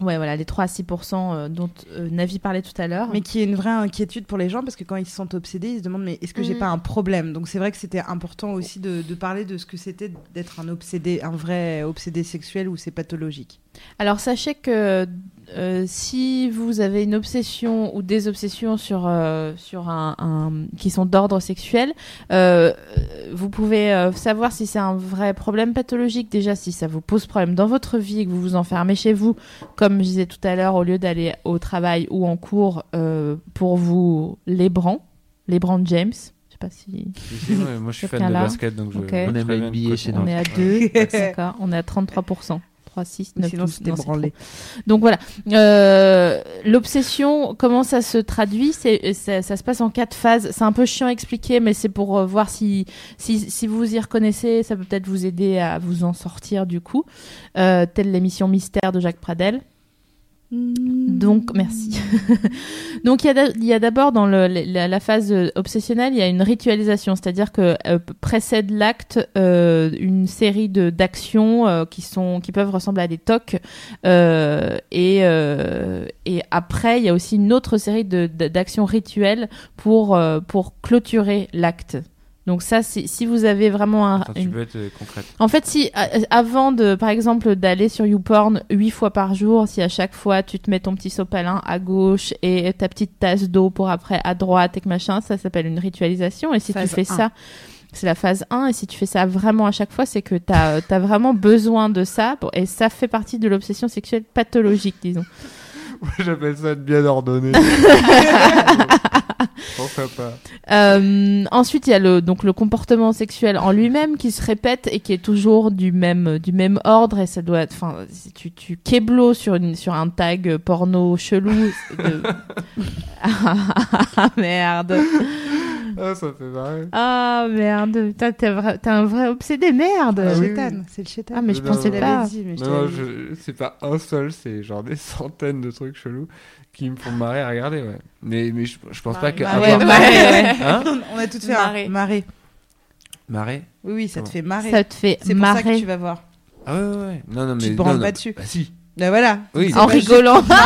S1: Ouais, voilà, les 3 à 6 euh, dont euh, Navi parlait tout à l'heure.
S2: Mais qui est une vraie inquiétude pour les gens parce que quand ils se sentent obsédés, ils se demandent mais est-ce que
S1: Mm.
S2: j'ai
S4: Mhm.
S2: pas un problème Donc c'est vrai que c'était important aussi de, de parler de ce que c'était d'être un obsédé, un vrai obsédé sexuel où c'est pathologique.
S1: Alors sachez que euh, si vous avez une obsession ou des obsessions sur, euh, sur un, un- qui sont d'ordre sexuel, euh, euh, vous pouvez euh, savoir si c'est un vrai problème pathologique déjà, si ça vous pose problème dans votre vie et que vous vous enfermez chez vous, comme je disais tout à l'heure, au lieu d'aller au travail ou en cours euh, pour vous Lébran, Lébran James. Je sais pas si.
S5: Si, si, ouais, moi
S2: *laughs*
S5: je suis
S1: Ce
S5: fan de
S1: cas-là.
S5: basket, donc je.
S1: Ok.
S5: je
S1: On
S3: aime
S5: très
S3: la
S5: bien
S3: NBA chez
S5: coton.
S3: nous.
S1: On est à
S5: *laughs*
S1: 2, d'accord. On est à 33%. 3, 6, 9,
S2: Sinon, c'était branlé.
S1: Donc voilà. Euh, L'obsession, comment ça se traduit C'est euh, ça, ça se passe en quatre phases. C'est un peu chiant à expliquer, mais c'est pour euh, voir si, si, si vous vous y reconnaissez. Ça peut peut-être vous aider à vous en sortir du coup. Euh, telle l'émission Mystère de Jacques Pradel. Donc, merci. *laughs* Donc, il y a d'a- il y a d'abord dans le- la, la phase euh, obsessionnelle, il y a une ritualisation, c'est-à-dire que euh, p- précède l'acte euh, une série de d'actions euh, qui sont qui peuvent ressembler à des tocs, euh, et euh, et après il y a aussi une autre série de d- d'actions rituelles pour euh, pour clôturer l'acte. Donc ça, c'est- si vous avez vraiment un,
S5: Attends,
S1: Ah, une-
S5: tu peux être euh, *laughs* concrète.
S1: en fait, si a- avant de, par exemple, d'aller sur YouPorn huit fois par jour, si à chaque fois tu te mets ton petit sopalin à gauche et ta petite tasse d'eau pour après à droite et que machin, ça s'appelle une ritualisation. Et si
S2: Phase
S1: tu fais
S2: un.
S1: ça, c'est la phase 1. Et si tu fais ça vraiment à chaque fois, c'est que t'as as vraiment besoin de ça. Bon, Et ça fait partie de l'obsession sexuelle pathologique, disons.
S5: J'appelle ça être bien ordonné. Oh, Pourquoi pas
S1: Euh, ensuite, il y a le, donc, le comportement sexuel en lui-même qui se répète et qui est toujours du même, du même ordre. Et ça doit être. Enfin, si tu, tu keblo sur, une, sur un tag porno chelou. c'est
S2: *laughs*
S1: de- *laughs* ah merde.
S5: Ah, ça fait marrer.
S1: Ah merde. Putain, t'es vra- t'es un vrai obsédé, merde.
S2: C'est
S5: Ah oui,
S2: le
S5: oui.
S2: chétan, c'est le chétan.
S1: Ah, mais
S5: je
S2: te
S5: pensais
S2: l'avais
S1: pas.
S2: dit, mais je
S5: Non,
S2: te
S5: non,
S2: l'avais dit.
S5: je- c'est pas un seul, c'est genre des centaines de trucs chelous qui me font marrer à regarder, ouais. Mais, mais je, je pense
S2: Bah
S5: pas
S1: Ah
S5: que.
S4: marrer,
S5: avoir-
S4: ouais.
S5: Hein
S2: Ah *laughs* On a tout fait marrer.
S4: Marrer.
S2: marrer.
S5: Marrer
S2: Oui, oui, ça te
S5: Comment
S2: fait marrer.
S1: Ça te fait
S2: C'est pour ça que
S1: marrer
S2: tu vas voir.
S5: Ah ouais, ouais, ouais. Non, non, mais.
S2: Tu te
S5: non,
S2: branles
S5: non.
S2: pas dessus.
S5: Bah si.
S2: Ben voilà.
S5: Oui.
S2: C'est
S1: en
S2: pas juste-
S1: rigolant.
S2: *laughs*
S1: *laughs*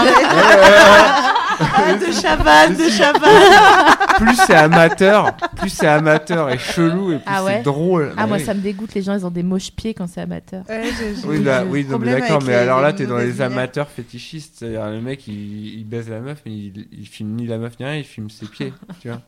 S2: Ah,
S5: *laughs*
S2: de chaval, de chaval.
S5: plus c'est amateur, plus c'est amateur et chelou et plus
S1: Ah ouais
S5: c'est drôle.
S1: Ah,
S5: Bah
S1: moi,
S5: oui.
S1: ça me dégoûte. Les gens, ils ont des moches pieds quand c'est amateur.
S2: Ouais, j'ai- j'ai-
S5: Oui,
S2: j'ai
S5: bah,
S2: le
S5: oui non, mais
S2: problème
S5: d'accord,
S2: avec
S5: mais
S1: euh,
S2: les-
S5: alors là,
S2: les
S5: t'es dans
S2: mauvaises
S5: les
S2: lumières.
S5: amateurs fétichistes. C'est-à-dire, le mec, il, il baise la meuf, mais il, il filme ni la meuf ni rien, il filme ses pieds, tu vois.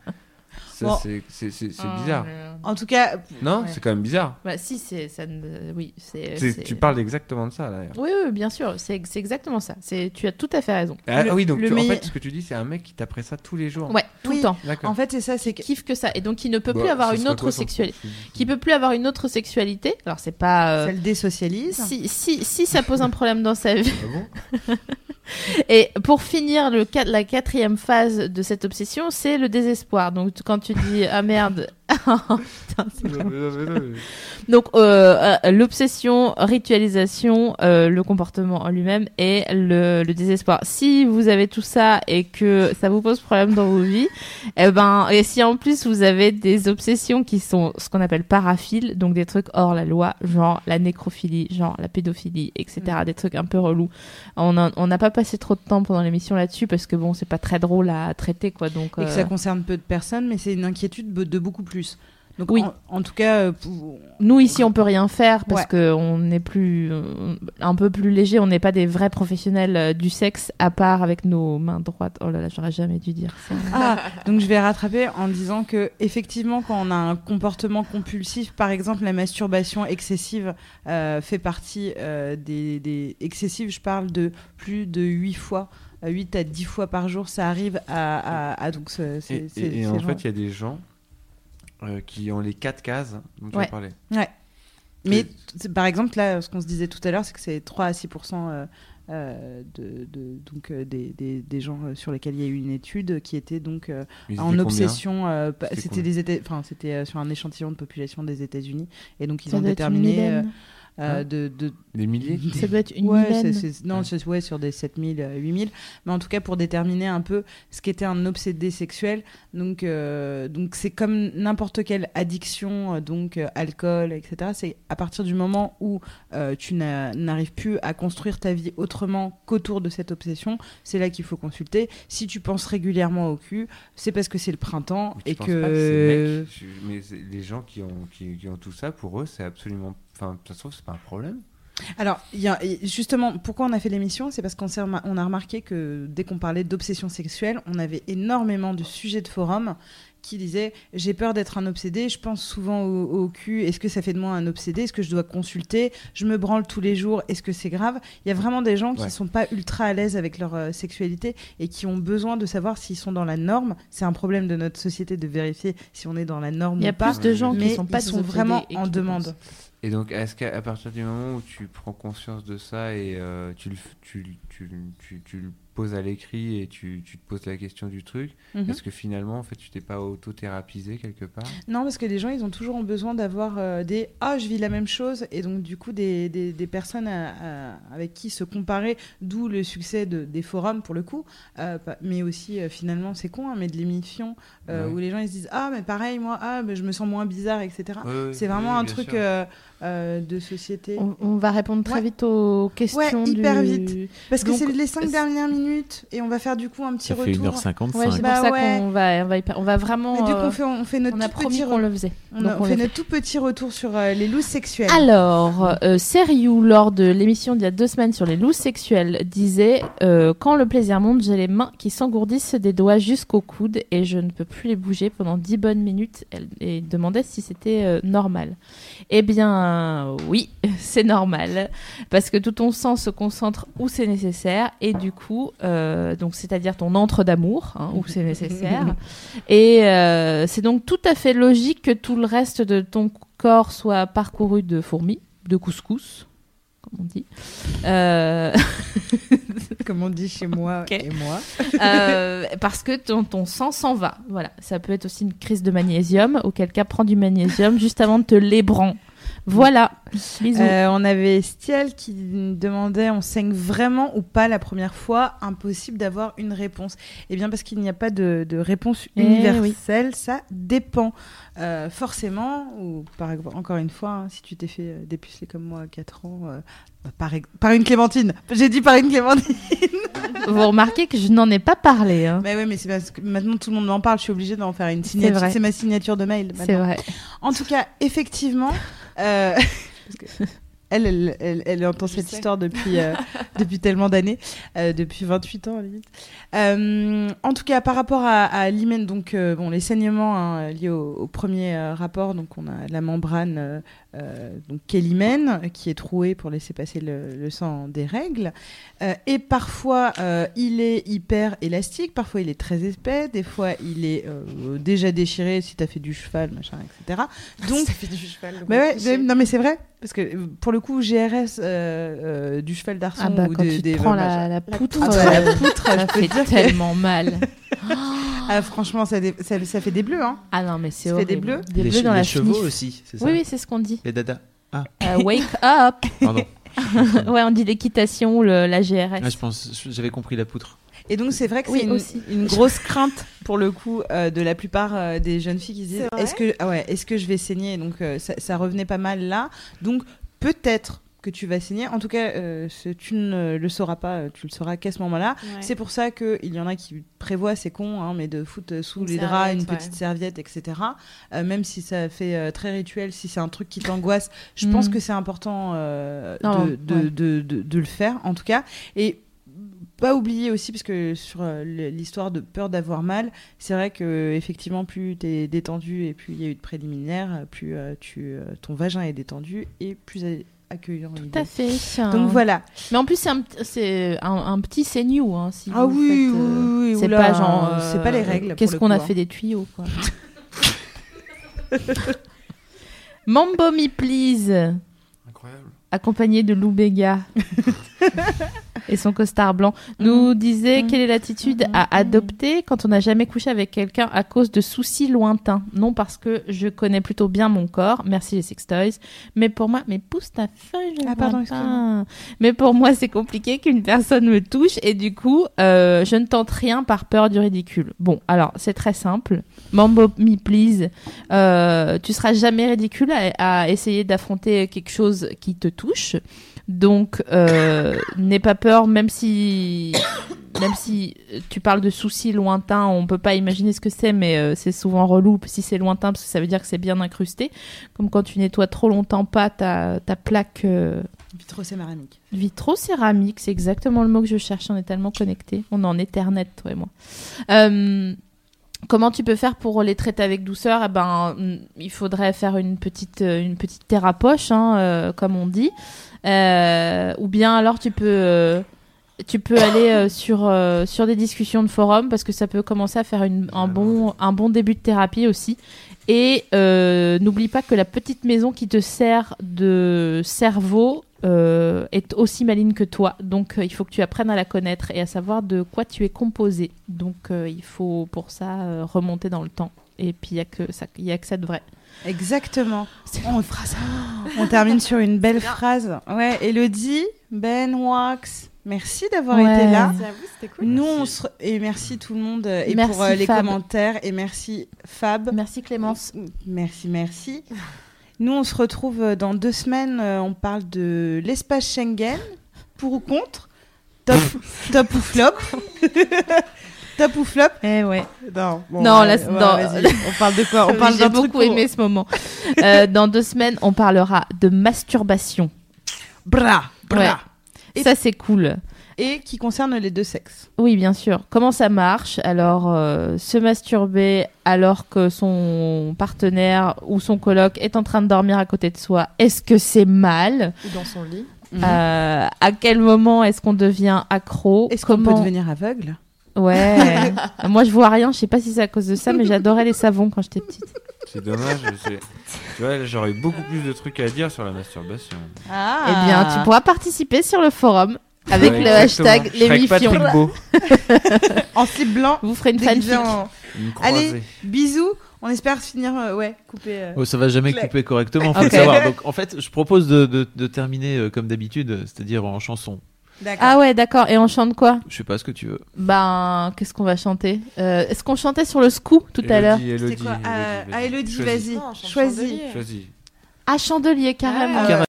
S5: Ça,
S2: Bon.
S5: c'est- c'est c'est- c'est bizarre.
S2: En tout cas,
S5: Non,
S1: Oh, Ouais.
S5: c'est quand même bizarre.
S1: Ah, Bah, si, c'est. ça ne- Oui, c'est.
S5: C'est-
S1: c'est-
S5: Tu parles exactement de ça, là.
S1: Oui, oui, bien sûr, c'est c'est exactement ça. C'est tu as tout à fait raison.
S5: Ah
S2: Le-
S5: oui, donc
S2: le
S5: tu- en
S2: meilleur-
S5: fait, ce que tu dis, c'est un mec qui taperait ça tous les jours.
S1: Ouais, tout
S2: Oui.
S1: le temps.
S5: D'accord.
S2: en fait, c'est ça, c'est que.
S1: Kiffe que ça et donc il ne peut plus
S5: Bah,
S1: avoir
S5: ce
S1: une
S5: serait
S1: autre
S5: quoi son-
S1: sexualité. Qui peut plus avoir une autre sexualité. Alors c'est pas euh,
S2: Ça le désocialise.
S1: si, si, si ça pose un problème dans sa vie. *laughs*
S5: Ah bon
S1: Et pour finir, le, quat- la quatrième phase de cette obsession, c'est le désespoir. Donc t- quand tu dis ah merde, Putain, c'est
S5: *laughs* Non, mais non, mais non, mais-
S1: Donc euh, euh, l'obsession, ritualisation, euh, le comportement en lui-même et le, le désespoir. Si vous avez tout ça et que ça vous pose problème dans vos vies, eh ben et si en plus vous avez des obsessions qui sont ce qu'on appelle paraphiles, donc des trucs hors la loi, genre la nécrophilie, genre la pédophilie, etc. Des trucs un peu relous. On en- on n'a pas passé trop de temps pendant l'émission là-dessus parce que bon c'est pas très drôle à traiter quoi. Donc
S2: Et que ça
S1: euh,
S2: concerne peu de personnes, mais c'est une inquiétude be- de beaucoup plus. Donc,
S1: Oui.
S2: en, en tout cas, euh, pour-
S1: Nous ici, on peut rien faire parce
S2: Ouais.
S1: que on est plus euh, un peu plus léger. On n'est pas des vrais professionnels euh, du sexe à part avec nos mains droites. Oh là là, j'aurais jamais dû dire ça.
S2: Ah, donc je vais rattraper en disant que effectivement, quand on a un comportement compulsif, par exemple, la masturbation excessive euh, fait partie euh, des, des excessives. Je parle de plus de 8 fois, 8 à 10 fois par jour, ça arrive à, à- à- donc ce-
S5: Et,
S2: c'est-
S5: et-
S2: c'est-
S5: et
S2: ces
S5: en
S2: gens-
S5: fait, il y a des gens euh, qui ont les quatre cases dont tu
S1: Ouais.
S5: as parlé.
S2: Mais t- c'est- par exemple, là, ce qu'on se disait tout à l'heure, c'est que c'est 3 à 6% euh, euh, de, de- donc, euh, des, des- des gens euh, sur lesquels il y a eu une étude qui était donc euh,
S5: Ils étaient
S2: en
S5: combien
S2: obsession. euh, pa-
S5: C'était
S2: c'était
S5: combien
S2: des Éta- enfin c'était euh, sur un échantillon de population des États-Unis et donc ils
S1: ça
S2: ont
S1: doit être une
S2: déterminé euh,
S1: millaine.
S2: euh, de, de-
S5: Des milliers
S1: *laughs* Ça doit être une
S2: ouais,
S1: millaine.
S2: c'est- c'est- non
S5: Ouais.
S2: c'est- ouais, sur des 7000 euh, 8000 mais en tout cas pour déterminer un peu ce qu'était un obsédé sexuel donc euh, donc c'est comme n'importe quelle addiction euh, donc euh, alcool etc c'est à partir du moment où euh, tu n'as- n'arrives plus à construire ta vie autrement qu'autour de cette obsession c'est là qu'il faut consulter si tu penses régulièrement au cul c'est parce que c'est le printemps
S5: Mais tu
S2: et
S5: penses pas ces
S2: que
S5: mecs, je- mais c'est- les gens qui ont, qui, qui ont tout ça, pour eux, c'est absolument. Enfin, ça se trouve, c'est pas un problème.
S2: Alors, il y a- et justement, pourquoi on a fait l'émission C'est parce qu'on s'est remar- on a remarqué que dès qu'on parlait d'obsession sexuelle, on avait énormément de sujets de forum qui disait j'ai peur d'être un obsédé, je pense souvent au, au cul, est-ce que ça fait de moi un obsédé, est-ce que je dois consulter, je me branle tous les jours, est-ce que c'est grave Il y a vraiment des gens qui
S5: Ouais.
S2: sont pas ultra à l'aise avec leur euh, sexualité et qui ont besoin de savoir s'ils sont dans la norme. C'est un problème de notre société de vérifier si on est dans la norme
S1: Il y a
S2: ou pas.
S1: plus de gens
S2: mais
S1: qui sont pas
S2: ils sont
S1: des obsédés
S2: vraiment
S1: et qui
S2: en
S1: le
S2: demande.
S1: pensent.
S5: Et donc, est-ce qu'à à partir du moment où tu prends conscience de ça et euh, tu, le, f- tu, le- tu, le- tu, tu le poses à l'écrit et tu, tu te poses la question du truc,
S2: Mhm.
S5: est-ce que finalement, en fait, tu t'es pas auto-thérapisé quelque part
S2: Non, parce que les gens, ils ont toujours besoin d'avoir euh, des ah, je vis la même chose, et donc du coup des, des, des personnes à- à- avec qui se comparer, d'où le succès de- des forums pour le coup, Euh, pa- mais aussi euh, finalement c'est con, hein, mais de l'émission euh,
S5: Ouais.
S2: où les gens ils se disent ah mais pareil moi ah mais je me sens moins bizarre etc.
S5: Ouais, ouais,
S2: Ah, C'est
S5: oui,
S2: vraiment
S5: oui,
S2: un
S5: bien
S2: truc
S5: sûr.
S2: euh, euh, de société.
S1: On, on va répondre très
S2: Ouais.
S1: vite aux questions.
S2: Ouais,
S1: du-
S2: hyper vite. Parce que
S1: donc,
S2: c'est les cinq
S1: c'est-
S2: dernières minutes et on va faire du coup un petit
S7: Ça fait
S2: retour.
S7: 1h55.
S1: Ouais, c'est
S2: Bah
S1: pour ça
S2: ouais.
S1: qu'on va, on va, hyper- on va vraiment.
S2: Mais du coup
S1: euh,
S2: on fait, on fait notre
S1: on a
S2: tout petit
S1: promis
S2: re-
S1: qu'on le faisait.
S2: on a-
S1: donc
S2: on
S1: on
S2: fait
S1: le
S2: notre tout petit retour sur euh, les loups sexuelles.
S1: Alors, euh, Seriou, lors de l'émission d'il y a deux semaines sur les loups sexuels, disait euh, Quand le plaisir monte, j'ai les mains qui s'engourdissent des doigts jusqu'au coude et je ne peux plus les bouger pendant dix bonnes minutes. Elle, et demandait si c'était euh, normal. Eh bien, oui, *laughs* c'est normal. Parce que tout ton sang se concentre où c'est nécessaire et du coup, euh, donc c'est-à-dire ton entre d'amour, hein, où c'est nécessaire. Et euh, c'est donc tout à fait logique que tout le reste de ton corps soit parcouru de fourmis, de couscous, comme on dit. Euh, *laughs*
S2: comme on dit chez moi
S1: Ok.
S2: et moi.
S1: euh, parce que ton, ton sang s'en va. Voilà, ça peut être aussi une crise de magnésium, auquel cas prends du magnésium juste avant de te lébran. Voilà. Bisous.
S2: Euh, on avait Stiel qui demandait on saigne vraiment ou pas la première fois Impossible d'avoir une réponse. Eh bien, parce qu'il n'y a pas de, de réponse
S1: Eh
S2: universelle, ça dépend. Euh, forcément, ou par, encore une fois, hein, si tu t'es fait euh, dépuceler comme moi à 4 ans, euh, bah, par, ex- par une clémentine. J'ai dit par une
S1: *laughs*
S2: clémentine.
S1: Vous remarquez que je n'en ai pas parlé. hein.
S2: mais ouais, mais c'est parce que maintenant tout le monde m'en parle, je suis obligée d'en faire une signature.
S1: vrai.
S2: C'est ma signature de mail.
S1: C'est
S2: maintenant.
S1: vrai.
S2: En tout cas, effectivement, euh, parce que *laughs* elle, elle, elle- elle entend
S4: Je
S2: cette
S4: sais.
S2: histoire depuis, euh, depuis tellement d'années, euh, depuis 28 ans à la limite. Euh, en tout cas, par rapport à, à l'hymen, donc euh, bon, les saignements hein, liés au, au premier euh, rapport, donc on a la membrane euh, euh, donc qui est l'hymen, euh, qui est trouée pour laisser passer le, le sang des règles. Euh, et parfois, euh, il est hyper élastique, parfois il est très épais, des fois il est euh, déjà déchiré si tu as fait du cheval, machin, etc. Donc,
S4: *laughs* ça fait du cheval. donc
S2: mais
S4: on
S2: ouais,
S4: cliché.
S2: mais- non mais c'est vrai parce que euh, pour le coup GRS euh, euh, du cheval d'arçon
S1: Ah bah,
S2: ou
S1: quand
S2: de-
S1: tu te
S2: des
S1: prends
S2: vaches-
S1: la, la poutre,
S2: poutre. Ah bah,
S1: *laughs*
S2: la
S1: euh, ça
S2: peux
S1: fait
S2: te dire que-
S1: tellement mal. Oh.
S2: ah, franchement ça, dé- ça, ça fait des bleus hein.
S1: *laughs* Ah non, mais c'est
S2: Ça fait des
S1: horrible.
S2: bleus
S1: Des
S3: les
S1: bleus
S3: che-
S1: dans
S3: les
S1: la
S3: chevaux
S1: snif.
S3: aussi, c'est ça
S1: Oui, oui, c'est ce qu'on dit.
S3: Les dadas.
S1: *laughs* Euh, wake up
S3: Pardon.
S1: *laughs* Ouais, on dit l'équitation ou le- la GRS.
S3: Ah, je pense, j'avais compris la poutre.
S2: Et donc c'est vrai que
S1: Oui,
S2: c'est une-
S1: aussi. *laughs*
S2: une, grosse crainte pour le coup euh, de la plupart euh, des jeunes filles qui se disent
S4: C'est vrai
S2: est-ce que ah ouais est-ce que je vais saigner donc euh, ça, ça revenait pas mal là donc peut-être que tu vas saigner en tout cas euh, ce- tu ne le sauras pas euh, tu le sauras qu'à ce moment-là
S4: Ouais.
S2: C'est pour ça qu'il y en a qui prévoient, c'est con, hein, mais de foutre sous
S4: Une
S2: les draps une
S4: serviette, ouais.
S2: petite serviette, etc. Euh, même si ça fait euh, très rituel, si c'est un truc qui t'angoisse, je
S1: Mm.
S2: pense que c'est important euh,
S1: Non,
S2: de, de,
S1: ouais.
S2: de- de- de le faire, en tout cas. Et pas oublier aussi, parce que sur euh, le- l'histoire de peur d'avoir mal, c'est vrai que effectivement, plus tu es détendu et plus il y a eu de préliminaires, plus euh, tu, euh, ton vagin est détendu et plus a- accueillant. il
S1: Tout à
S2: est.
S1: fait.
S2: Donc voilà.
S1: Mais en plus, c'est un, p- c'est un, un petit saignou. Hein, si
S2: Ah
S1: vous
S2: oui,
S1: faites, euh,
S2: oui, oui,
S1: C'est
S2: oula,
S1: pas genre.
S2: c'est
S1: euh,
S2: pas les règles, pour
S1: Qu'est-ce
S2: le
S1: qu'on
S2: coup,
S1: a
S2: hein.
S1: fait des tuyaux,
S2: *laughs*
S1: quoi. Mambo Me Please,
S5: Incroyable.
S1: accompagné de Lou
S2: *laughs*
S1: Béga et son costard blanc,
S2: Mm-hmm.
S1: nous disait quelle est l'attitude à adopter quand on n'a jamais couché avec quelqu'un à cause de soucis lointains. Non parce que je connais plutôt bien mon corps, merci les sextoys, mais pour moi, mais pousse ta feuille, je
S2: Ah,
S1: vois
S2: pardon,
S1: pas.
S2: excuse-moi.
S1: Mais pour moi, c'est compliqué qu'une personne me touche et du coup, euh, je ne tente rien par peur du ridicule. Bon, alors c'est très simple. Mambo me please, euh, tu seras jamais ridicule à, à essayer d'affronter quelque chose qui te touche. Donc, euh, n'aie pas peur, même si, même si tu parles de soucis lointains, on peut pas imaginer ce que c'est, mais euh, c'est souvent relou si c'est lointain parce que ça veut dire que c'est bien incrusté. Comme quand tu nettoies trop longtemps pas ta, ta plaque euh,
S2: Vitrocéramamique.
S1: vitro-céramique, c'est exactement le mot que je cherche, on est tellement connectés. On est en Ethernet, toi et moi. Euh, Comment tu peux faire pour les traiter avec douceur Eh ben, mm, il faudrait faire une petite, euh, une petite terre à poche, hein, euh, comme on dit. Euh, ou bien alors tu peux, euh, tu peux aller euh, sur, euh, sur des discussions de forum parce que ça peut commencer à faire une- un, bon, un bon début de thérapie aussi. Et euh, n'oublie pas que la petite maison qui te sert de cerveau euh, est aussi maligne que toi. Donc euh, il faut que tu apprennes à la connaître et à savoir de quoi tu es composé. Donc euh, il faut pour ça euh, remonter dans le temps. Et puis il n'y a, que ça- il y a que ça de vrai.
S2: Exactement.
S1: C'est
S2: On fera ça. On termine sur une belle phrase. Ouais, Elodie, Ben Wax, merci d'avoir
S1: Ouais.
S2: été là.
S4: Merci à vous, c'était cool.
S2: Nous, on se... Et merci tout le monde euh, et
S1: Merci,
S2: pour euh, les
S1: Fab.
S2: commentaires. Et merci Fab.
S1: Merci Clémence.
S2: Merci, merci. Nous, on se retrouve euh, dans deux semaines. euh, On parle de l'espace Schengen, pour ou contre, top, top ou flop. *laughs* top ou flop.
S1: Eh ouais.
S2: Non, bon,
S1: Non, là,
S2: ouais, ouais,
S1: non.
S2: vas-y, on parle de
S1: *laughs*
S2: quoi On parle
S1: J'ai
S2: d'un truc
S1: beaucoup aimé ce
S2: *laughs*
S1: moment. Euh, dans deux semaines, on parlera de masturbation.
S2: pour- Bra, bra.
S1: Ouais.
S2: Et-
S1: Ça, c'est cool.
S2: Et qui concerne les deux sexes.
S1: Oui, bien sûr. Comment ça marche Alors, euh, se masturber alors que son partenaire ou son coloc est en train de dormir à côté de soi, est-ce que c'est mal
S4: Ou dans son lit.
S2: Mhm.
S1: Euh, À quel moment est-ce qu'on devient accro
S2: Est-ce qu'on
S1: Oh, Comment-
S2: peut devenir aveugle
S5: *laughs*
S1: Ouais. Moi, je vois rien. Je sais pas si c'est à cause de ça, mais j'adorais les savons quand j'étais petite.
S5: C'est dommage.
S2: *laughs*
S5: c'est- tu vois, j'aurais beaucoup plus de trucs à dire sur la masturbation.
S2: ah.
S1: Eh bien, tu pourras participer sur le forum avec
S5: Ouais,
S1: le
S5: exactement.
S1: hashtag
S5: Je serais
S1: les
S5: avec Patrick Beau,
S2: En slip blanc,
S1: Vous ferez une
S2: déguisé
S1: fanfic.
S2: en-
S5: une croisée.
S2: Allez, bisous. On espère finir, euh, ouais, couper. euh.
S3: Oh, ça va jamais
S2: Clac.
S3: couper correctement, faut
S1: Ok.
S3: le savoir. Donc, en fait, je propose de, de- de terminer euh, comme d'habitude, euh, c'est-à-dire en chanson.
S2: D'accord.
S1: Ah ouais, d'accord. Et on chante quoi
S3: Je sais pas ce que tu veux.
S1: Ben, qu'est-ce qu'on va chanter Euh, Est-ce qu'on chantait sur le scoop tout à l'heure
S5: Élodie,
S2: C'était
S5: Élodie,
S2: quoi Euh,
S5: Élodie,
S2: Ah, Elodie,
S5: Choisis.
S2: vas-y.
S4: Non, chanson de
S2: Choisis.
S4: lit. vas-y.
S5: Choisis.
S1: À Ah, chandelier, carrément.
S4: Ah
S3: ouais.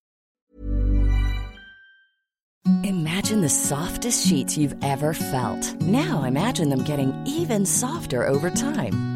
S7: Imagine the softest sheets you've ever felt. Now imagine them getting even softer over time.